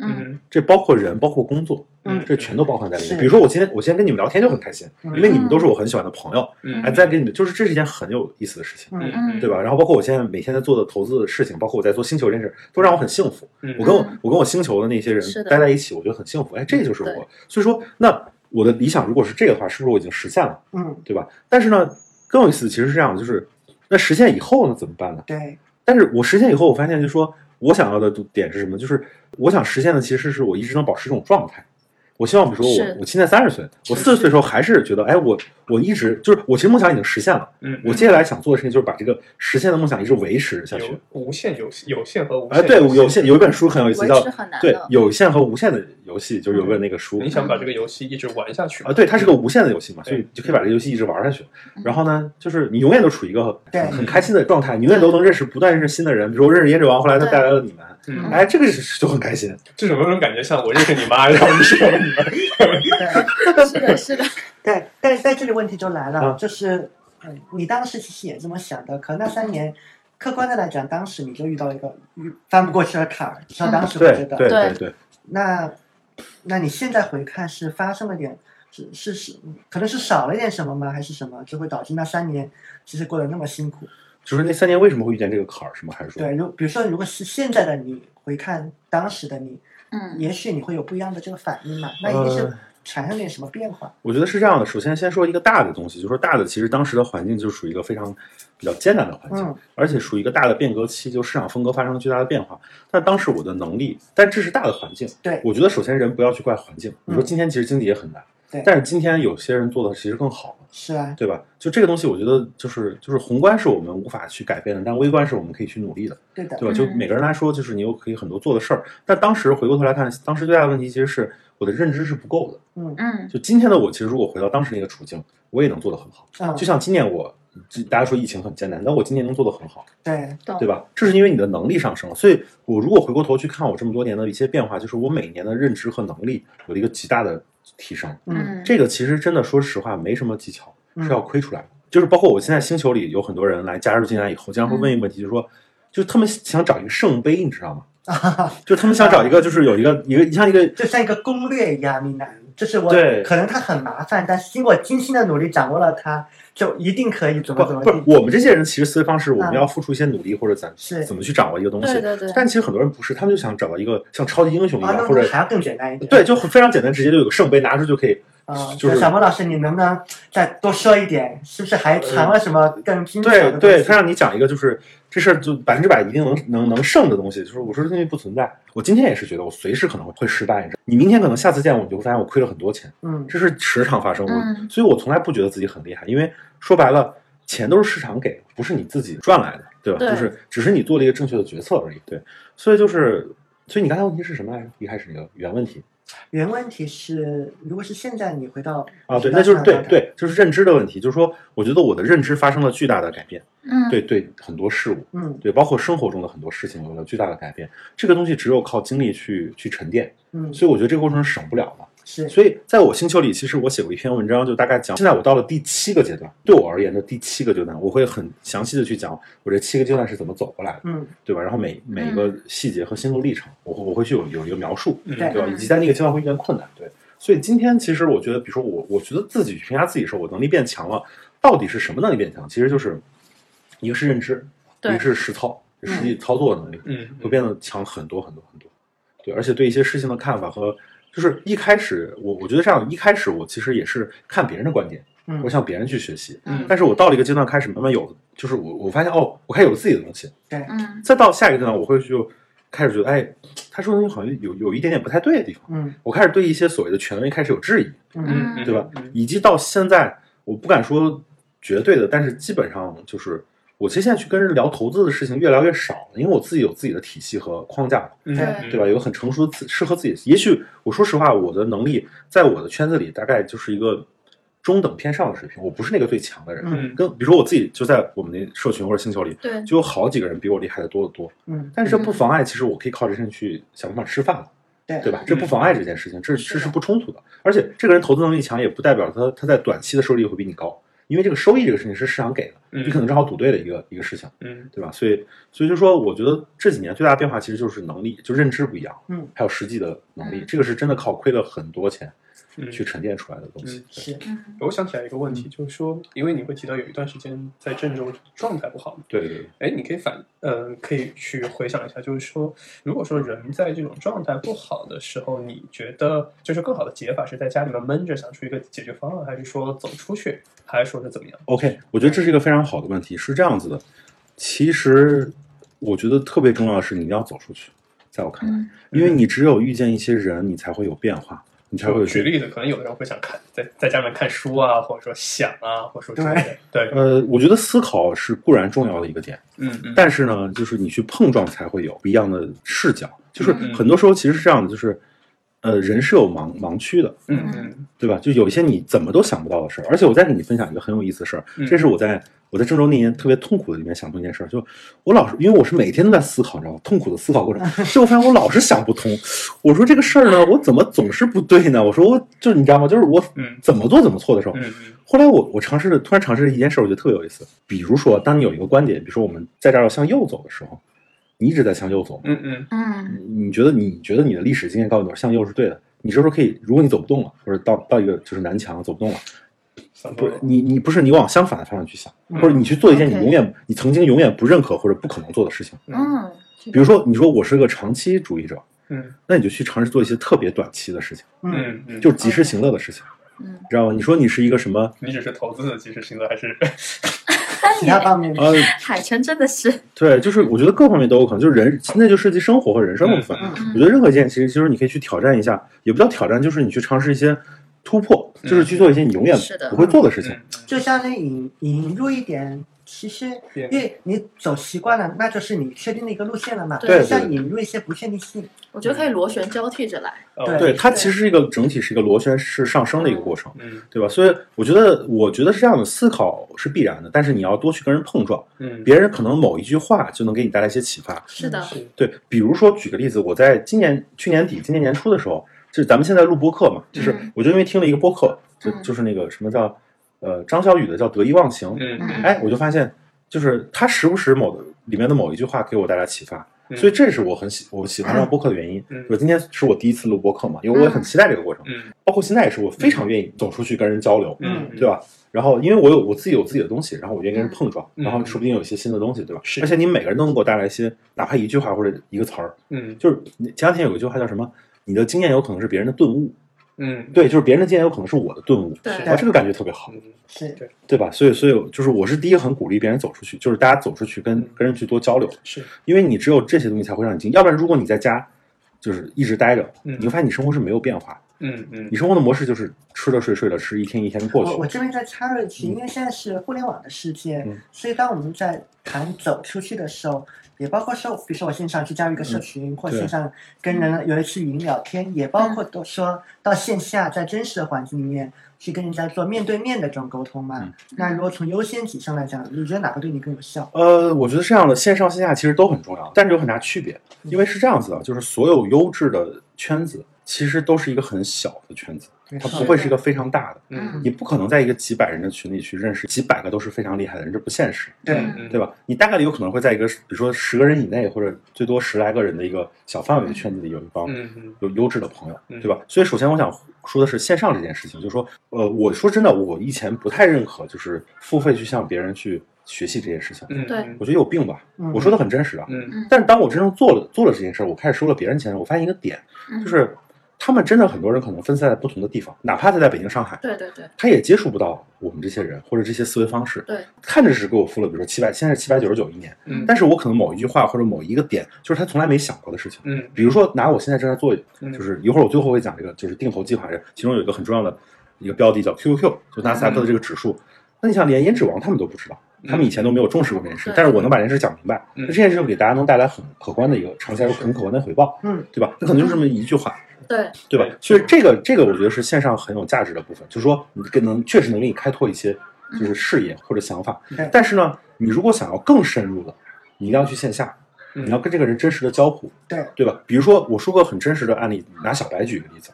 Speaker 2: 嗯
Speaker 1: 这包括人，包括工作，
Speaker 3: 嗯
Speaker 1: 这全都包含在里面。
Speaker 3: 是
Speaker 1: 比如说，我今天我今天跟你们聊天就很开心，
Speaker 3: 嗯
Speaker 1: 因为你们都是我很喜欢的朋友，
Speaker 5: 嗯
Speaker 1: 哎，在跟你们就是这是一件很有意思的事情，
Speaker 3: 嗯
Speaker 2: 嗯
Speaker 1: 对吧？然后包括我现在每天在做的投资的事情，包括我在做星球这件事，都让我很幸福。
Speaker 5: 嗯
Speaker 1: 我跟我
Speaker 2: 嗯
Speaker 1: 我跟我星球的那些人
Speaker 2: 是的嗯
Speaker 1: 待在一起，我觉得很幸福。哎，这就是
Speaker 2: 对
Speaker 1: 我。所以说，那我的理想如果是这个的话，是不是我已经实现了，
Speaker 3: 嗯，
Speaker 1: 对吧？但是呢，更有意思的其实是这样的，就是那实现以后呢怎么办呢？
Speaker 3: 对，
Speaker 1: 但是我实现以后，我发现就是说我想要的点是什么？就是我想实现的其实是我一直能保持这种状态。我希望，比如说
Speaker 2: 是
Speaker 1: 我我现在三十岁，我四十岁的时候还是觉得，哎，我我一直就是我其实梦想已经实现了，
Speaker 5: 嗯，
Speaker 1: 我接下来想做的事情就是把这个实现的梦想一直维持下去
Speaker 4: 有。无限有有限和无限
Speaker 1: 哎，对，
Speaker 4: 游戏
Speaker 1: 有限有一本书很有意思，
Speaker 2: 维
Speaker 1: 叫
Speaker 2: 持很难
Speaker 1: 对
Speaker 2: 的
Speaker 1: 有限和无限的游戏，就是有本那个书
Speaker 4: 你想把这个游戏一直玩下去
Speaker 1: 啊，对，它是个无限的游戏嘛，
Speaker 4: 嗯对
Speaker 1: 所以你就可以把这个游戏一直玩下去。
Speaker 2: 嗯
Speaker 1: 然后呢，就是你永远都处于一个
Speaker 3: 对
Speaker 1: 很很开心的状态，你永远都能认识不断认识新的人，比如我认识颜值王，后来他带来了你们，
Speaker 5: 嗯
Speaker 1: 哎，这个是就很开心。
Speaker 4: 这种有种感觉像我认识你妈，然后你是你妈，
Speaker 3: 对。
Speaker 2: 是的，是的，
Speaker 3: 对，但是在这里问题就来了，
Speaker 1: 啊
Speaker 3: 就是，嗯，你当时其实也这么想的，可那三年，客观的来讲，当时你就遇到一个嗯翻不过去的坎儿，至少当时我觉
Speaker 1: 嗯对
Speaker 3: 得。
Speaker 1: 对
Speaker 2: 对
Speaker 1: 对，
Speaker 3: 那，那你现在回看是发生了点，是是是，可能是少了点什么吗？还是什么，就会导致那三年其实过得那么辛苦？
Speaker 1: 就是那三年为什么会遇见这个坎儿？是吗？还是说
Speaker 3: 对，如比如说，如果是现在的你回看当时的你，
Speaker 2: 嗯
Speaker 3: 也许你会有不一样的这个反应嘛？那一定是
Speaker 1: 呃
Speaker 3: 产生了点什么变化？
Speaker 1: 我觉得是这样的，首先先说一个大的东西，就是说大的，其实当时的环境就属于一个非常比较艰难的环境，
Speaker 3: 嗯
Speaker 1: 而且属于一个大的变革期，就市场风格发生了巨大的变化。但当时我的能力，但这是大的环境，
Speaker 3: 对
Speaker 1: 我觉得首先人不要去怪环境。你说
Speaker 3: 嗯
Speaker 1: 今天其实经济也很难，
Speaker 3: 对
Speaker 1: 但是今天有些人做的其实更好了，
Speaker 3: 是啊，
Speaker 1: 对吧？就这个东西，我觉得就是就是宏观是我们无法去改变的，但微观是我们可以去努力的。
Speaker 3: 对的，
Speaker 1: 对吧？就
Speaker 2: 嗯
Speaker 1: 每个人来说，就是你有可以很多做的事儿，但当时回过头来看，当时最大的问题其实是我的认知是不够的。
Speaker 2: 嗯
Speaker 1: 就今天的我，其实如果回到当时那个处境，我也能做得很好。
Speaker 3: 嗯，
Speaker 1: 就像今年我，大家说疫情很艰难，但我今年能做得很好，
Speaker 3: 对，
Speaker 2: 懂
Speaker 1: 对吧？这是因为你的能力上升了。所以我如果回过头去看我这么多年的一些变化，就是我每年的认知和能力有了一个极大的提升。
Speaker 3: 嗯
Speaker 2: 嗯
Speaker 1: 这个其实真的说实话没什么技巧，
Speaker 3: 嗯
Speaker 1: 是要窥出来的。就是包括我现在星球里有很多人来加入进来以后，经常会问一个问题，就是说，就是他们想找一个圣杯，你知道吗？就是他们想找一个，就是有一个一个像一个
Speaker 3: 就像一个攻略一样，闽南，就是我
Speaker 1: 对
Speaker 3: 可能它很麻烦，但是经过精心的努力掌握了它，就一定可以怎
Speaker 1: 不
Speaker 3: 么怎么
Speaker 1: 不是
Speaker 3: 地。
Speaker 1: 我们这些人其实思维方式，我们
Speaker 3: 嗯
Speaker 1: 要付出一些努力或者怎
Speaker 3: 是
Speaker 1: 怎么去掌握一个东西
Speaker 2: 对。对对，
Speaker 1: 但其实很多人不是，他们就想找到一个像超级英雄一
Speaker 3: 啊，那
Speaker 1: 样，
Speaker 3: 不
Speaker 1: 或者
Speaker 3: 是还要更简单一点？
Speaker 1: 对，就非常简单，直接就有个圣杯拿出就可以。
Speaker 3: 啊，
Speaker 1: 就是
Speaker 3: 小莫老师，你能不能再多说一点？是不是还藏了什么更精巧的
Speaker 1: 对
Speaker 3: 东西？
Speaker 1: 呃对，他让你讲一个就是这事儿就百分之百一定能能能胜的东西，就是我说这东西不存在。我今天也是觉得我随时可能会失败，你知道，你明天可能下次见我，你就会发现我亏了很多钱，
Speaker 3: 嗯，
Speaker 1: 这是时常发生的。
Speaker 2: 嗯
Speaker 1: 所以我从来不觉得自己很厉害，因为说白了，钱都是市场给的，不是你自己赚来的，对吧？
Speaker 2: 对
Speaker 1: 就是只是你做了一个正确的决策而已。对，所以就是，所以你刚才问题是什么来着？一开始那个原问题。
Speaker 3: 原问题是，如果是现在你回到
Speaker 1: 啊，对，那就是对
Speaker 3: 当时的状态，
Speaker 1: 对，就是认知的问题。就是说，我觉得我的认知发生了巨大的改变，
Speaker 2: 嗯
Speaker 1: 对对，很多事物，
Speaker 3: 嗯
Speaker 1: 对，包括生活中的很多事情有了巨大的改变。这个东西只有靠经历去去沉淀，
Speaker 3: 嗯
Speaker 1: 所以我觉得这个过程是省不了的。
Speaker 3: 是
Speaker 1: 所以在我星球里，其实我写过一篇文章，就大概讲现在我到了第七个阶段，对我而言的第七个阶段，我会很详细的去讲我这七个阶段是怎么走过来的，
Speaker 3: 嗯
Speaker 1: 对吧？然后每每一个细节和心路历程，我会我会去有有一个描述，
Speaker 4: 嗯
Speaker 3: 对
Speaker 1: 对吧？
Speaker 2: 嗯
Speaker 1: 以及在那个阶段会遇见困难，对。所以今天其实我觉得，比如说我，我觉得自己去评价自己的时候，我能力变强了，到底是什么能力变强？其实就是一个是认知，一
Speaker 2: 对
Speaker 1: 个是实操，实际操作能力、
Speaker 4: 嗯，
Speaker 1: 会变得强很多很多很多。对，而且对一些事情的看法和就是一开始我我觉得这样，一开始我其实也是看别人的观点，
Speaker 3: 嗯
Speaker 1: 我，向别人去学习。
Speaker 2: 嗯
Speaker 1: 但是我到了一个阶段，开始慢慢有了，就是我我发现哦，我开始有了自己的东西，
Speaker 3: 对，
Speaker 2: 嗯
Speaker 1: 再到下一个阶段，我会就开始觉得，哎，他说的东西好像有有一点点不太对的地方。
Speaker 3: 嗯
Speaker 1: 我开始对一些所谓的权威开始有质疑，
Speaker 3: 嗯
Speaker 2: 嗯
Speaker 1: 对吧？以及到现在，我不敢说绝对的，但是基本上就是，我其实现在去跟人聊投资的事情越聊越少了，因为我自己有自己的体系和框架，
Speaker 4: 嗯
Speaker 2: 对
Speaker 1: 对吧？有个很成熟的自适合自己。也许我说实话，我的能力在我的圈子里大概就是一个中等偏上的水平，我不是那个最强的人。
Speaker 3: 嗯
Speaker 4: 嗯
Speaker 1: 跟比如说我自己就在我们那社群或者星球里，
Speaker 2: 对
Speaker 1: 就有好几个人比我厉害的多得多。
Speaker 3: 嗯
Speaker 1: 但是这不妨碍，其实我可以靠这身去想办法吃饭了，
Speaker 3: 对
Speaker 1: 对吧？这不妨碍这件事情，这
Speaker 3: 是
Speaker 1: 这
Speaker 3: 的
Speaker 1: 是不冲突的。而且这个人投资能力强，也不代表他他在短期的收益率会比你高，因为这个收益这个事情是市场给的，
Speaker 4: 嗯
Speaker 1: 你可能正好赌对了一个一个事情，
Speaker 4: 嗯
Speaker 1: 对吧？所以所以就说，我觉得这几年最大的变化其实就是能力，就认知不一样，
Speaker 3: 嗯，
Speaker 1: 还有实际的能力
Speaker 2: 嗯，
Speaker 1: 这个是真的靠亏了很多钱
Speaker 4: 嗯，
Speaker 1: 去沉淀出来的东西
Speaker 4: 嗯。
Speaker 1: 对
Speaker 3: 是
Speaker 2: 嗯
Speaker 4: 我想起来一个问题，就是说，因为你会提到有一段时间在郑州状态不好嘛，
Speaker 1: 对对对，
Speaker 4: 哎，你可以反，呃，可以去回想一下，就是说，如果说人在这种状态不好的时候，你觉得就是更好的解法是在家里面闷着想出一个解决方案，还是说走出去，还是说是怎么样？
Speaker 1: OK，我觉得这是一个非常好的问题，是这样子的。其实我觉得特别重要的是你要走出去，在我看来，
Speaker 2: 嗯
Speaker 1: 因为你只有遇见一些人，你才会有变化，你才会有
Speaker 4: 举例子，可能有的人会想看，在在家里面看书啊，或者说想啊，或者说之类的，对，
Speaker 1: 呃，我觉得思考是固然重要的一个点，
Speaker 4: 嗯嗯，
Speaker 1: 但是呢，就是你去碰撞才会有不一样的视角。就是
Speaker 4: 嗯嗯
Speaker 1: 很多时候其实是这样的，就是呃，人是有盲盲区的，
Speaker 4: 嗯嗯
Speaker 1: 对吧？就有一些你怎么都想不到的事儿。而且我再给你分享一个很有意思的事儿，
Speaker 4: 嗯
Speaker 1: 这是我在我在郑州那年特别痛苦的里面想通一件事儿，就我老是因为我是每天都在思考，你知道吗？痛苦的思考过程， 所以我发现我老是想不通。我说这个事儿呢，我怎么总是不对呢？我说我就是你知道吗？就是我
Speaker 4: 嗯
Speaker 1: 怎么做怎么错的时候，
Speaker 4: 嗯嗯
Speaker 1: 后来我我尝试了，突然尝试了一件事儿，我觉得特别有意思。比如说，当你有一个观点，比如说我们在这儿要向右走的时候，你一直在向右走，
Speaker 4: 嗯嗯
Speaker 2: 嗯
Speaker 1: 你你觉得你觉得你的历史经验告诉你向右是对的，你这时候可以，如果你走不动了，或者到到一个就是南墙走不动了，
Speaker 4: 想
Speaker 1: 不
Speaker 4: 多
Speaker 1: 是
Speaker 4: 了，
Speaker 1: 你你不是你往相反的方向去想，
Speaker 4: 嗯
Speaker 1: 或者你去做一件你
Speaker 2: OK
Speaker 1: 永远你曾经永远不认可或者不可能做的事情。
Speaker 4: 嗯
Speaker 2: 嗯，比
Speaker 1: 比如说，你说我是个长期主义者，
Speaker 4: 嗯
Speaker 1: 那你就去尝试做一些特别短期的事情，
Speaker 3: 嗯，
Speaker 4: 嗯嗯，
Speaker 1: 就是及时行乐的事情，
Speaker 2: 嗯，
Speaker 1: 知道吗？你说你是一个什么？
Speaker 4: 你只是投资的及时行乐，还是
Speaker 3: 其他方面
Speaker 1: 呃，
Speaker 2: 海泉真的是
Speaker 1: 对，就是我觉得各方面都有可能，就是人那就涉及生活和人生的部分。
Speaker 4: 嗯
Speaker 2: 嗯
Speaker 1: 我觉得任何一件，其实就是你可以去挑战一下，也不叫挑战，就是你去尝试一些突破，就是去做一些你永远
Speaker 2: 嗯是的
Speaker 1: 不会做的事情。
Speaker 4: 嗯
Speaker 3: 就相当于引引入一点。其实，
Speaker 4: 变
Speaker 3: 因为你走习惯了，那就是你确定的一个路线了嘛。
Speaker 2: 对
Speaker 3: 就像
Speaker 1: 对
Speaker 3: 引入一些不确定性。
Speaker 2: 我觉得可以螺旋交替着来，
Speaker 4: 哦
Speaker 3: 对
Speaker 1: 对，它其实是一个整体是一个螺旋式上升的一个过程，
Speaker 4: 嗯
Speaker 1: 对吧？所以我觉得，我觉得是这样的，思考是必然的，但是你要多去跟人碰撞，
Speaker 4: 嗯，
Speaker 1: 别人可能某一句话就能给你带来一些启发。
Speaker 2: 是的，
Speaker 4: 是
Speaker 1: 对，比如说举个例子，我在今年去年底、今年年初的时候，就是咱们现在录播客嘛，就是
Speaker 2: 嗯
Speaker 1: 我就因为听了一个播客，就
Speaker 2: 嗯
Speaker 1: 就是那个什么叫呃张小雨的叫得意忘形，
Speaker 4: 嗯
Speaker 2: 嗯
Speaker 1: 哎，我就发现就是他时不时某的里面的某一句话给我带来启发，
Speaker 4: 嗯
Speaker 1: 所以这是我很喜我喜欢上播客的原因
Speaker 4: 嗯。
Speaker 1: 我今天是我第一次录播客嘛，因为我也很期待这个过程，
Speaker 4: 嗯
Speaker 1: 包括现在也是我非常愿意走出去跟人交流，
Speaker 4: 嗯
Speaker 1: 对吧？然后，因为我有我自己有自己的东西，然后我愿意跟人碰撞，
Speaker 4: 嗯
Speaker 1: 然后说不定有一些新的东西，对吧？
Speaker 4: 是
Speaker 1: 而且你每个人都能给我带来一些，哪怕一句话或者一个词儿，
Speaker 4: 嗯
Speaker 1: 就是你前两天有一句话叫什么？你的经验有可能是别人的顿悟，
Speaker 4: 嗯
Speaker 1: 对，就是别人的经验有可能是我的顿悟，
Speaker 2: 对
Speaker 1: 啊，这个感觉特别好，
Speaker 4: 嗯
Speaker 3: 是
Speaker 1: 对吧？所以，所以就是我是第一个很鼓励别人走出去，就是大家走出去跟
Speaker 4: 嗯
Speaker 1: 跟人去多交流，
Speaker 4: 是
Speaker 1: 因为你只有这些东西才会让你进，要不然如果你在家就是一直待着，
Speaker 4: 嗯
Speaker 1: 你会发现你生活是没有变化，
Speaker 4: 嗯嗯
Speaker 1: 你生活的模式就是吃了睡，睡了吃，一天一天过去
Speaker 3: 哦我我。这边再插入一句，因为现在是互联网的世界，
Speaker 1: 嗯
Speaker 3: 所以当我们在谈走出去的时候，也包括说，比如说我线上去加入一个社群，或
Speaker 1: 嗯对
Speaker 3: 线上跟人有一次语音聊天，也包括都说到线下在真实的环境里面去跟人家做面对面的这种沟通嘛。
Speaker 1: 嗯
Speaker 3: 那如果从优先级上来讲，你觉得哪个对你更有效？
Speaker 1: 呃，我觉得是这样的，线上线下其实都很重要，但是有很大区别。因为是这样子的，就是所有优质的圈子其实都是一个很小的圈子，
Speaker 3: 没
Speaker 1: 它
Speaker 3: 错
Speaker 1: 不会是一个非常大的。
Speaker 4: 嗯
Speaker 1: 你不可能在一个几百人的群里去认识几百个都是非常厉害的人，这不现实，
Speaker 3: 对，
Speaker 4: 嗯
Speaker 1: 对吧？你大概率有可能会在一个，比如说十个人以内，或者最多十来个人的一个小范围的圈子里有一帮
Speaker 4: 嗯嗯
Speaker 1: 有优质的朋友，
Speaker 4: 嗯
Speaker 1: 对吧？所以首先我想说的是线上这件事情，就是说，呃，我说真的，我以前不太认可，就是付费去向别人去学习这件事情，
Speaker 4: 嗯
Speaker 1: 我觉得有病吧。
Speaker 3: 嗯
Speaker 1: 我说的很真实啊。
Speaker 4: 嗯
Speaker 1: 但是当我真正做了做了这件事，我开始收了别人钱，我发现一个点，
Speaker 2: 嗯
Speaker 1: 就是他们真的很多人可能分散在不同的地方，哪怕他在北京、上海，
Speaker 2: 对对对
Speaker 1: 他也接触不到我们这些人或者这些思维方式。
Speaker 2: 对，
Speaker 1: 看着是给我付了，比如说七百，现在是七百九十九一年，
Speaker 4: 嗯
Speaker 1: 但是我可能某一句话或者某一个点，就是他从来没想过的事情。
Speaker 4: 嗯
Speaker 1: 比如说拿我现在正在做，
Speaker 4: 嗯
Speaker 1: 就是一会儿我最后会讲这个，就是定投计划这个，其中有一个很重要的一个标的叫 QQQ，就
Speaker 2: 嗯
Speaker 1: 纳斯达克的这个指数。那你想，连颜值王他们都不知道，他们以前都没有重视过这件事，
Speaker 2: 对
Speaker 1: 但是我能把这件事讲明白，
Speaker 4: 嗯
Speaker 1: 那这件事就给大家能带来很可观的一个长期来说很可观的回报，
Speaker 3: 嗯，
Speaker 1: 对吧？那可能就是这么一句话，
Speaker 2: 对，
Speaker 1: 对吧
Speaker 4: 对？
Speaker 1: 所以这个这个我觉得是线上很有价值的部分，就是说你更能确实能给你开拓一些就是视野或者想法
Speaker 3: 嗯，
Speaker 1: 但是呢，你如果想要更深入的，你一定要去线下，
Speaker 4: 嗯
Speaker 1: 你要跟这个人真实的交互，
Speaker 3: 对
Speaker 1: 对吧？比如说我说个很真实的案例，拿小白举个例子，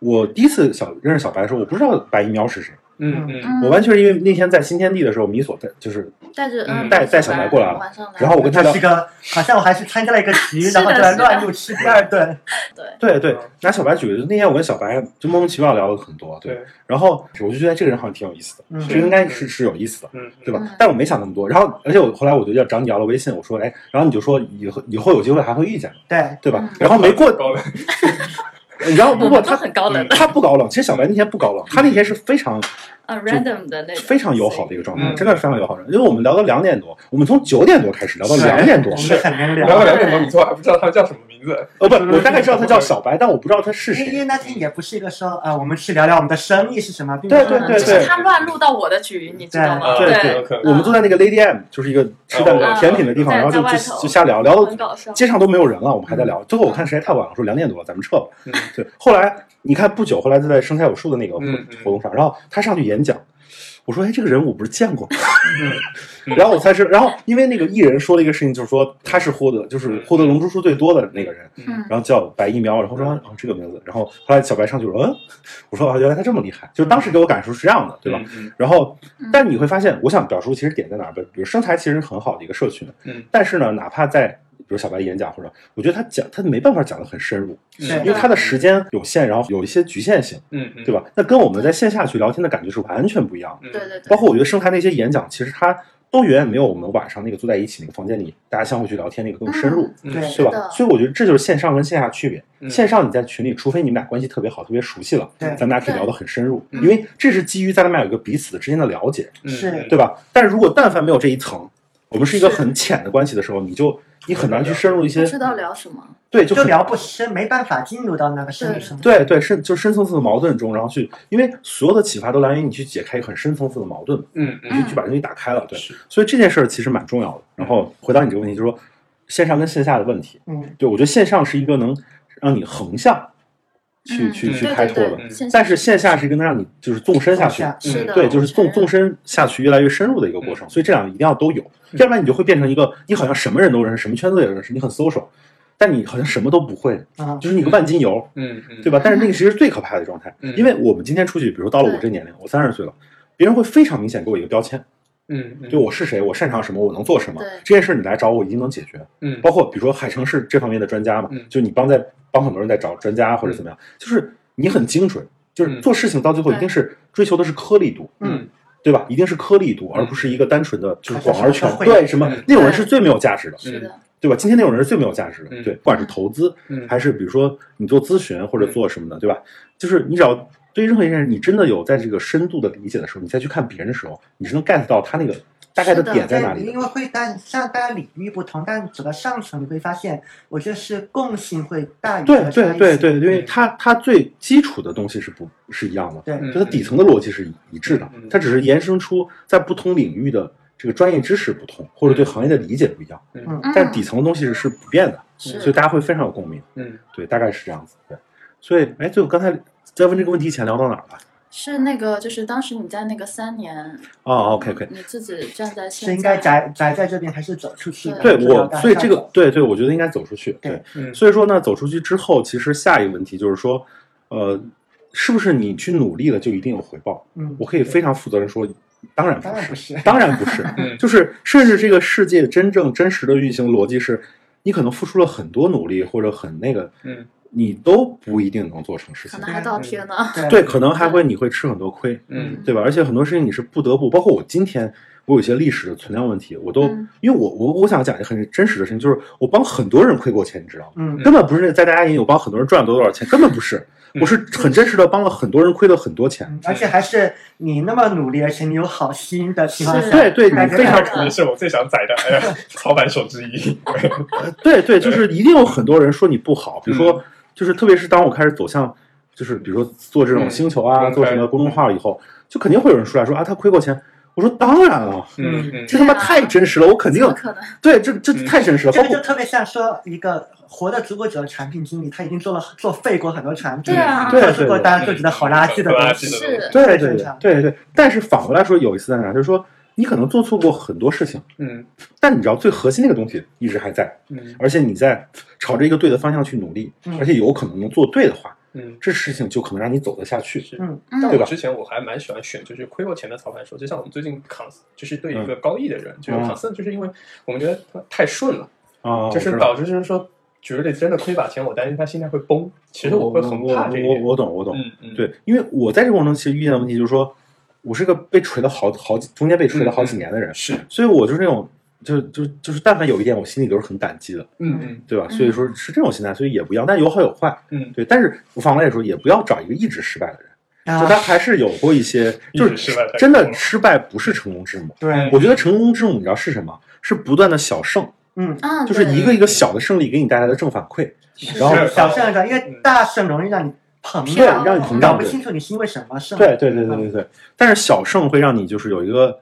Speaker 1: 我第一次小认识小白的时候，我不知道白一喵是谁，
Speaker 4: 嗯嗯，
Speaker 2: 嗯
Speaker 1: 我完全是因为那天在新天地的时候，米索带就是
Speaker 2: 带着
Speaker 4: 嗯
Speaker 2: 嗯
Speaker 1: 带带小白过来了
Speaker 2: 晚上来
Speaker 1: 然后我跟他
Speaker 3: 这
Speaker 1: 聊
Speaker 3: 是个，好像我还去参加了一个 局，
Speaker 2: 是的
Speaker 3: 然后就来乱入吃第二顿。
Speaker 2: 对，
Speaker 1: 对对，拿小白举个例子，那天我跟小白就莫名其妙聊了很多，
Speaker 4: 对，
Speaker 1: 然后我就觉得这个人好像挺有意思的，
Speaker 3: 嗯
Speaker 1: 这应该是是有意思的。
Speaker 4: 嗯，
Speaker 1: 对吧
Speaker 2: 嗯？
Speaker 1: 但我没想那么多，然后而且我后来我就要找你要了微信，我说哎，然后你就说以后以后有机会还会遇见，
Speaker 3: 对，
Speaker 1: 对吧
Speaker 2: 嗯？
Speaker 1: 然后没过，
Speaker 4: 高了，
Speaker 1: 然后不过嗯
Speaker 2: 我们都
Speaker 1: 他
Speaker 2: 很高冷的，
Speaker 1: 他不高冷，其实小白那天不高冷，他那天是非常
Speaker 2: 啊，random 的那种，
Speaker 1: 非常友好的一个状态，
Speaker 4: 嗯
Speaker 1: 真的是非常友好的。因为我们聊到两点多，我们从九点多开始聊到两点多
Speaker 3: 我，们就很能
Speaker 4: 聊到
Speaker 3: 聊。
Speaker 4: 两点多，你最后还不知道他叫什么名字，
Speaker 1: 呃不，我大概知道他叫小白，但我不知道他是
Speaker 2: 哎
Speaker 3: 因为
Speaker 1: 谁。
Speaker 3: 那天也不是一个说啊，我们去聊聊我们的生意是什么，并不
Speaker 1: 对
Speaker 3: 是
Speaker 1: 对
Speaker 2: 嗯
Speaker 1: 对
Speaker 2: 就
Speaker 1: 对
Speaker 2: 是他乱入到我的局，你知道吗？
Speaker 1: 对
Speaker 4: 对对
Speaker 1: 我们坐在那个 Lady M，就是一个吃蛋糕
Speaker 4: 嗯
Speaker 1: 甜品的地方，
Speaker 2: 对
Speaker 1: 然后就就
Speaker 2: 在外头嗯
Speaker 1: 就瞎聊，聊到
Speaker 2: 很搞笑。
Speaker 1: 街上都没有人了，我们还在聊。最后我看实在太晚了，说两点多了，咱们撤吧。
Speaker 4: 嗯
Speaker 1: 对，后来你看不久，后来就在生态武术的那个活
Speaker 4: 嗯嗯
Speaker 1: 活动上，然后他上去演讲，我说：“哎，这个人我不是见过吗？”
Speaker 4: 嗯
Speaker 1: 然后我才是，然后因为那个艺人说了一个事情，就是说他是获得就是获得龙珠书最多的那个人，
Speaker 2: 嗯
Speaker 1: 然后叫白一苗，然后说
Speaker 4: 嗯
Speaker 1: 哦这个名字，然后后来小白上去说：“嗯，我说啊，原来他这么厉害。”就是当时给我感受是这样的，对吧？？
Speaker 4: 嗯
Speaker 1: 然后，但你会发现，我想表述其实点在哪儿吧？比如生态其实很好的一个社群，
Speaker 4: 嗯，
Speaker 1: 但是呢，哪怕在比如小白演讲或者，我觉得他讲他没办法讲得很深入，因为他的时间有限，然后有一些局限性，
Speaker 4: 嗯嗯，
Speaker 1: 对吧？那跟我们在线下去聊天的感觉是完全不一样的。
Speaker 4: 嗯？
Speaker 2: 对对对
Speaker 1: 包，括我觉得生态那些演讲，其实他都远远没有我们晚上那个坐在一起那个房间里大家相互去聊天那个更深入。
Speaker 2: 嗯
Speaker 4: 嗯
Speaker 3: 对
Speaker 1: 对
Speaker 2: 是的
Speaker 1: 吧？所以我觉得这就是线上跟线下区别。
Speaker 4: 嗯
Speaker 1: 线上你在群里，除非你们俩关系特别好、特别熟悉了，
Speaker 3: 对
Speaker 1: 咱们俩可以聊得很深入，
Speaker 2: 对
Speaker 1: 因为这是基于咱俩有一个彼此的之间的了解，
Speaker 4: 嗯
Speaker 3: 是
Speaker 4: 嗯
Speaker 1: 对吧？但是如果但凡没有这一层，我们是一个
Speaker 2: 是
Speaker 1: 很浅的关系的时候，你就你很难去深入一些
Speaker 2: 不，知道聊什么，
Speaker 1: 对，就
Speaker 3: 就
Speaker 1: 很
Speaker 3: 聊不深，没办法进入到那个生意上。
Speaker 1: 对对深就深层次的矛盾中，然后去，因为所有的启发都来源于你去解开一个很深层次的矛盾，
Speaker 4: 嗯
Speaker 1: 你
Speaker 4: 嗯
Speaker 1: 就去把东西打开了，对。
Speaker 4: 是
Speaker 1: 所以这件事儿其实蛮重要的。然后回答你这个问题，就是说线上跟线下的问题，
Speaker 3: 嗯，
Speaker 1: 对我觉得线上是一个能让你横向去、
Speaker 2: 嗯
Speaker 1: 去去
Speaker 2: 对
Speaker 1: 开拓的，
Speaker 2: 对对
Speaker 4: 嗯
Speaker 2: 线下
Speaker 1: 但是线下是一个能让你就是纵深下去，
Speaker 3: 往下
Speaker 2: 是的，
Speaker 1: 对，就是纵纵
Speaker 2: 重
Speaker 1: 深下去越来越深入的一个
Speaker 2: 嗯
Speaker 1: 过程。所以这两个一定要都有，
Speaker 4: 嗯
Speaker 1: 要不然你就会变成一个你好像什么人都认识，什么圈子也认识，你很 social，但你好像什么都不会，
Speaker 3: 啊，
Speaker 1: 就是你个万金油，
Speaker 4: 嗯嗯，
Speaker 1: 对吧？但是那个其实是最可怕的状态，
Speaker 4: 嗯
Speaker 1: 因为我们今天出去，比如说到了我这年龄，我三十岁了。别人会非常明显给我一个标签，
Speaker 4: 嗯嗯
Speaker 1: 就我是谁，我擅长什么，我能做什么
Speaker 2: 对。
Speaker 1: 这件事你来找我一定能解决。
Speaker 4: 嗯
Speaker 1: 包括比如说海城市这方面的专家嘛，
Speaker 4: 嗯
Speaker 1: 就你帮在帮很多人在找专家或者怎么样，就是你很精准，就是
Speaker 4: 嗯
Speaker 1: 做事情到最后一定是追求的是颗粒度，
Speaker 4: 嗯
Speaker 1: 对吧？一定是颗粒度，而不是一个单纯的就是广而全
Speaker 3: 好像是
Speaker 1: 对什么
Speaker 4: 嗯
Speaker 1: 那种人是最没有价值的，
Speaker 2: 是的，
Speaker 1: 对吧？今天那种人是最没有价值的，
Speaker 4: 嗯
Speaker 1: 对，不管是投资
Speaker 4: 嗯
Speaker 1: 还是比如说你做咨询或者做什么的，对吧？就是你只要对于任何一件事，你真的有在这个深度的理解的时候，你再去看别人的时候，你是能 get 到他那个大概的
Speaker 2: 是的
Speaker 1: 点在哪
Speaker 3: 对，
Speaker 1: 里的。
Speaker 3: 因为会但像大家领域不同，但走到上层你会发现，我觉得是共性会大于
Speaker 1: 对对
Speaker 3: 差异
Speaker 1: 对
Speaker 3: 性
Speaker 1: 对，因为它它最基础的东西是不是一样的，
Speaker 3: 对
Speaker 4: 嗯
Speaker 1: 就它底层的逻辑是一一致的
Speaker 4: 嗯嗯，
Speaker 1: 它只是延伸出在不同领域的这个专业知识不同，或者对行业的理解不一样，
Speaker 4: 嗯
Speaker 1: 但底层的东西是是不变的，
Speaker 2: 是
Speaker 1: 所以大家会非常有共鸣。
Speaker 4: 嗯
Speaker 1: 对，大概是这样子。对，所以哎，就刚才在问这个问题前聊到哪儿了？
Speaker 2: 是那个，就是当时你在那个三年，
Speaker 1: 哦，OK OK，
Speaker 2: 你自己站在现
Speaker 3: 是
Speaker 2: 在，
Speaker 3: 应该宅宅在这边还是走出去的？嗯
Speaker 1: 对
Speaker 3: 不知道
Speaker 1: 我
Speaker 3: 该，
Speaker 1: 所以这个
Speaker 3: 上走
Speaker 1: 对对，我觉得应该走出去。对
Speaker 3: 对，
Speaker 4: 嗯
Speaker 1: 所以说呢，走出去之后，其实下一个问题就是说，呃，是不是你去努力了就一定有回报？
Speaker 3: 嗯，
Speaker 1: 我可以非常负责任说，当然
Speaker 3: 当
Speaker 1: 不
Speaker 3: 然不
Speaker 1: 是，
Speaker 3: 是，
Speaker 1: 当然不 是，
Speaker 4: 嗯
Speaker 1: 就是甚至这个世界真正真实的运行逻辑是，你可能付出了很多努力或者很那个，
Speaker 4: 嗯
Speaker 1: 你都不一定能做成事
Speaker 2: 可
Speaker 1: 情。
Speaker 2: 能还倒贴呢。
Speaker 1: 对，可能还会你会吃很多亏，
Speaker 4: 嗯
Speaker 1: 对吧？而且很多事情你是不得不，包括我今天我有一些历史的存量问题，我都、
Speaker 2: 嗯
Speaker 1: 因为我我我想讲一个很真实的事情，就是我帮很多人亏过钱，你知道吗？
Speaker 3: 嗯
Speaker 1: 根本不是在大家眼里我帮很多人赚了多多少钱，根本不是，
Speaker 4: 嗯
Speaker 1: 我是很真实的帮了很多人亏了很多钱。
Speaker 3: 嗯，而且还是你那么努力，而且你有好心的情况
Speaker 2: 是
Speaker 3: 下，
Speaker 1: 对对，啊
Speaker 3: 感
Speaker 1: 你
Speaker 3: 觉
Speaker 1: 非常
Speaker 2: 到
Speaker 4: 可能是我最想宰的 哎呀操盘手之一。
Speaker 1: 对对，就是一定有很多人说你不好，比如说，就是特别是当我开始走向，就是比如说做这种
Speaker 4: 嗯
Speaker 1: 星球啊，
Speaker 4: 公
Speaker 1: 做什
Speaker 4: 开
Speaker 1: 么公众号以后，就肯定会有人出来说啊，他亏过钱。我说当然了，
Speaker 4: 嗯嗯
Speaker 1: 这他妈
Speaker 2: 对啊
Speaker 1: 太真实了，我肯
Speaker 2: 怎
Speaker 1: 定
Speaker 2: 么可能？
Speaker 1: 对，这这
Speaker 4: 嗯
Speaker 1: 太真实了。
Speaker 3: 啊这
Speaker 1: 包
Speaker 3: 个
Speaker 1: 括
Speaker 3: 就特别像说一个活得足够久的产品经理，他已经做了做废过很多产品，
Speaker 2: 对啊
Speaker 1: 对
Speaker 3: 做出过大家都觉得好垃圾的
Speaker 4: 嗯垃
Speaker 3: 东
Speaker 4: 圾
Speaker 3: 西，
Speaker 4: 的
Speaker 2: 是
Speaker 1: 对对
Speaker 3: 很正
Speaker 1: 对
Speaker 3: 常
Speaker 1: 对对，但是反过来说，有一次在哪，就是说你可能做错过很多事情，
Speaker 4: 嗯
Speaker 1: 但你知道最核心那个东西一直还在，
Speaker 4: 嗯
Speaker 1: 而且你在朝着一个对的方向去努力，
Speaker 3: 嗯
Speaker 1: 而且有可能能做对的话，
Speaker 4: 嗯，
Speaker 1: 这事情就可能让你走得下去。
Speaker 4: 是。
Speaker 3: 嗯
Speaker 2: 嗯
Speaker 4: 但
Speaker 1: 对
Speaker 4: 我
Speaker 1: 吧
Speaker 4: 之前我还蛮喜欢选就是亏过钱的操盘手，就像我们最近扛，就是对一个高毅的人，就是
Speaker 1: 嗯
Speaker 4: 扛森，就是因为我们觉得他太顺了，
Speaker 1: 啊，
Speaker 4: 就
Speaker 1: 我
Speaker 4: 是
Speaker 1: 知道
Speaker 4: 导致就是说，觉得真的亏把钱，我担心他心态会崩。其实我会很怕这一
Speaker 1: 我我
Speaker 4: 点。
Speaker 1: 我懂我懂，
Speaker 4: 嗯嗯，
Speaker 1: 对，因为我在这个过程中其实遇见的问题就是说，我是个被锤了好好几中间被锤了
Speaker 4: 嗯
Speaker 1: 好几年的人，
Speaker 4: 是，
Speaker 1: 所以我就是那种，就就就是，但凡有一点，我心里都是很感激的，
Speaker 4: 嗯嗯
Speaker 1: 对吧？所以说是这种心态，所以也不一样，但有好有坏，
Speaker 4: 嗯，
Speaker 1: 对。但是我反过来也说，也不要找一个一直失败的人，就他
Speaker 3: 啊，
Speaker 1: 还是有过一些，就
Speaker 4: 一直
Speaker 1: 是
Speaker 4: 失败太
Speaker 1: 真
Speaker 4: 多
Speaker 1: 的
Speaker 4: 了
Speaker 1: 失败不是成功之母。
Speaker 3: 对，
Speaker 1: 我觉得成功之母，你知道是什么？是不断的小胜，
Speaker 3: 嗯，
Speaker 2: 啊，
Speaker 1: 就是
Speaker 2: 对
Speaker 1: 一个一个小的胜利给你带来的正反馈，然后
Speaker 3: 是小胜的，因嗯为大胜容易让你膨
Speaker 1: 对，
Speaker 3: 胀，
Speaker 1: 让你膨
Speaker 3: 搞
Speaker 1: 胀
Speaker 3: 不
Speaker 1: 对。
Speaker 3: 清楚你是因为什么胜。
Speaker 1: 对对对
Speaker 4: 嗯
Speaker 1: 对对对。但是小胜会让你就是有一个，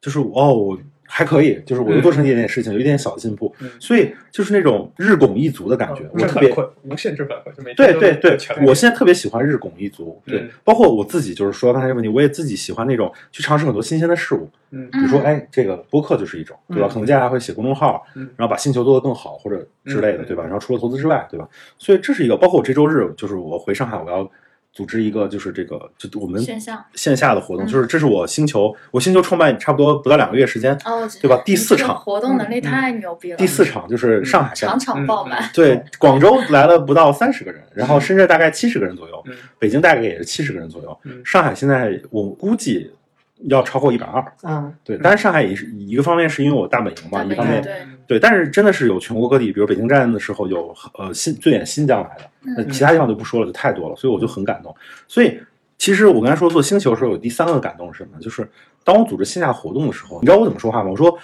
Speaker 1: 就是哦，我还可以，就是我又多成一点点事情，有一点小进步
Speaker 4: 嗯，哦
Speaker 1: 所以就是那种日拱一卒的感觉，我
Speaker 4: 正
Speaker 1: 特
Speaker 4: 反
Speaker 1: 别。
Speaker 4: 馈，无限正反馈，就每天
Speaker 1: 对
Speaker 4: 都
Speaker 1: 对对
Speaker 4: 有强，烈
Speaker 1: 我现在特别喜欢日拱一卒，对
Speaker 4: 嗯，
Speaker 1: 包括我自己，就是说刚才这个问题，我也自己喜欢那种去尝试很多新鲜的事物，
Speaker 4: 嗯
Speaker 1: 比如说，
Speaker 2: 嗯
Speaker 1: 哎，这个播客就是一种，对吧？
Speaker 3: 嗯
Speaker 1: 可能接下来会写公众号
Speaker 4: 嗯，
Speaker 1: 然后把星球做得更好或者之类的，
Speaker 4: 嗯
Speaker 1: 对吧？然后除了投资之外，对吧？所以这是一个，包括我这周日就是我回上海，我要组织一个就是这个就我们
Speaker 2: 现象
Speaker 1: 线下的活动，
Speaker 2: 嗯
Speaker 1: 就是这是我星球，我星球创办差不多不到两个月时间，
Speaker 2: 哦，
Speaker 1: 对吧？第四
Speaker 2: 你这个
Speaker 1: 场，嗯
Speaker 2: 活动能力太牛逼了，
Speaker 1: 第四场就是上海站
Speaker 2: 场，场爆满，
Speaker 1: 对，广州来了不到三十个人，然后深圳大概七十个人左右
Speaker 4: 嗯，
Speaker 1: 北京大概也是七十个人左右，
Speaker 4: 嗯
Speaker 1: 上海现在我估计要超过一百二。
Speaker 3: 嗯，
Speaker 1: 对，但是上海也是一个方面是因为我大本营嘛，
Speaker 2: 大
Speaker 1: 一
Speaker 2: 本
Speaker 1: 方
Speaker 2: 营
Speaker 4: 嗯
Speaker 1: 面
Speaker 2: 对，
Speaker 1: 对，但是真的是有全国各地，比如北京站的时候有呃新最远新疆来的，那
Speaker 2: 嗯
Speaker 1: 其他地方就不说了，就太多了，所以我就很感动。所以其实我刚才说做星球的时候，有第三个感动是什么呢？就是当我组织线下活动的时候，你知道我怎么说话吗？我说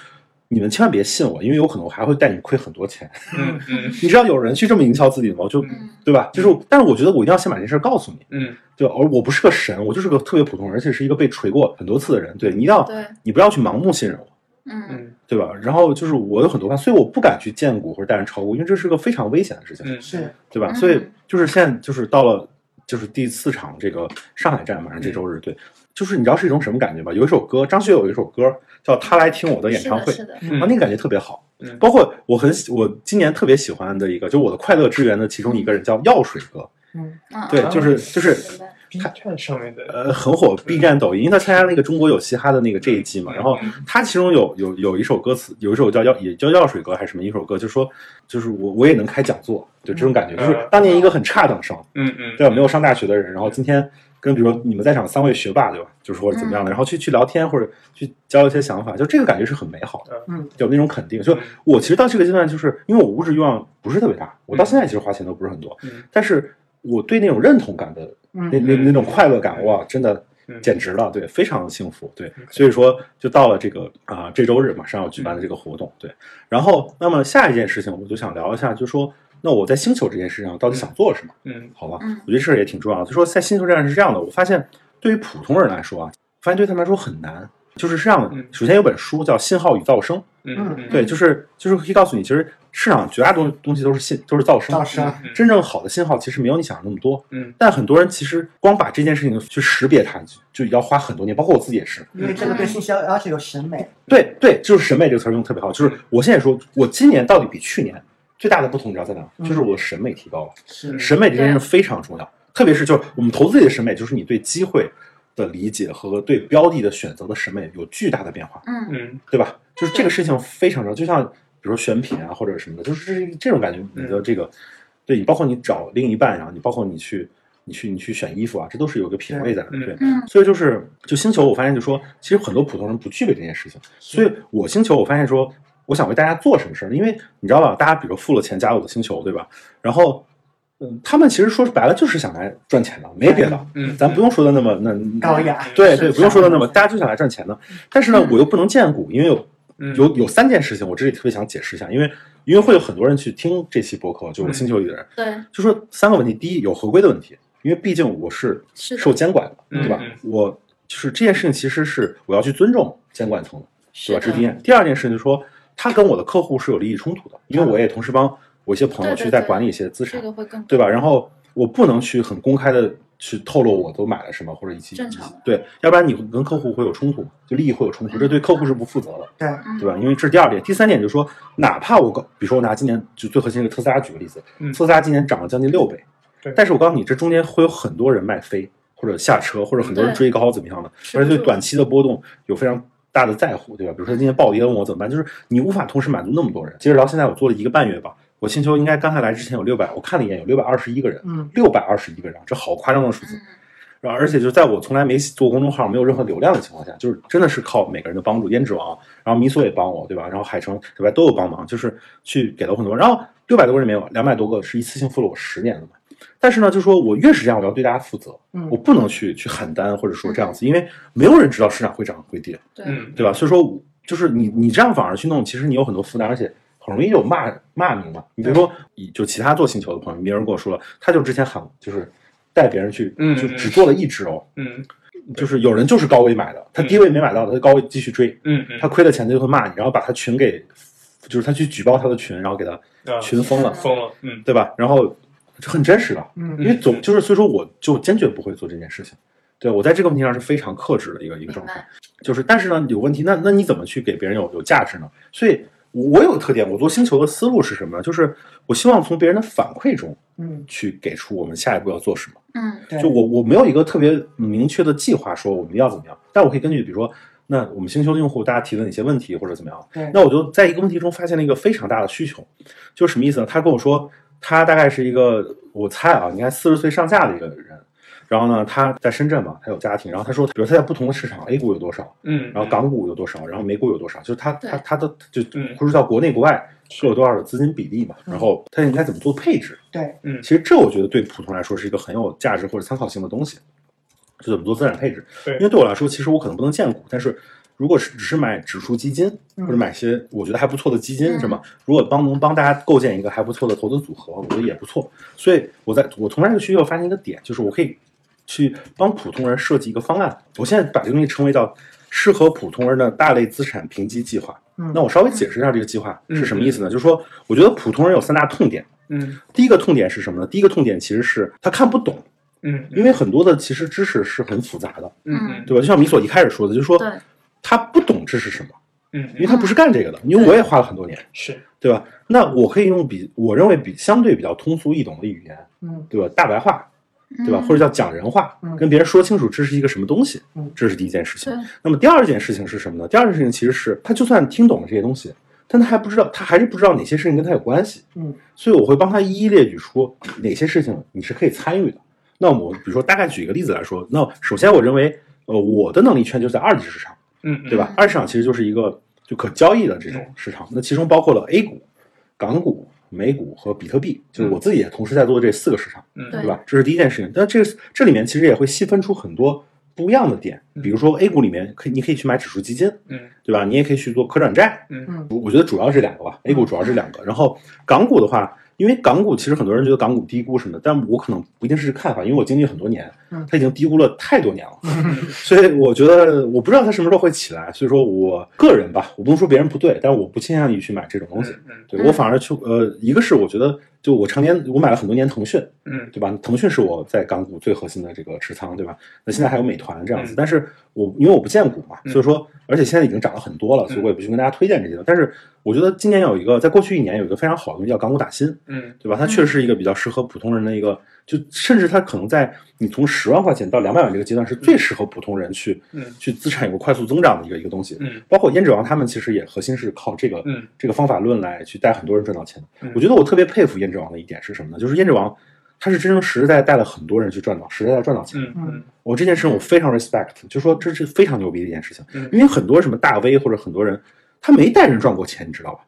Speaker 1: 你们千万别信我，因为有可能我还会带你亏很多钱。
Speaker 4: 嗯嗯
Speaker 1: 你知道有人去这么营销自己吗？就
Speaker 2: 嗯
Speaker 1: 对吧？就是，但是我觉得我一定要先把这事儿告诉你。
Speaker 4: 嗯
Speaker 1: 对，而我不是个神，我就是个特别普通人，而且是一个被锤过很多次的人。对，你一定要
Speaker 2: 嗯对，
Speaker 1: 你不要去盲目信任我。
Speaker 2: 嗯
Speaker 4: 嗯
Speaker 1: 对吧？然后就是我有很多话，所以我不敢去荐股或者带人炒股，因为这是个非常危险的事情，
Speaker 4: 嗯，
Speaker 3: 是，
Speaker 1: 对吧？
Speaker 2: 嗯
Speaker 1: 所以就是现在就是到了就是第四场这个上海站，马
Speaker 4: 嗯
Speaker 1: 上这周日，对，就是你知道是一种什么感觉吧？有一首歌，张学友有一首歌叫《他来听我的演
Speaker 2: 是
Speaker 1: 唱
Speaker 2: 的，
Speaker 1: 会》，
Speaker 2: 是的，
Speaker 1: 啊，那个感觉特别好。
Speaker 4: 嗯
Speaker 1: 包括我很喜，我今年特别喜欢的一个，就我的快乐之源的其中一个人叫药水哥，
Speaker 3: 嗯，
Speaker 2: 嗯
Speaker 1: 对，
Speaker 2: 嗯
Speaker 1: 就是就是
Speaker 2: 明白
Speaker 4: B 站上面的，
Speaker 1: 呃，很火 B 站、抖音，因为他参加那个中国有嘻哈的那个这一季嘛，
Speaker 4: 嗯
Speaker 1: 然后他其中有有有一首歌词，有一首叫药也叫药水歌还是什么一首歌，就说就是我我也能开讲座，就这种感觉，
Speaker 4: 嗯
Speaker 1: 就是当年一个很差等生，
Speaker 4: 嗯嗯，
Speaker 1: 对吧？没有上大学的人，然后今天跟比如说你们在场三位学霸，对吧？就是或者怎么样的，然后去去聊天或者去交流一些想法，就这个感觉是很美好的，
Speaker 3: 嗯，
Speaker 1: 有那种肯定。就
Speaker 4: 嗯
Speaker 1: 我其实到这个阶段，就是因为我物质欲望不是特别大，我到
Speaker 4: 嗯
Speaker 1: 现在其实花钱都不是很多，
Speaker 4: 嗯
Speaker 1: 但是我对那种认同感的那
Speaker 3: 嗯，
Speaker 1: 那
Speaker 4: 嗯
Speaker 1: 那种快乐感，哇，真的
Speaker 4: 嗯
Speaker 1: 简直了，对，非常幸福，对
Speaker 4: OK，
Speaker 1: 所以说就到了这个啊、这周日马上要举办的这个活动，对，然后那么下一件事情，我就想聊一下，就说那我在星球这件事上到底想做什么，
Speaker 4: 嗯
Speaker 1: 好吧？
Speaker 2: 嗯
Speaker 1: 我觉得这事儿也挺重要的。就说在星球站是这样的，我发现对于普通人来说啊，发现对他们来说很难。就是这样的
Speaker 4: 嗯，
Speaker 1: 首先有本书叫《信号与噪声》，
Speaker 4: 嗯嗯，
Speaker 1: 对，就是就是可以告诉你，其实市场绝大多数东西都是信，都是噪声。
Speaker 3: 噪声
Speaker 4: 嗯
Speaker 1: 真正好的信号其实没有你想的那么多。
Speaker 4: 嗯
Speaker 1: 但很多人其实光把这件事情去识别它，就就要花很多年，包括我自己也是。
Speaker 3: 因为
Speaker 4: 嗯
Speaker 3: 这个对信息要要求有审美，
Speaker 1: 对对，就是审美这个词儿用得特别好。就是我现在说，我今年到底比去年最大的不同，你知道在哪儿？
Speaker 3: 嗯
Speaker 1: 就是我的审美提高了。
Speaker 3: 是，
Speaker 1: 审美这件事非常重要，特别是就是我们投资里的审美，就是你对机会的理解和对标的的选择的审美有巨大的变化，
Speaker 2: 嗯
Speaker 4: 嗯
Speaker 1: 对吧？就是这个事情非常重要，就像比如说选品啊或者什么的，就是这这种感觉，你的这个，对你包括你找另一半啊，你包括你去你去你去选衣服啊，这都是有个品味在的，
Speaker 4: 嗯
Speaker 1: 对。
Speaker 2: 嗯
Speaker 1: 所以就是，就星球，我发现就说，其实很多普通人不具备这件事情。所
Speaker 3: 嗯
Speaker 1: 以我星球，我发现说，我想为大家做什么事儿呢？因为你知道吧，大家比如付了钱加入我的星球，对吧？然后，嗯，他们其实说白了就是想来赚钱的，没别的，
Speaker 4: 嗯，
Speaker 1: 咱不用说的那么那
Speaker 3: 高雅，
Speaker 1: 对
Speaker 2: 是
Speaker 1: 对，不用说的那么，大家就想来赚钱的。但是呢
Speaker 2: 嗯，
Speaker 1: 我又不能荐股，因为有
Speaker 4: 嗯
Speaker 1: 有有三件事情，我这里特别想解释一下，因为因为会有很多人去听这期播客，就我星球里的人，
Speaker 2: 对，
Speaker 1: 就说三个问题。第一，有合规的问题，因为毕竟我是
Speaker 2: 是的
Speaker 1: 受监管的，
Speaker 4: 嗯
Speaker 1: 对吧
Speaker 4: 嗯？
Speaker 1: 我就是这件事情，其实是我要去尊重监管层的，对吧？
Speaker 2: 是
Speaker 1: 这是第一
Speaker 2: 的，
Speaker 1: 件。第二件事情就是说，他跟我的客户是有利益冲突的，因为我也同时帮我一些朋友
Speaker 2: 对对
Speaker 1: 去在
Speaker 2: 对
Speaker 1: 管理一些资产
Speaker 2: 这，个会更
Speaker 1: 对吧？然后我不能去很公开的去透露我都买了什么，或者一起
Speaker 2: 正常的
Speaker 1: 对，要不然你会跟客户会有冲突嘛，就利益会有冲突，这对客户是不负责的。
Speaker 3: 对，
Speaker 2: 嗯
Speaker 1: 对吧？因为这是第二点，第三点就是说，哪怕我告，比如说我拿今年就最核心的特斯拉举个例子，
Speaker 4: 嗯
Speaker 1: 特斯拉今年涨了将近六倍，
Speaker 4: 对
Speaker 1: 但是我告诉你，这中间会有很多人卖飞或者下车，或者很多人
Speaker 2: 对
Speaker 1: 追高怎么样的，
Speaker 2: 是
Speaker 1: 而且对
Speaker 2: 是
Speaker 1: 短期的波动有非常大的在乎，对吧？比如说今天暴跌问我怎么办，就是你无法同时满足那么多人。截止到现在，我做了一个半月吧，我星球应该刚才来之前有六百，我看了一眼有六百二十一个人，
Speaker 3: 嗯，
Speaker 1: 六百二十一个人，这好夸张的数字。然后，而且就在我从来没做公众号、没有任何流量的情况下，就是真的是靠每个人的帮助，胭脂王，然后米索也帮我，对吧？然后海城对吧都有帮忙，就是去给了我很多。然后六百多个人里面有两百多个是一次性付了我十年的嘛。但是呢，就说我越是这样，我要对大家负责，
Speaker 3: 嗯
Speaker 1: 我不能去去喊单或者说这样子，因为没有人知道市场会涨会跌，
Speaker 2: 对
Speaker 4: 嗯，
Speaker 1: 对吧？所以说我，就是你你这样反而去弄，其实你有很多负担，而且很容易有骂骂名嘛。你比如说，以就其他做星球的朋友，别人跟我说了，他就之前喊就是带别人去，
Speaker 4: 嗯
Speaker 1: 就只做了一只哦，
Speaker 4: 嗯
Speaker 1: 就是有人就是高位买的，他低位没买到的，他高位继续追，
Speaker 4: 嗯嗯，
Speaker 1: 他亏了钱他就会骂你，然后把他群给，就是他去举报他的群，然后给他
Speaker 4: 啊
Speaker 1: 群封了，
Speaker 4: 疯了，嗯
Speaker 1: 对吧？然后就很真实的，
Speaker 3: 嗯
Speaker 1: 因为总就是所以说我就坚决不会做这件事情。对我在这个问题上是非常克制的一个一个状态，就是但是呢有问题，那那你怎么去给别人有有价值呢？所以我我有个特点，我做星球的思路是什么呢？就是我希望从别人的反馈中
Speaker 3: 嗯，
Speaker 1: 去给出我们下一步要做什么。
Speaker 2: 嗯
Speaker 3: 对，
Speaker 1: 就我我没有一个特别明确的计划，说我们要怎么样，但我可以根据比如说，那我们星球的用户大家提问一些问题或者怎么样，
Speaker 3: 对，
Speaker 1: 那我就在一个问题中发现了一个非常大的需求，就是什么意思呢？他跟我说，他大概是一个我猜啊，应该四十岁上下的一个人，然后呢，他在深圳嘛，他有家庭，然后他说，比如他在不同的市场，A 股有多少，
Speaker 4: 嗯，
Speaker 1: 然后港股有多少，然后美股有多少，就是他
Speaker 2: 对
Speaker 1: 他他的就
Speaker 4: 嗯
Speaker 1: 或者叫国内国外各有多少的资金比例嘛，
Speaker 3: 嗯
Speaker 1: 然后他应该怎么做配置？
Speaker 3: 对，
Speaker 4: 嗯
Speaker 1: 其实这我觉得对普通来说是一个很有价值或者参考性的东西，就怎么做资产配置。
Speaker 4: 对
Speaker 1: 因为对我来说，其实我可能不能荐股，但是如果是只是买指数基金
Speaker 3: 嗯
Speaker 1: 或者买些我觉得还不错的基金，
Speaker 2: 嗯
Speaker 1: 是吗？如果帮能帮大家构建一个还不错的投资组合，我觉得也不错。所以我在我从这个需求发现一个点，就是我可以去帮普通人设计一个方案。我现在把这个东西称为叫适合普通人的大类资产评级计划。
Speaker 3: 嗯
Speaker 1: 那我稍微解释一下这个计划
Speaker 4: 嗯
Speaker 1: 是什么意思呢？就是说，我觉得普通人有三大痛点。
Speaker 4: 嗯
Speaker 1: 第一个痛点是什么呢？第一个痛点其实是他看不懂，
Speaker 4: 嗯，
Speaker 1: 因为很多的其实知识是很复杂的，
Speaker 4: 嗯
Speaker 1: 对吧？就像米索一开始说的，就是说
Speaker 2: 对
Speaker 1: 他不懂这是什么，
Speaker 4: 嗯
Speaker 1: 因为他不是干这个的，因为我也花了很多年，
Speaker 4: 是
Speaker 1: 对吧？那我可以用比我认为比相对比较通俗易懂的语言，
Speaker 3: 嗯
Speaker 1: 对吧？大白话，对吧？
Speaker 2: 嗯
Speaker 1: 或者叫讲人话
Speaker 3: 嗯，
Speaker 1: 跟别人说清楚这是一个什么东西
Speaker 3: 嗯，
Speaker 1: 这是第一件事情
Speaker 2: 对。
Speaker 1: 那么第二件事情是什么呢？第二件事情其实是他就算听懂了这些东西，但他还不知道，他还是不知道哪些事情跟他有关系。
Speaker 3: 嗯
Speaker 1: 所以我会帮他一一列举出哪些事情你是可以参与的。那我比如说大概举一个例子来说，那首先我认为，呃，我的能力圈就在二级市场，
Speaker 4: 嗯
Speaker 1: 对吧？二级市场其实就是一个就可交易的这种市场，那其中包括了 A 股、港股、美股和比特币，就是我自己也同时在做这四个市场，
Speaker 4: 嗯
Speaker 1: 对吧？这是第一件事情。但这这里面其实也会细分出很多不一样的点，比如说 A 股里面可以你可以去买指数基金，
Speaker 4: 嗯
Speaker 1: 对吧？你也可以去做可转债，
Speaker 4: 嗯
Speaker 3: 嗯
Speaker 1: 我我觉得主要是两个吧，A 股主要是两个，然后港股的话，因为港股其实很多人觉得港股低估什么的，但我可能不一定是看法，因为我经历很多年
Speaker 3: 嗯，
Speaker 1: 它已经低估了太多年了， 所以我觉得我不知道它什么时候会起来，所以说我个人吧，我不能说别人不对，但我不倾向于去买这种东西，
Speaker 4: 嗯
Speaker 1: 对我反而去呃，一个是我觉得就我常年我买了很多年腾讯，
Speaker 4: 嗯
Speaker 1: 对吧？腾讯是我在港股最核心的这个持仓，对吧？那现在还有美团这样子
Speaker 4: 嗯，
Speaker 1: 但是我因为我不见股嘛，
Speaker 4: 嗯
Speaker 1: 所以说，而且现在已经涨了很多了，所以我也不去跟大家推荐这些了。但是我觉得今年有一个，在过去一年有一个非常好的东西叫港股打新，
Speaker 4: 嗯
Speaker 1: 对吧？它确实是一个比较适合普通人的一个，就甚至它可能在你从十万块钱到两百万这个阶段是最适合普通人去
Speaker 4: 嗯
Speaker 1: 去资产有个快速增长的一个一个东西。
Speaker 4: 嗯
Speaker 1: 包括胭脂王他们其实也核心是靠这个
Speaker 4: 嗯
Speaker 1: 这个方法论来去带很多人赚到钱
Speaker 4: 嗯。
Speaker 1: 我觉得我特别佩服胭脂王的一点是什么呢？就是胭脂王他是真正实实在在带了很多人去赚到，实实在在赚到钱。
Speaker 4: 嗯嗯
Speaker 1: 我这件事情我非常 respect，就说这是非常牛逼的一件事情
Speaker 4: 嗯，
Speaker 1: 因为很多什么大 V 或者很多人他没带人赚过钱，你知道吧？
Speaker 2: 嗯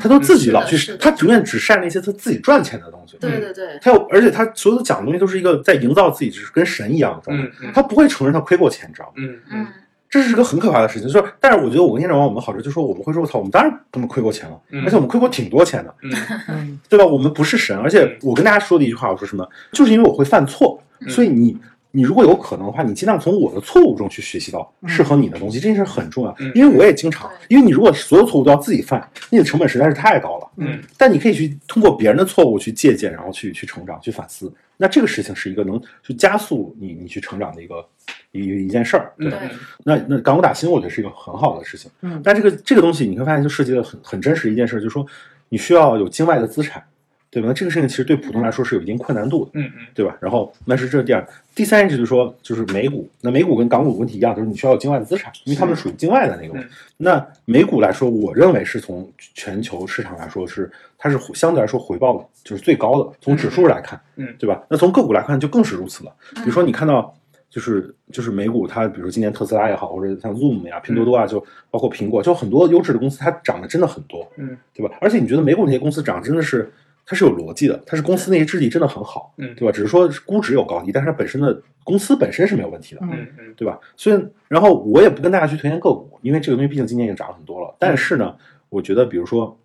Speaker 1: 他都自己老
Speaker 2: 是的是
Speaker 1: 去，
Speaker 2: 的
Speaker 1: 他永远只晒那些他自己赚钱的东西。
Speaker 2: 对对对，
Speaker 1: 他有，而且他所有的讲的东西都是一个在营造自己，就是跟神一样的状态。
Speaker 4: 嗯嗯
Speaker 1: 他不会承认他亏过钱，你知道吗？
Speaker 4: 嗯嗯
Speaker 2: 嗯
Speaker 1: 这是个很可怕的事情。就是，但是我觉得我跟燕长王我们好处就是说，我们会说，我操，我们当然他妈亏过钱了，
Speaker 4: 嗯
Speaker 1: 而且我们亏过挺多钱的，
Speaker 4: 嗯
Speaker 3: 嗯
Speaker 1: 对吧？我们不是神，而且
Speaker 4: 嗯
Speaker 1: 我跟大家说的一句话，我说什么，就是因为我会犯错，
Speaker 4: 嗯
Speaker 1: 所以你你如果有可能的话，你尽量从我的错误中去学习到适合你的东西，这件事很重要
Speaker 4: 嗯。
Speaker 1: 因为我也经常，因为你如果所有错误都要自己犯，你的成本实在是太高了。
Speaker 4: 嗯，
Speaker 1: 但你可以去通过别人的错误去借鉴，然后去去成长、去反思。那这个事情是一个能去加速你你去成长的一个一一件事儿。
Speaker 4: 嗯
Speaker 5: 对
Speaker 1: 那那港股打新，我觉得是一个很好的事情。
Speaker 3: 嗯
Speaker 1: 但这个这个东西，你会发现就涉及了很很真实的一件事，就是说你需要有境外的资产，对吧？那这个事情其实对普通来说是有一定困难度的。
Speaker 4: 嗯嗯，
Speaker 1: 对吧？然后那是这是第二，第三件事就是说，就是美股，那美股跟港股问题一样，就是你需要有境外的资产，因为他们属于境外的那个嘛
Speaker 4: 嗯。
Speaker 1: 那美股来说，我认为是从全球市场来说是它是相对来说回报就是最高的，从指数来看，
Speaker 4: 嗯嗯
Speaker 1: 对吧？那从个股来看就更是如此了。比如说你看到。就是就是美股，它比如说今年特斯拉也好，或者像 Zoom 呀、拼多多啊，就包括苹果，就很多优质的公司，它涨的真的很多，
Speaker 4: 嗯，
Speaker 1: 对吧？而且你觉得美股那些公司涨真的是，它是有逻辑的，它是公司那些质地真的很好，
Speaker 4: 嗯
Speaker 1: 对吧？只是说估值有高低，但是它本身的公司本身是没有问题的，
Speaker 3: 嗯
Speaker 4: 嗯嗯
Speaker 1: 对吧？所以，然后我也不跟大家去推荐个股，因为这个东西毕竟今年已经涨了很多了。但是
Speaker 3: 嗯
Speaker 1: 呢，我觉得比如说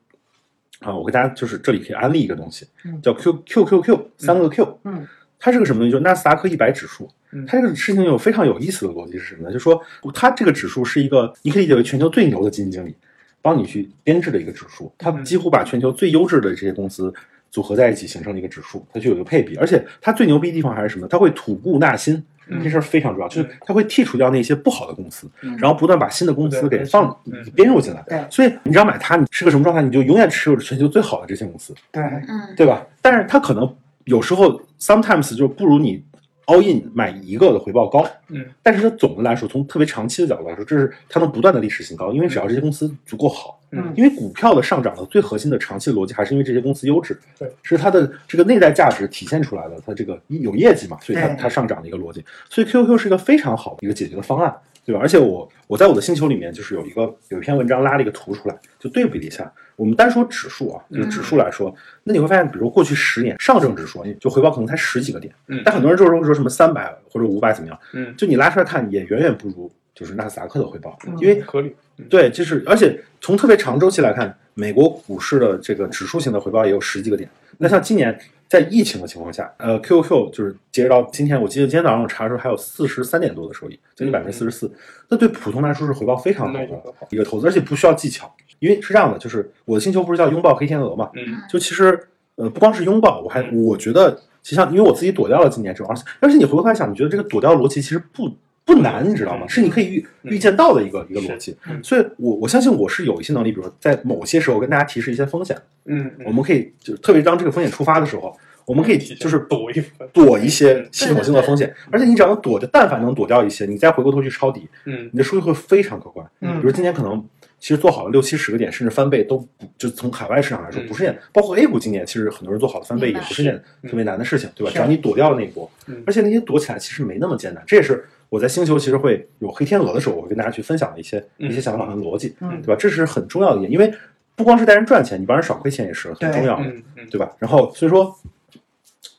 Speaker 1: 啊，我给大家就是这里可以安利一个东西
Speaker 3: 嗯，
Speaker 1: 叫 Q Q Q Q 三个 Q，
Speaker 3: 嗯
Speaker 1: 它是个什么东西？就是纳斯达克一百指数。
Speaker 4: 嗯
Speaker 1: 它这个事情有非常有意思的逻辑是什么呢？就是说，它这个指数是一个，你可以理解为全球最牛的基金经理帮你去编制的一个指数，它
Speaker 4: 嗯
Speaker 1: 几乎把全球最优质的这些公司组合在一起形成了一个指数，它就有一个配比。而且它最牛逼的地方还是什么？它会吐故纳新，
Speaker 4: 嗯
Speaker 1: 这事儿非常重要，就是
Speaker 4: 嗯
Speaker 1: 它会剔除掉那些不好的公司，
Speaker 4: 嗯
Speaker 1: 然后不断把新的公司
Speaker 4: 对
Speaker 1: 给
Speaker 4: 对
Speaker 1: 放
Speaker 4: 是嗯
Speaker 1: 编入进来。
Speaker 3: 对
Speaker 1: 所以你只要买它，你是个什么状态，你就永远持有着全球最好的这些公司。
Speaker 3: 对，
Speaker 5: 嗯
Speaker 1: 对吧？但是它可能有时候 sometimes 就不如你 all in 买一个的回报高，
Speaker 4: 嗯
Speaker 1: 但是它总的来说，从特别长期的角度来说，这是它能不断的历史新高，因为只要这些公司足够好。
Speaker 4: 嗯
Speaker 1: 因为股票的上涨的最核心的长期逻辑还是因为这些公司优质，
Speaker 4: 对，
Speaker 1: 是它的这个内在价值体现出来的，它这个有业绩嘛，所以它
Speaker 3: 对
Speaker 1: 它上涨的一个逻辑。所以 QQ 是一个非常好的一个解决的方案，对吧？而且我我在我的星球里面就是有一个有一篇文章拉了一个图出来，就对比了一下。我们单说指数啊，
Speaker 4: 嗯
Speaker 1: 就是指数来说，那你会发现，比如过去十年上证指数就回报可能才十几个点，
Speaker 4: 嗯
Speaker 1: 但很多人就是会说什么三百或者五百怎么样，
Speaker 4: 嗯，
Speaker 1: 就你拉出来看也远远不如就是纳斯达克的回报，
Speaker 3: 嗯
Speaker 1: 因为
Speaker 4: 合理，嗯
Speaker 1: 对，就是而且从特别长周期来看，美国股市的这个指数型的回报也有十几个点。那像今年在疫情的情况下，呃，QQ 就是截止到今天，我记得今天早上我查的时候还有四十三点多的收益，将近百分之四十四。那对普通来说是回报非常好
Speaker 4: 嗯那就
Speaker 1: 的
Speaker 4: 很好
Speaker 1: 一个投资，而且不需要技巧，因为是这样的，就是我的星球不是叫拥抱黑天鹅嘛，
Speaker 4: 嗯
Speaker 1: 就其实呃，不光是拥抱，我还
Speaker 4: 嗯
Speaker 1: 我觉得，其实像因为我自己躲掉了今年这种，而且而且你回过头来想，你觉得这个躲掉的逻辑其实不不难，你知道吗？
Speaker 4: 嗯
Speaker 1: 是你可以预
Speaker 4: 嗯
Speaker 1: 预见到的一个一个
Speaker 4: 是
Speaker 1: 逻辑
Speaker 4: 嗯。
Speaker 1: 所以我我相信我是有一些能力，比如在某些时候跟大家提示一些风险，
Speaker 4: 嗯，嗯
Speaker 1: 我们可以就特别当这个风险触发的时候，我们可以就是
Speaker 4: 躲嗯一部分，
Speaker 1: 躲一些系统性的风险，而且你只要能躲的，但凡能躲掉一些，你再回过头去抄底，
Speaker 4: 嗯
Speaker 1: 你的收益会非常可观。
Speaker 3: 嗯
Speaker 1: 比如今年可能其实做好了六七十个点，甚至翻倍都不就从海外市场来说
Speaker 4: 嗯
Speaker 1: 不是件，包括 A 股今年其实很多人做好了翻倍也
Speaker 5: 明白
Speaker 1: 不是件
Speaker 4: 嗯
Speaker 1: 特别难的事情，对吧？
Speaker 3: 是
Speaker 1: 只要你躲掉了那一波
Speaker 4: 嗯，
Speaker 1: 而且那些躲起来其实没那么艰难。这也是我在星球其实会有黑天鹅的时候，我会跟大家去分享的一些
Speaker 4: 嗯
Speaker 1: 一些想法和逻辑，
Speaker 3: 嗯
Speaker 1: 对吧？这是很重要的一点，因为不光是带人赚钱，你帮人少亏钱也是很
Speaker 3: 对
Speaker 1: 重要的。
Speaker 4: 嗯嗯，
Speaker 1: 对吧？然后所以说，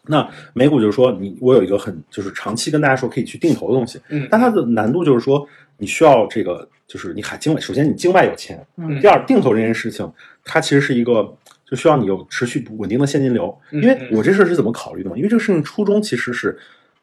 Speaker 1: 那美股就是说你我有一个很就是长期跟大家说可以去定投的东西，
Speaker 4: 嗯，
Speaker 1: 但它的难度就是说你需要这个就是你海境外，首先你境外有钱，
Speaker 3: 嗯
Speaker 1: 第二定投这件事情它其实是一个。就需要你有持续不稳定的现金流，
Speaker 4: 嗯
Speaker 1: 因为
Speaker 4: 嗯
Speaker 1: 我这事儿是怎么考虑的嘛？因为这个事情初衷其实是，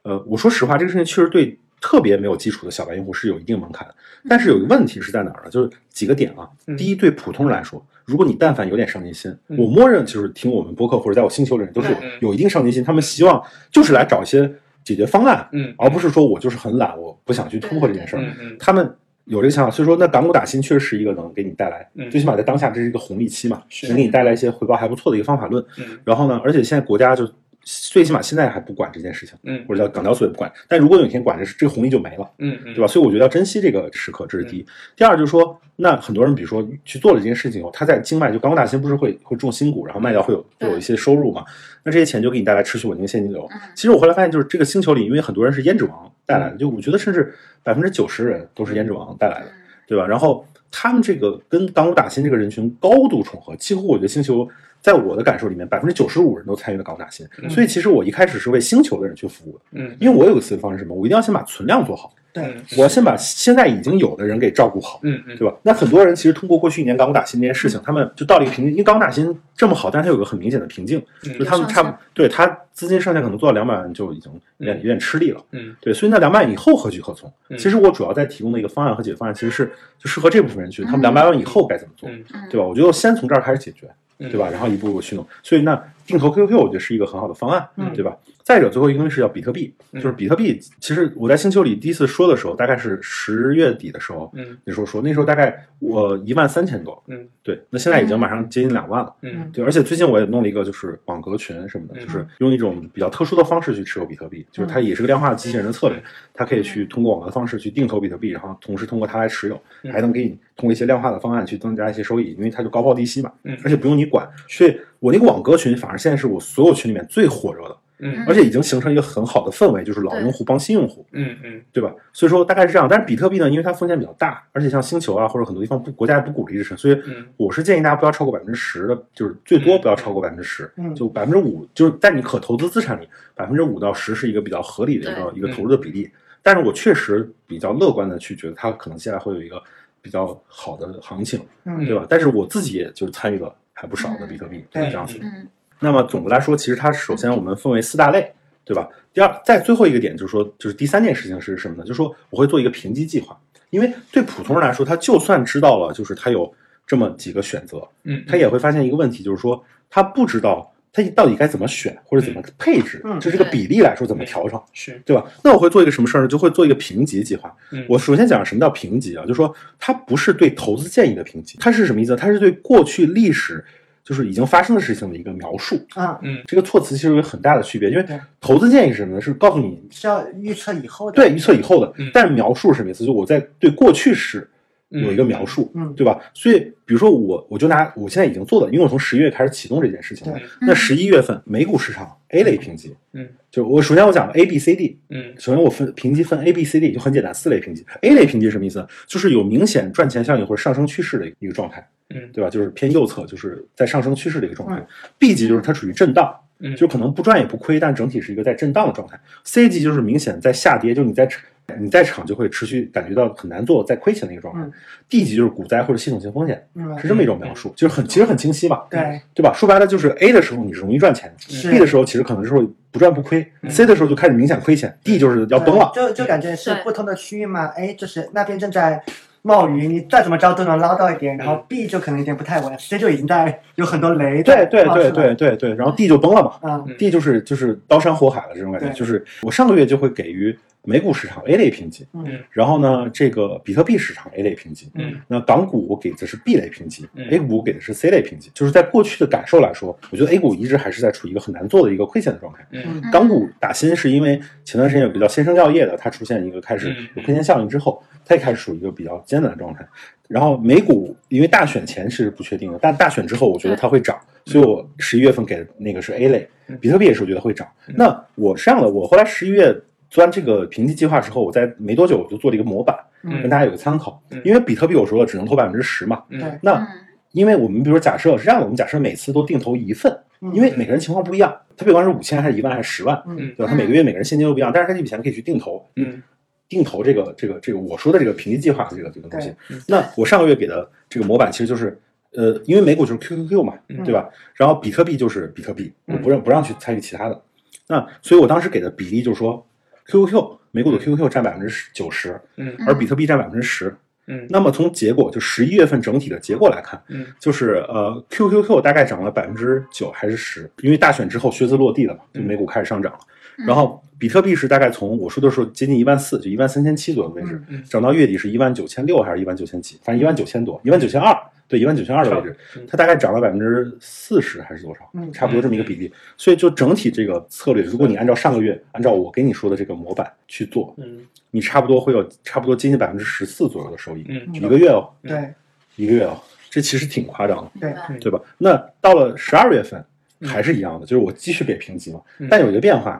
Speaker 1: 呃，我说实话，这个事情确实对特别没有基础的小白用户是有一定门槛的。但是有一个问题是在哪儿呢？就是几个点啊
Speaker 4: 嗯。
Speaker 1: 第一，对普通人来说，如果你但凡有点上进心，
Speaker 4: 嗯
Speaker 1: 我默认就是听我们播客或者在我星球的人都是有
Speaker 4: 嗯嗯
Speaker 1: 有一定上进心，他们希望就是来找一些解决方案，
Speaker 4: 嗯
Speaker 1: 而不是说我就是很懒，我不想去突破这件事儿。
Speaker 4: 嗯嗯
Speaker 1: 他们有这个想法，所以说那港股打新确实是一个能给你带来
Speaker 4: 嗯，
Speaker 1: 最起码在当下这是一个红利期嘛，
Speaker 4: 是
Speaker 1: 能给你带来一些回报还不错的一个方法论。
Speaker 4: 嗯
Speaker 1: 然后呢，而且现在国家就最起码现在还不管这件事情，
Speaker 4: 嗯
Speaker 1: 或者叫港交所也不管，但如果有一天管这事，这个红利就没了。
Speaker 4: 嗯嗯，
Speaker 1: 对吧？所以我觉得要珍惜这个时刻，这是第一。第二就是说，那很多人比如说去做了这件事情以后，他在境外就刚刚大新不是会会中新股，然后卖掉会有会
Speaker 5: 对
Speaker 1: 有一些收入嘛？那这些钱就给你带来持续稳定现金流。
Speaker 5: 嗯
Speaker 1: 其实我后来发现，就是这个星球里，因为很多人是胭脂王带来的，就我觉得甚至百分之九十人都是胭脂王带
Speaker 5: 嗯
Speaker 1: 来的，对吧？然后他们这个跟港股打新这个人群高度重合，几乎我觉得星球。在我的感受里面，百分之九十五人都参与了港股打新，
Speaker 4: 嗯
Speaker 1: 所以其实我一开始是为星球的人去服务的，
Speaker 4: 嗯
Speaker 1: 因为我有个思维方式是什么，我一定要先把存量做好，
Speaker 3: 对，
Speaker 1: 我先把现在已经有的人给照顾好，
Speaker 4: 嗯嗯
Speaker 1: 对吧？那很多人其实通过过去一年港股打新这件事情，他们就到了一个瓶颈，因为港股打新这么好，但是它有个很明显的瓶颈，
Speaker 4: 嗯
Speaker 1: 就是他们差不
Speaker 2: 上下
Speaker 1: 对他资金上限可能做到两百万就已经有点有点吃力了。
Speaker 4: 嗯
Speaker 1: 对，所以那两百以后何去何从？
Speaker 4: 嗯
Speaker 1: 其实我主要在提供的一个方案和解决方案，其实是就适合这部分人群，他们两百万以后该怎么做，
Speaker 4: 嗯
Speaker 1: 对吧？我觉得先从这儿开始解决，
Speaker 4: 嗯，
Speaker 1: 对吧？？然后一步一步去弄。所以那定投 QQ 我觉得是一个很好的方案，
Speaker 3: 嗯
Speaker 1: 对吧？再者，最后一个东西是叫比特币，
Speaker 4: 嗯
Speaker 1: 就是比特币。其实我在星球里第一次说的时候，大概是十月底的时候，
Speaker 4: 嗯
Speaker 1: 那时候说那时候大概我一万三千多，
Speaker 4: 嗯
Speaker 1: 对，那现在已经马上接近两万了。
Speaker 4: 嗯
Speaker 1: 对，而且最近我也弄了一个，就是网格群什么的，
Speaker 4: 嗯
Speaker 1: 就是用一种比较特殊的方式去持有比特币，就是它也是个量化机器
Speaker 4: 嗯
Speaker 1: 人的策略，它可以去通过网格的方式去定投比特币，然后同时通过它来持有，
Speaker 4: 嗯
Speaker 1: 还能给你通过一些量化的方案去增加一些收益，因为它就高抛低吸嘛，
Speaker 4: 嗯
Speaker 1: 而且不用你管。所以我那个网格群反而现在是我所有群里面最火热的，
Speaker 4: 嗯
Speaker 1: 而且已经形成一个很好的氛围，就是老用户帮新用户。
Speaker 4: 嗯嗯
Speaker 1: 对吧？所以说大概是这样，但是比特币呢，因为它风险比较大，而且像星球啊或者很多地方不国家也不鼓励这事，所以
Speaker 4: 嗯
Speaker 1: 我是建议大家不要超过百分之十的，就是最多不要超过百分之十
Speaker 3: 嗯，
Speaker 1: 就百分之五，就是在你可投资资产里百分之五到十是一个比较合理的一个一个投入的比例。但是我确实比较乐观的去觉得它可能接下来会有一个比较好的行情，
Speaker 3: 嗯
Speaker 1: 对吧？但是我自己也就是参与了还不少的比特币，
Speaker 3: 嗯
Speaker 1: 这样子。
Speaker 2: 嗯
Speaker 1: 那么总的来说，其实它首先我们分为四大类，对吧？第二，在最后一个点就是说，就是第三件事情是什么呢？就是说我会做一个评级计划，因为对普通人来说，他就算知道了，就是他有这么几个选择，
Speaker 4: 嗯，
Speaker 1: 他也会发现一个问题，就是说他不知道他到底该怎么选或者怎么配置
Speaker 3: 嗯，
Speaker 1: 就这个比例来说怎么调整。
Speaker 4: 是
Speaker 1: 对吧？那我会做一个什么事儿呢？就会做一个评级计划。
Speaker 4: 嗯
Speaker 1: 我首先讲什么叫评级啊，就是说它不是对投资建议的评级，它是什么意思呢？它是对过去历史就是已经发生的事情的一个描述。
Speaker 3: 啊，
Speaker 1: 这个措辞其实有很大的区别，因为
Speaker 3: 对
Speaker 1: 投资建议是什么呢？是告诉你
Speaker 3: 是要预测以后的。
Speaker 1: 对预测以后的
Speaker 4: 嗯，
Speaker 1: 但是描述是什么意思？就我在对过去式有一个描述，
Speaker 3: 嗯
Speaker 1: 对吧？所以比如说我，我就拿我现在已经做的，因为我从十一月开始启动这件事情了
Speaker 3: 对。
Speaker 1: 那十一月份美股市场 A 类评级，
Speaker 4: 嗯，
Speaker 1: 就我首先我讲了 A、B、C、D，
Speaker 4: 嗯
Speaker 1: 首先我分评级分 A、B、C、D 就很简单，四类评级。A 类评级是什么意思呢？就是有明显赚钱效应或者上升趋势的一个状态，
Speaker 4: 嗯
Speaker 1: 对吧？就是偏右侧，就是在上升趋势的一个状态
Speaker 3: 嗯。
Speaker 1: B 级就是它处于震荡，
Speaker 4: 嗯，
Speaker 1: 就可能不赚也不亏，但整体是一个在震荡的状态。C 级就是明显在下跌，就你在场你在场就会持续感觉到很难做，在亏钱的一个状态。
Speaker 3: 嗯
Speaker 1: D 级就是股灾或者系统性风险，
Speaker 3: 嗯，
Speaker 1: 是这嗯么一种描述，就是很其实很清晰嘛，
Speaker 3: 对
Speaker 1: 对吧？说白了就是 A 的时候你是容易赚钱
Speaker 3: 是
Speaker 1: ，B 的时候其实可能是会不赚不亏
Speaker 4: 嗯
Speaker 1: ，C 的时候就开始明显亏钱，D 就是要崩了。
Speaker 3: 对就就感觉是
Speaker 2: 对
Speaker 3: 不同的区域嘛，A 就是那边正在冒雨，你再怎么着都能捞到一点，
Speaker 1: 嗯
Speaker 3: 然后 B 就可能有点不太稳，C 就已经在有很多雷
Speaker 1: 对
Speaker 3: 在
Speaker 1: 对
Speaker 3: 冒出
Speaker 1: 对
Speaker 3: 来
Speaker 1: 对，对对，然后 D 就崩了嘛。
Speaker 3: 啊，
Speaker 4: 嗯
Speaker 1: D 就是就是刀山火海了这种感觉，
Speaker 3: 对
Speaker 1: 就是我上个月就会给予美股市场 A 类评级，
Speaker 3: 嗯
Speaker 1: 然后呢，这个比特币市场 A 类评级，
Speaker 4: 嗯，
Speaker 1: 那港股我给的是 B 类评级、
Speaker 4: 嗯
Speaker 1: a 股我给的是 C 类评级。就是在过去的感受来说，我觉得 A 股一直还是在处于一个很难做的一个亏钱的状态。
Speaker 4: 嗯
Speaker 1: 港股打新是因为前段时间有个叫先生药业的，它出现一个开始
Speaker 4: 嗯
Speaker 1: 有亏钱效应之后，它也开始处于一个比较艰难的状态。然后美股因为大选前是不确定的，但大选之后我觉得它会涨，所以我十一月份给的那个是 A 类
Speaker 4: 嗯，
Speaker 1: 比特币也是我觉得会涨。那我这样的，我后来十一月做完这个评级计划之后，我在没多久我就做了一个模板，
Speaker 4: 嗯
Speaker 1: 跟大家有个参考
Speaker 4: 嗯。
Speaker 1: 因为比特币我说了只能投百分之十嘛，
Speaker 4: 嗯
Speaker 1: 那因为我们比如说假设是这样的，我们假设每次都定投一份，
Speaker 3: 嗯
Speaker 1: 因为每个人情况不一样，他别管是五千还是一万还是十万，
Speaker 4: 嗯
Speaker 1: 对吧？他每个月每个人现金流不一样，但是他这笔钱可以去定投，
Speaker 4: 嗯，
Speaker 1: 定投这个这个这个我说的这个评级计划的这个这个东西
Speaker 4: 对嗯。
Speaker 1: 那我上个月给的这个模板其实就是。呃，因为美股就是 QQQ 嘛，
Speaker 4: 嗯
Speaker 1: 对吧？然后比特币就是比特币，我
Speaker 4: 嗯
Speaker 1: 不让不让去参与其他的。那所以我当时给的比例就是说，QQQ 美股的 QQQ 占百分之九十，
Speaker 4: 嗯
Speaker 1: 而比特币占百分之十。
Speaker 4: 嗯
Speaker 1: 那么从结果就十一月份整体的结果来看，
Speaker 4: 嗯
Speaker 1: 就是呃，QQQ 大概涨了百分之九还是十，因为大选之后靴子落地了嘛，就
Speaker 4: 嗯
Speaker 1: 美股开始上涨了。然后比特币是大概从我说的时候接近一万四，就一万三千七左右的位置，
Speaker 4: 嗯嗯
Speaker 1: 涨到月底是一万九千六还是一万九千几，反正一万九千多，一万九千二，对，一万九千二的位置
Speaker 4: 嗯，
Speaker 1: 它大概涨了百分之四十还是多少
Speaker 3: 嗯，
Speaker 1: 差不多这么一个比例。所以就整体这个策略，如果你按照上个月按照我给你说的这个模板去做，
Speaker 4: 嗯
Speaker 1: 你差不多会有差不多接近百分之十四左右的收益，
Speaker 4: 嗯
Speaker 1: 一个月哦，
Speaker 3: 对
Speaker 1: 一个月哦，这其实挺夸张的。
Speaker 3: 对
Speaker 1: 对吧？那到了十二月份
Speaker 4: 嗯
Speaker 1: 还是一样的，就是我继续给评级嘛
Speaker 4: 嗯，
Speaker 1: 但有一个变化，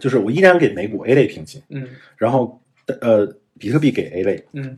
Speaker 1: 就是我依然给美股 A 类评级，
Speaker 4: 嗯
Speaker 1: 然后呃，比特币给 A 类
Speaker 4: 嗯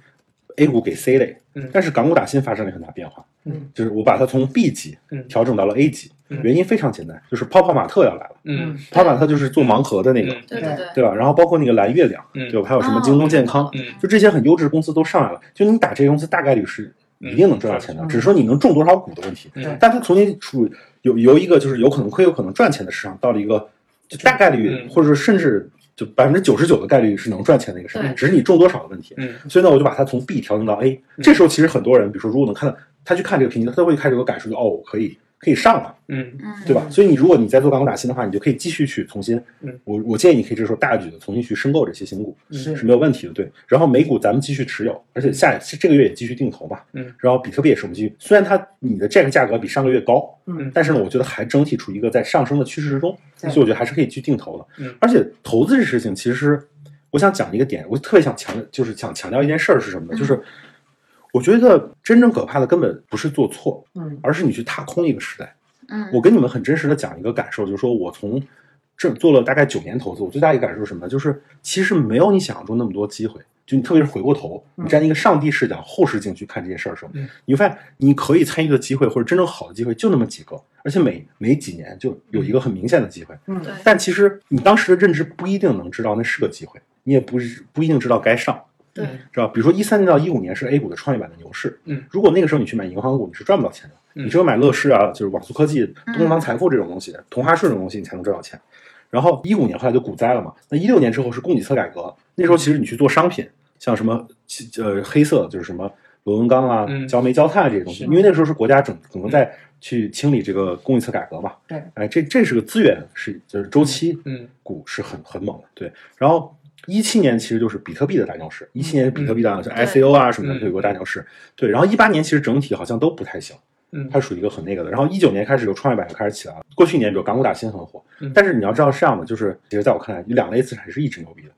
Speaker 1: ，A 股给 C 类，
Speaker 4: 嗯
Speaker 1: 但是港股打新发生了很大变化，
Speaker 4: 嗯
Speaker 1: 就是我把它从 B 级
Speaker 4: 嗯
Speaker 1: 调整到了 A 级，
Speaker 4: 嗯
Speaker 1: 原因非常简单，就是泡泡玛特要来了，
Speaker 4: 嗯
Speaker 1: 泡泡玛特就是做盲盒的那个，
Speaker 4: 嗯
Speaker 5: 对
Speaker 3: 对
Speaker 5: 对，
Speaker 1: 对吧？然后包括那个蓝月亮，
Speaker 4: 嗯
Speaker 1: 就还有什
Speaker 2: 啊
Speaker 5: 哦
Speaker 1: 么京东健康，
Speaker 4: 嗯
Speaker 1: 就这些很优质的公司都上来了，就你打这些公司大概率是一定能赚到钱的，
Speaker 3: 嗯
Speaker 1: 只是说你能中多少股的问题。
Speaker 4: 嗯
Speaker 1: 但它从你处于有由一个就是有可能亏有可能赚钱的市场，到了一个就大概率、
Speaker 4: 嗯
Speaker 1: 或者说甚至就百分之九十九的概率是能赚钱的一个市场，
Speaker 5: 对
Speaker 1: 只是你中多少的问题。
Speaker 4: 嗯
Speaker 1: 所以呢，我就把它从 B 调整到 A。这时候其实很多人，比如说如果能看到他去看这个评级，他都会开始有感受，就哦，我可以可以上了。
Speaker 4: 嗯
Speaker 5: 嗯，
Speaker 1: 对吧？所以你如果你在做港股打新的话，你就可以继续去重新，
Speaker 4: 嗯
Speaker 1: 我我建议你可以这时候大举的重新去申购这些新股
Speaker 3: 是
Speaker 1: 嗯是没有问题的，对。然后美股咱们继续持有，而且下这个月也继续定投嘛，
Speaker 4: 嗯。
Speaker 1: 然后比特币也是我们继续，虽然它你的这个价格比上个月高，
Speaker 3: 嗯
Speaker 1: 但是呢，我觉得还整体处于一个在上升的趋势之中，所
Speaker 3: 对
Speaker 1: 以我觉得还是可以去定投的。
Speaker 4: 嗯
Speaker 1: 而且投资这事情，其实我想讲一个点，我特别想强，就是想强调一件事儿是什么呢？
Speaker 3: 嗯
Speaker 1: 就是我觉得真正可怕的根本不是做错，
Speaker 3: 嗯
Speaker 1: 而是你去踏空一个时代。
Speaker 5: 嗯，
Speaker 1: 我跟你们很真实的讲一个感受，就是说我从这做了大概九年投资，我最大一个感受是什么呢？就是其实没有你想象中那么多机会。就你特别是回过头，
Speaker 3: 嗯
Speaker 1: 你站在一个上帝视角、后视镜去看这件事儿的时候，
Speaker 4: 嗯
Speaker 1: 你会发现你可以参与的机会或者真正好的机会就那么几个，而且每每几年就有一个很明显的机会。
Speaker 3: 嗯
Speaker 5: 对，
Speaker 1: 但其实你当时的认知不一定能知道那是个机会，你也不是不一定知道该上。
Speaker 5: 对
Speaker 1: 知道吧？比如说一三年到一五年是 A 股的创业板的牛市，
Speaker 4: 嗯
Speaker 1: 如果那个时候你去买银行股，你是赚不到钱的，
Speaker 4: 嗯
Speaker 1: 你只有买乐视啊，就是网速科技、
Speaker 5: 嗯
Speaker 1: 东方财富这种东西、同花顺这种东西，你才能赚到钱。然后一五年后来就股灾了嘛，那一六年之后是供给侧改革，那时候其实你去做商品，像什么呃黑色就是什么螺纹钢啊、
Speaker 4: 嗯
Speaker 1: 焦煤、焦炭啊这些东西，
Speaker 4: 是
Speaker 1: 因为那时候是国家整整个在去清理这个供给侧改革嘛，
Speaker 3: 对，
Speaker 1: 哎，这这是个资源是就是周期，
Speaker 4: 嗯
Speaker 1: 股是很很猛的，对。然后一七年其实就是比特币的大牛市，一七年是比特币大牛市、
Speaker 5: 嗯
Speaker 1: i c o 啊什么的
Speaker 4: 嗯
Speaker 1: 都有个大牛市，对。然后一八年其实整体好像都不太行，
Speaker 4: 嗯
Speaker 1: 它属于一个很那个的。然后一九年开始有创业板就开始起来了，过去一年比如港股打新很火
Speaker 4: 嗯，
Speaker 1: 但是你要知道是这样的，就是其实在我看来，有两类资产是一直牛逼的，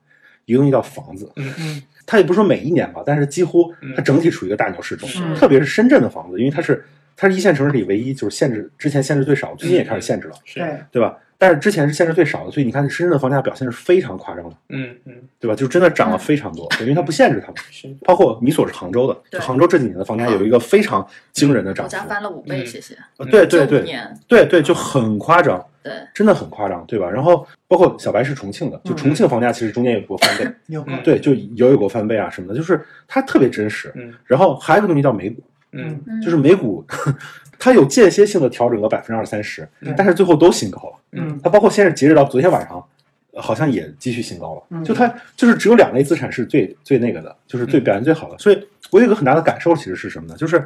Speaker 1: 一个东西叫房子，
Speaker 3: 嗯
Speaker 1: 它也不是说每一年吧，但是几乎
Speaker 4: 嗯
Speaker 1: 它整体处于一个大牛市中，
Speaker 5: 是
Speaker 1: 特别是深圳的房子，因为它是它是一线城市里唯一就是限制之前限制最少，最近也开始限制了。
Speaker 4: 是
Speaker 3: 对
Speaker 1: 对吧？但是之前是限制最少的，所以你看深圳的房价表现是非常夸张的，
Speaker 4: 嗯嗯
Speaker 1: 对吧？就真的涨了非常多，对因为它不限制它们。
Speaker 4: 是
Speaker 1: 包括米索是杭州的，就
Speaker 5: 对
Speaker 1: 杭州这几年的房价有一个非常惊人的涨
Speaker 5: 我
Speaker 1: 幅
Speaker 5: 家，翻了五倍，
Speaker 4: 嗯
Speaker 5: 谢谢。
Speaker 1: 呃对对
Speaker 5: 这五
Speaker 1: 对
Speaker 5: 年，
Speaker 1: 对对，就很夸张，
Speaker 5: 对，
Speaker 1: 真的很夸张，对吧？然后包括小白是重庆的，就重庆房价其实中间有过翻倍，
Speaker 3: 有过
Speaker 4: 嗯
Speaker 1: 对，就有有过翻倍啊什么的，就是它特别真实。
Speaker 4: 嗯
Speaker 1: 然后还有一个东西叫美股，
Speaker 4: 嗯
Speaker 5: 嗯
Speaker 1: 就是美股它有间歇性的调整个百分之二三十
Speaker 4: 嗯，
Speaker 1: 但是最后都新高了。
Speaker 3: 嗯
Speaker 1: 它包括现在截止到昨天晚上，呃好像也继续新高了。
Speaker 3: 嗯
Speaker 1: 就它就是只有两类资产是最最那个的，就是最表现最好的。所以我有一个很大的感受，其实是什么呢？就是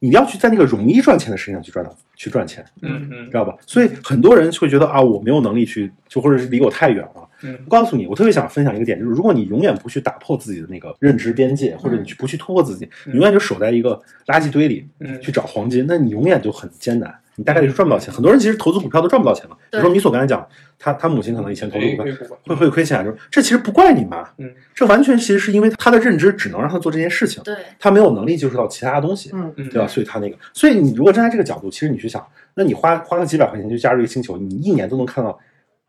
Speaker 1: 你要去在那个容易赚钱的事情上去赚到去赚钱，
Speaker 4: 嗯嗯
Speaker 1: 知道吧？所以很多人会觉得啊，我没有能力去，就或者是离我太远了。
Speaker 4: 嗯
Speaker 1: 我告诉你，我特别想分享一个点，就是如果你永远不去打破自己的那个认知边界，或者你去不去突破自己，你
Speaker 4: 嗯
Speaker 1: 永远就守在一个垃圾堆里，
Speaker 4: 嗯
Speaker 1: 去找黄金，那你永远就很艰难，你大概率是赚不到钱。很多人其实投资股票都赚不到钱嘛。比
Speaker 5: 对
Speaker 1: 如说米索刚才讲，他他母亲可能以前投资
Speaker 4: 嗯
Speaker 1: 股票会
Speaker 4: 会
Speaker 1: 会亏钱，就是啊这其实不怪你妈，
Speaker 4: 嗯
Speaker 1: 这完全其实是因为他的认知只能让他做这件事情，
Speaker 5: 对，
Speaker 1: 他没有能力接触到其他东西，
Speaker 3: 嗯
Speaker 4: 嗯
Speaker 1: 对吧？所以他那个，所以你如果站在这个角度，其实你去想，那你花花个几百块钱就加入一个星球，你一年都能看到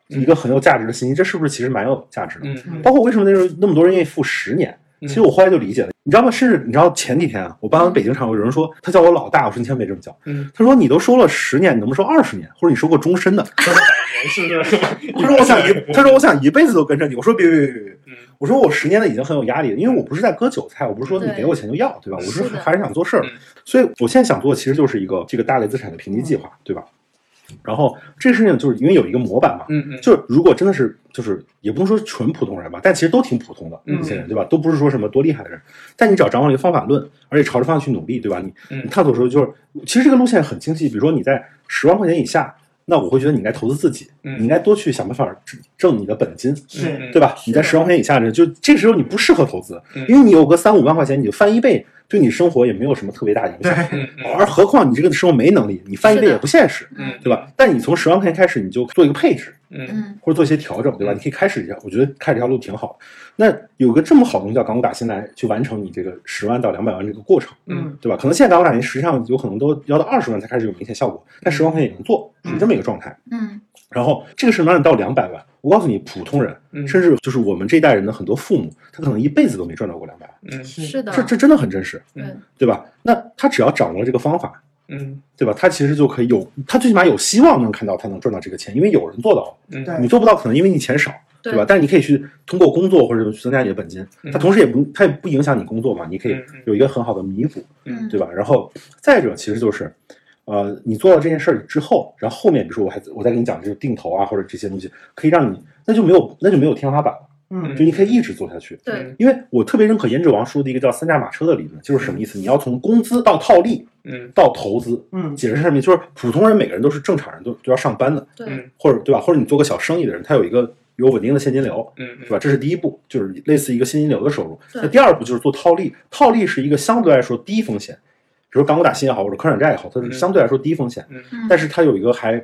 Speaker 1: 一个很有价值的信息，这是不是其实蛮有价值的？
Speaker 4: 嗯嗯
Speaker 1: 包括为什么那时候那么多人愿意付十年？
Speaker 4: 嗯
Speaker 1: 其实我后来就理解了，你知道吗？甚至你知道前几天啊，我搬完北京场，有人说他叫我老大，我说你千万别这么叫。
Speaker 4: 嗯
Speaker 1: 他说你都收了十年，你能不能收二十年？或者你收过终身的？
Speaker 4: 人是不是？
Speaker 1: 他说我想一，他说我想一辈子都跟着你。我说别别别别别
Speaker 4: 嗯，
Speaker 1: 我说我十年的已经很有压力了，因为我不是在割韭菜，我不是说你给我钱就要，对吧？我是
Speaker 5: 是的
Speaker 1: 还是想做事儿
Speaker 4: 嗯，
Speaker 1: 所以我现在想做的其实就是一个这个大类资产的评级计划，对吧？然后这个事情就是因为有一个模板嘛，
Speaker 4: 嗯嗯
Speaker 1: 就是如果真的是就是也不能说纯普通人吧，但其实都挺普通的
Speaker 4: 嗯
Speaker 1: 一些人，对吧？都不是说什么多厉害的人，但你只要掌握了一个方法论，而且朝着方向去努力，对吧？你
Speaker 4: 嗯
Speaker 1: 你探索的时候就是，其实这个路线很清晰。比如说你在十万块钱以下，那我会觉得你应该投资自己，
Speaker 4: 嗯
Speaker 1: 你应该多去想办法挣挣你的本金，
Speaker 3: 是
Speaker 1: 对吧？
Speaker 5: 是
Speaker 1: 你在
Speaker 5: 的
Speaker 1: 十万块钱以下的，就这个时候你不适合投资，
Speaker 4: 嗯
Speaker 1: 因为你有个三五万块钱，你翻一倍，对你生活也没有什么特别大影响。
Speaker 3: 对
Speaker 4: 嗯嗯
Speaker 1: 而何况你这个生活没能力，你翻一倍
Speaker 5: 是的
Speaker 1: 也不现实，
Speaker 5: 嗯
Speaker 1: 对吧？但你从十万块钱开始，你就做一个配置，
Speaker 4: 嗯
Speaker 5: 嗯
Speaker 1: 或者做一些调整，对吧？你可以开始一下，我觉得开始这条路挺好。那有个这么好的东西叫港股打新来去完成你这个十万到两百万这个过程，
Speaker 3: 嗯
Speaker 1: 对吧？可能现在港股打新实际上有可能都要到二十万才开始有明显效果，但十万块钱也能做，属于这么一个状态。
Speaker 5: 嗯
Speaker 1: 然后这个事能让你到两百万，我告诉你，普通人，
Speaker 4: 嗯
Speaker 1: 甚至就是我们这一代人的很多父母，他可能一辈子都没赚到过两百万，
Speaker 4: 嗯
Speaker 5: 是的，
Speaker 1: 这这真的很真实，
Speaker 5: 对
Speaker 1: 对吧？那他只要掌握了这个方法，
Speaker 4: 嗯
Speaker 1: 对吧？他其实就可以有，他最起码有希望能看到他能赚到这个钱，因为有人做到了。
Speaker 4: 嗯，
Speaker 3: 对
Speaker 1: 你做不到，可能因为你钱少，
Speaker 5: 对
Speaker 1: 吧？但是你可以去通过工作或者去增加你的本金
Speaker 4: 嗯，
Speaker 1: 它同时也不，它也不影响你工作嘛，你可以
Speaker 4: 嗯嗯
Speaker 1: 有一个很好的弥补，
Speaker 5: 嗯
Speaker 1: 对吧？然后再者，其实就是，呃，你做了这件事儿之后，然后后面比如说我还我再给你讲，就是定投啊或者这些东西，可以让你那就没有那就没有天花板了，
Speaker 3: 嗯
Speaker 1: 就你可以一直做下去。
Speaker 5: 对，
Speaker 1: 因为我特别认可颜值王说的一个叫三驾马车的理论，就是什么意思？你要从工资到套利
Speaker 4: 嗯
Speaker 1: 到投资，
Speaker 3: 嗯
Speaker 1: 解释上面就是普通人每个人都是正常人，都都要上班的，
Speaker 5: 对，
Speaker 4: 嗯
Speaker 1: 或者对吧？或者你做个小生意的人，他有一个有稳定的现金流，
Speaker 4: 嗯，
Speaker 1: 是吧？这是第一步，就是类似一个现金流的收入。
Speaker 5: 对
Speaker 1: 那第二步就是做套利，套利是一个相对来说低风险，比如港股打新也好，或者科产债也好，它是
Speaker 4: 嗯
Speaker 1: 相对来说低风险，
Speaker 5: 嗯
Speaker 1: 但是它有一个还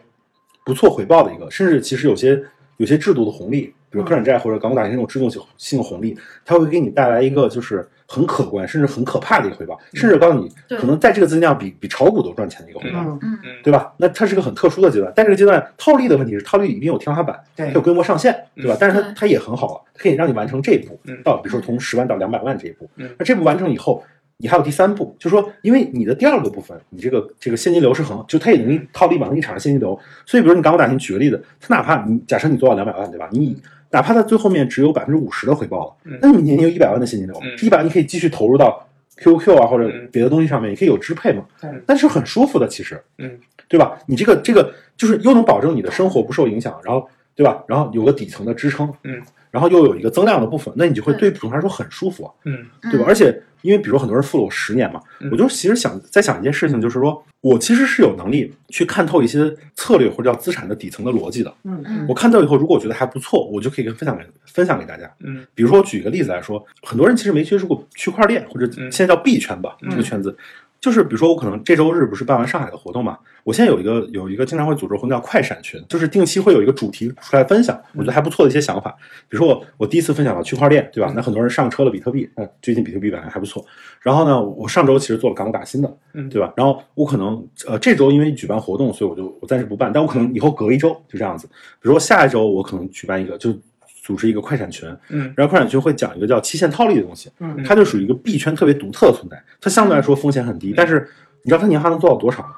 Speaker 1: 不错回报的一个，甚至其实有些有些制度的红利，比如科产债或者港股打新这种制度性性红利，它会给你带来一个就是很可观，甚至很可怕的一个回报，甚至告诉你
Speaker 5: 对
Speaker 1: 可能在这个资金量比比炒股都赚钱的一个回报。
Speaker 3: 嗯，
Speaker 5: 嗯
Speaker 4: 嗯，
Speaker 1: 对吧？那它是个很特殊的阶段，但这个阶段套利的问题是套利一定有天花板，它
Speaker 3: 对
Speaker 1: 有规模上限，对吧
Speaker 4: 嗯？
Speaker 1: 但是它
Speaker 5: 对
Speaker 1: 它也很好啊，它可以让你完成这一步
Speaker 4: 嗯，
Speaker 1: 到比如说从十万到两百万这一步。
Speaker 4: 嗯
Speaker 1: 那这步完成以后，你还有第三步，就是说，因为你的第二个部分，你这个这个现金流是很，就它也能套利嘛，它一产生现金流。所以，比如你港股打新举个例子，它哪怕你假设你做到两百万，对吧？你哪怕它最后面只有百分之五十的回报了
Speaker 4: 嗯，
Speaker 1: 那你每年有一百万的现金流
Speaker 4: 嗯，
Speaker 1: 一百万你可以继续投入到 QQ 啊或者
Speaker 4: 嗯
Speaker 1: 别的东西上面，也可以有支配嘛
Speaker 3: 对，
Speaker 1: 但是很舒服的其实。
Speaker 4: 嗯
Speaker 1: 对吧？你这个这个就是又能保证你的生活不受影响，然后对吧？然后有个底层的支撑，
Speaker 4: 嗯，
Speaker 1: 然后又有一个增量的部分，那你就会对普通人来说很舒服啊，
Speaker 4: 嗯
Speaker 1: 对吧？而且因为比如说很多人富了我十年嘛，
Speaker 4: 嗯
Speaker 1: 我就其实想在想一件事情，就是说我其实是有能力去看透一些策略或者叫资产的底层的逻辑的。
Speaker 3: 嗯
Speaker 5: 嗯
Speaker 1: 我看到以后，如果我觉得还不错，我就可以分享给分享给大家。
Speaker 4: 嗯
Speaker 1: 比如说，我举一个例子来说，很多人其实没接触过区块链，或者
Speaker 4: 嗯
Speaker 1: 现在叫币圈吧，
Speaker 4: 嗯
Speaker 1: 这个圈子。就是比如说，我可能这周日不是办完上海的活动嘛，我现在有一个有一个经常会组织活动叫快闪群，就是定期会有一个主题出来分享，我觉得还不错的一些想法。比如说我我第一次分享了区块链，对吧？那很多人上车了比特币，那最近比特币表现还不错。然后呢，我上周其实做了港股打新的，
Speaker 4: 嗯，
Speaker 1: 对吧？然后我可能呃这周因为举办活动，所以我就我暂时不办，但我可能以后隔一周就这样子。比如说下一周我可能举办一个，就组织一个快闪群，
Speaker 4: 嗯
Speaker 1: 然后快闪群会讲一个叫期限套利的东西，
Speaker 3: 嗯
Speaker 1: 它就属于一个币圈特别独特的存在，它相对来说风险很
Speaker 4: 嗯
Speaker 1: 低，但是你知道它年化能做到多少吗？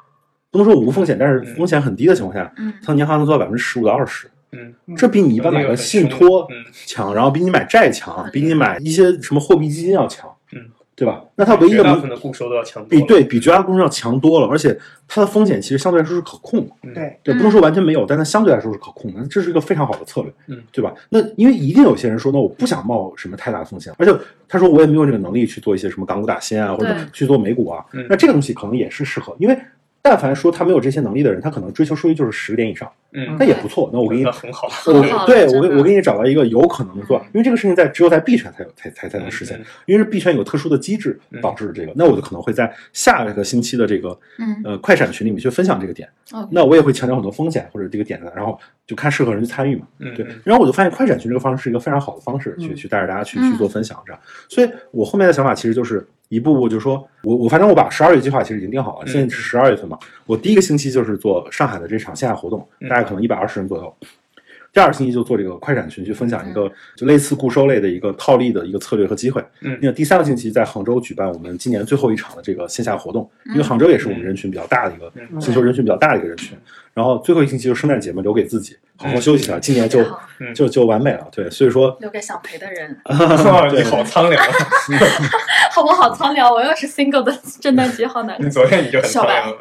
Speaker 1: 不能说无风险，但是风险很低的情况下，
Speaker 5: 嗯
Speaker 1: 它年化能做到百分之十五到二十，
Speaker 4: 嗯
Speaker 1: 这比你一般买的信托
Speaker 4: 嗯
Speaker 1: 强，然后比你买债强，比你买一些什么货币基金要强，
Speaker 4: 嗯，
Speaker 1: 对吧？那它唯一
Speaker 4: 绝
Speaker 1: 的
Speaker 4: 大部分的固收都要强多
Speaker 1: 比
Speaker 4: 了，
Speaker 1: 对比绝大部分要强多了，而且它的风险其实相对来说是可控的。
Speaker 3: 对，
Speaker 1: 对，
Speaker 5: 嗯
Speaker 1: 不能说完全没有，但它相对来说是可控的，这是一个非常好的策略，
Speaker 4: 嗯，
Speaker 1: 对吧？那因为一定有些人说，那我不想冒什么太大的风险，而且他说我也没有这个能力去做一些什么港股打新啊，或者
Speaker 5: 对
Speaker 1: 去做美股啊
Speaker 4: 嗯，
Speaker 1: 那这个东西可能也是适合，因为但凡说他没有这些能力的人，他可能追求收益就是十点以上，
Speaker 4: 嗯，
Speaker 1: 那也不错。那我给你
Speaker 4: 那。很好，嗯
Speaker 1: 我
Speaker 5: 很好
Speaker 1: 对
Speaker 5: 真
Speaker 1: 我给
Speaker 5: 的
Speaker 1: 我给你找到一个有可能做，因为这个事情在只有在币圈才有才才才能实现，因为是币圈有特殊的机制
Speaker 4: 嗯
Speaker 1: 导致的这个，那我就可能会在下一个星期的这个
Speaker 5: 嗯
Speaker 1: 呃快闪群里面去分享这个点。
Speaker 5: 哦
Speaker 1: 那我也会强调很多风险或者这个点的，然后就看适合人去参与嘛。
Speaker 4: 嗯，
Speaker 1: 对，然后我就发现快闪群这个方式是一个非常好的方式，去
Speaker 3: 嗯
Speaker 1: 去带着大家去
Speaker 5: 嗯
Speaker 1: 去做分享这样。所以我后面的想法其实就是一步步，就是说我我反正我把十二月计划其实已经定好了，
Speaker 4: 嗯
Speaker 1: 现在是十二月份嘛，我第一个星期就是做上海的这场线下活动，
Speaker 4: 嗯
Speaker 1: 大概可能一百二十人左右。第二个星期就做这个快闪群，去分享一
Speaker 5: 嗯
Speaker 1: 个就类似固收类的一个套利的一个策略和机会。
Speaker 4: 嗯
Speaker 1: 那第三个星期在杭州举办我们今年最后一场的这个线下活动，因为
Speaker 5: 嗯
Speaker 1: 杭州也是我们人群比较大的一个
Speaker 4: 嗯
Speaker 1: 星球人群比较大的一个人群。然后最后一个星期就是圣诞节嘛，留给自己好好休息一下，今年就
Speaker 5: 好
Speaker 4: 嗯
Speaker 1: 就就完美了。对，所以说
Speaker 5: 留给想陪的人，
Speaker 1: 呃
Speaker 4: 你好苍凉，啊
Speaker 5: 我 好苍凉，我又是 single 的 圣诞节，好难
Speaker 4: 你昨天你就很苍凉了，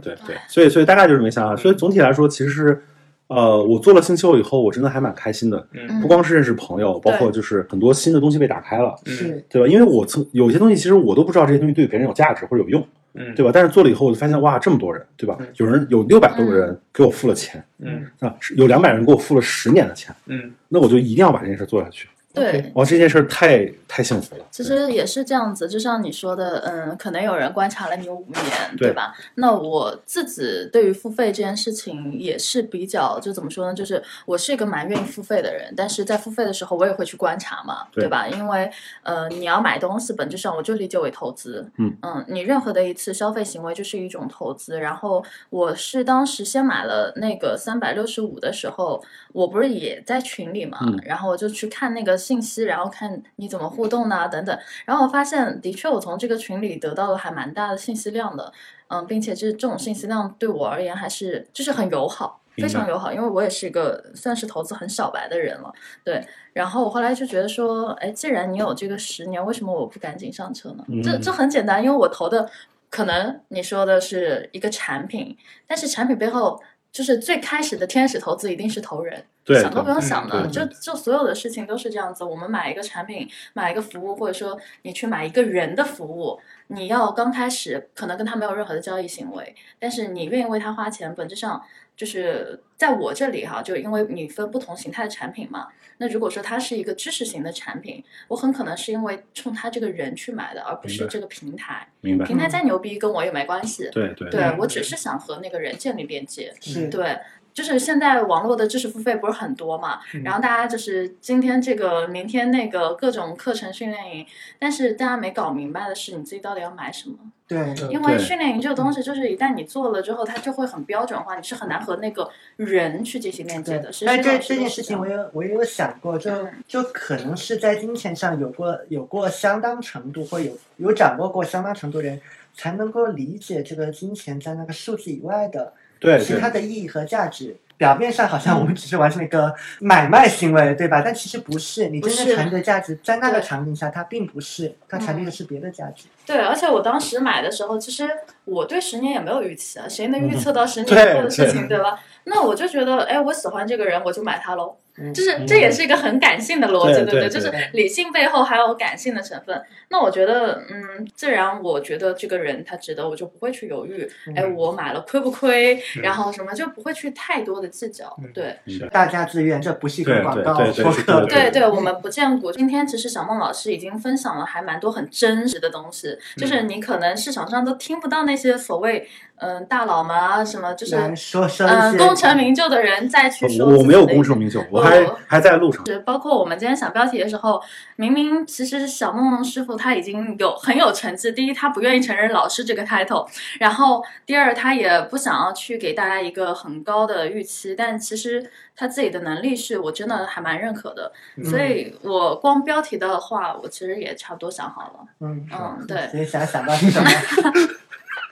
Speaker 1: 对对对，所以所以大概就是这么想法。啊所以总体来说，其实呃，我做了星期六以后，我真的还蛮开心的。
Speaker 4: 嗯
Speaker 1: 不光是认识朋友，包括就是很多新的东西被打开了，
Speaker 4: 嗯
Speaker 3: 是，
Speaker 1: 对吧？因为我曾有些东西其实我都不知道这些东西对别人有价值或者有用，
Speaker 4: 嗯，
Speaker 1: 对吧？但是做了以后，我就发现哇，这么多人，对吧
Speaker 4: 嗯？
Speaker 1: 有人有六百多个人给我付了钱
Speaker 4: 嗯
Speaker 1: 啊，是有两百人给我付了十年的钱，
Speaker 4: 嗯
Speaker 1: 那我就一定要把这件事做下去。
Speaker 5: 对。
Speaker 1: 哇，哦这件事儿太太幸福了。
Speaker 5: 其
Speaker 1: 对
Speaker 5: 实也是这样子，就像你说的，嗯，可能有人观察了你五年，
Speaker 1: 对
Speaker 5: 对吧？那我自己对于付费这件事情也是比较，就怎么说呢？就是我是一个蛮愿意付费的人，但是在付费的时候，我也会去观察嘛，
Speaker 1: 对
Speaker 5: 对吧？因为呃，你要买东西，本质上我就理解为投资，
Speaker 1: 嗯
Speaker 5: 你任何的一次消费行为就是一种投资。然后我是当时先买了那个三百六十五的时候，我不是也在群里嘛，
Speaker 1: 嗯
Speaker 5: 然后我就去看那个
Speaker 2: 信息，然后看你怎么互动呐、等等。然后我发现，的确我从这个群里得到了还蛮大的信息量的，嗯，并且这这种信息量对我而言还是就是很友好。非
Speaker 1: 明
Speaker 2: 常
Speaker 1: 白
Speaker 2: 友好，因为我也是一个算是投资很小白的人了，对。然后我后来就觉得说，哎，既然你有这个十年，为什么我不赶紧上车呢？这
Speaker 1: 嗯
Speaker 2: 这很简单，因为我投的可能你说的是一个产品，但是产品背后就是最开始的天使投资一定是投人，
Speaker 1: 对
Speaker 2: 想都不
Speaker 1: 对
Speaker 2: 用想的，
Speaker 1: 嗯
Speaker 2: 就就所有的事情都是这样子。我们买一个产品，买一个服务，或者说你去买一个人的服务，你要刚开始可能跟他没有任何的交易行为，但是你愿意为他花钱，本质上就是在我这里哈，就因为你分不同形态的产品嘛。那如果说它是一个知识型的产品，我很可能是因为冲他这个人去买的，而不
Speaker 1: 明
Speaker 2: 是
Speaker 1: 白
Speaker 2: 这个平台。
Speaker 1: 明白，
Speaker 2: 平台再牛逼，跟我也没关系。
Speaker 1: 对对嗯
Speaker 2: 对我只是想和那个人建立链接。
Speaker 3: 是，
Speaker 2: 对，就是现在网络的知识付费不是很多嘛，
Speaker 4: 嗯
Speaker 2: 然后大家就是今天这个，明天那个，各种课程训练营，但是大家没搞明白的是你自己到底要买什么，
Speaker 3: 嗯对，嗯
Speaker 2: 因为
Speaker 1: 对
Speaker 2: 训练营这个东西，就是一旦你做了之后，它就会很标准化，你是很难和那个人去进行链接
Speaker 3: 对
Speaker 2: 的。实
Speaker 3: 但
Speaker 2: 际
Speaker 3: 哎这
Speaker 2: 上
Speaker 3: 这件事情，我也我也有想过，就
Speaker 2: 嗯
Speaker 3: 就可能是在金钱上有过有过相当程度，或有有掌握过相当程度的人，才能够理解这个金钱在那个数字以外的
Speaker 1: 对
Speaker 3: 其
Speaker 1: 对
Speaker 3: 他的意义和价值。表面上好像我们只是完成了一个买卖行为，对吧？但其实不是，你
Speaker 2: 嗯不
Speaker 3: 真正
Speaker 2: 是
Speaker 3: 传递的价值在那个
Speaker 2: 对嗯
Speaker 3: 场景下，它并不是，它传递的是别的价值。
Speaker 2: 对，而且我当时买的时候，其实我对十年也没有预期啊，谁能预
Speaker 1: 嗯
Speaker 2: 测到十年
Speaker 1: 对
Speaker 2: 以后的事
Speaker 1: 对
Speaker 2: 情，对吧？那我就觉得，哎，我喜欢这个人，我就买他喽。
Speaker 3: 嗯
Speaker 2: 就是这也是一个很感性的逻辑，
Speaker 1: 对
Speaker 2: 不对？
Speaker 1: 对
Speaker 2: 就是
Speaker 3: 对
Speaker 2: 理性背后还有感性的成分。那我觉得，嗯，自然我觉得这个人他值得，我就不会去犹豫。哎，
Speaker 3: 嗯
Speaker 2: 我买了亏不亏？
Speaker 4: 嗯
Speaker 2: 然后什么就不会去太多的计较
Speaker 4: 嗯。
Speaker 2: 对。
Speaker 1: 是
Speaker 3: 大家自愿，这不是一个
Speaker 1: 对
Speaker 3: 广
Speaker 1: 对
Speaker 3: 告
Speaker 1: 对对
Speaker 3: 说
Speaker 1: 是
Speaker 3: 客
Speaker 1: 的
Speaker 2: 对对，
Speaker 1: 对
Speaker 2: 我们不见骨。今天其实小孟老师已经分享了还蛮多很真实的东西，
Speaker 1: 嗯
Speaker 2: 就是你可能市场上都听不到那些所谓嗯、大佬们啊什么，就是
Speaker 3: 来
Speaker 2: 嗯、
Speaker 3: 说说一些
Speaker 2: 功成名就的人再去说
Speaker 1: 呃我我
Speaker 2: 自己哦
Speaker 1: 没有
Speaker 2: 的
Speaker 1: 功
Speaker 2: 一些
Speaker 1: 成名就，我还
Speaker 2: 我
Speaker 1: 还在路 上。
Speaker 2: 是包括我们今天想标题的时候，明明其实小梦梦师傅他已经有很有成绩，第一他不愿意承认老师这个 title，然后第二他也不想要去给大家一个很高的预期，但其实他自己的能力是我真的还蛮认可的，
Speaker 4: 嗯
Speaker 2: 所以我光标题的话，我其实也差不多想好了，
Speaker 3: 嗯，
Speaker 2: 嗯，对。
Speaker 3: 所以想想到是什么？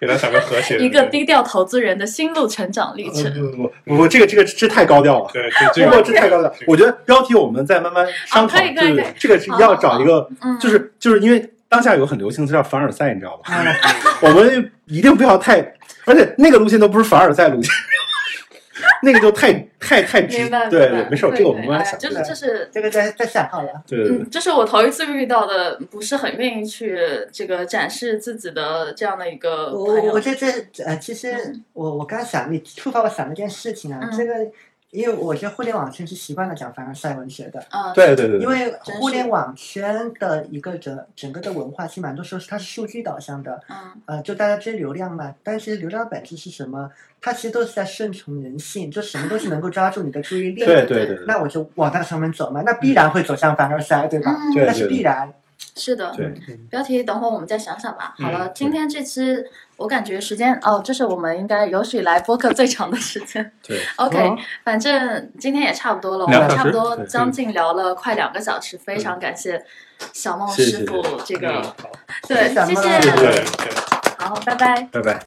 Speaker 4: 给他想个和谐 的
Speaker 2: 一个
Speaker 4: 对
Speaker 2: 低调投资人的心路成长历程，
Speaker 1: 不不不，这个这个这太高调了。
Speaker 4: 对这
Speaker 1: 这
Speaker 4: 这
Speaker 1: 个
Speaker 4: 个
Speaker 1: 这太高调了，我觉得标题我们再慢慢商讨。
Speaker 2: 啊可以可
Speaker 1: 对
Speaker 2: 以
Speaker 1: 对
Speaker 2: 可
Speaker 1: 对，这个是要找一个，
Speaker 2: 嗯，
Speaker 1: 就是就是因为当下有很流行，就叫凡尔赛，你知道吧？
Speaker 3: 嗯
Speaker 1: 我们一定不要太，而且那个路线都不是凡尔赛路线， 那个就太太太直
Speaker 2: 明。白，
Speaker 1: 对
Speaker 2: 明
Speaker 1: 对
Speaker 2: 白，
Speaker 1: 没事，
Speaker 2: 对
Speaker 1: 这个我
Speaker 2: 对
Speaker 1: 们慢慢
Speaker 2: 哎
Speaker 1: 想。
Speaker 2: 就
Speaker 1: 对
Speaker 2: 是就是
Speaker 3: 这个再再想好了。
Speaker 1: 对对
Speaker 2: 嗯，这是我头一次遇到的，不是很愿意去这个展示自己的这样的一个
Speaker 3: 我
Speaker 2: 呃朋
Speaker 3: 我
Speaker 2: 友
Speaker 3: 我。这这呃，其实
Speaker 2: 嗯
Speaker 3: 我我刚想，你触发我想了一件事情啊，
Speaker 2: 嗯
Speaker 3: 这个因为我觉得互联网圈是习惯了讲凡尔赛文学的，
Speaker 2: 啊，
Speaker 1: 对对对对
Speaker 3: 因
Speaker 1: 对，
Speaker 3: 为
Speaker 2: 真
Speaker 3: 互
Speaker 2: 是
Speaker 3: 联网圈的一个整整个的文化，其实蛮多时候是它是数据导向的，
Speaker 2: 嗯，
Speaker 3: 呃，就大家追流量嘛，但其实流量本质是什么？它其实都是在顺从人性，就什么东西能够抓住你的注意力，
Speaker 1: 对对对对
Speaker 3: 那我就往那个上面走嘛，那必然会走向凡尔赛，对吧？
Speaker 2: 嗯
Speaker 1: 对
Speaker 3: 那是必然，
Speaker 2: 是的。嗯
Speaker 1: 对，
Speaker 2: 标题等会儿我们再想想吧。好了，
Speaker 4: 嗯
Speaker 2: 今天这期我感觉时间哦，这是我们应该有史以来播客最长的时间。
Speaker 1: 对
Speaker 2: OK，、
Speaker 3: 哦
Speaker 2: 反正今天也差不多了，我
Speaker 1: 两
Speaker 2: 们
Speaker 1: 小
Speaker 2: 差不
Speaker 1: 时
Speaker 2: 多
Speaker 1: 对
Speaker 2: 将近聊了快两个小时，非常感谢小梦
Speaker 1: 谢谢嗯
Speaker 2: 师傅这
Speaker 4: 这个
Speaker 2: 个，
Speaker 4: 嗯好
Speaker 2: 对，谢
Speaker 3: 谢谢小梦
Speaker 1: 谢谢
Speaker 4: 对
Speaker 2: 谢，
Speaker 4: 对。
Speaker 2: 好，拜拜。
Speaker 1: 拜拜。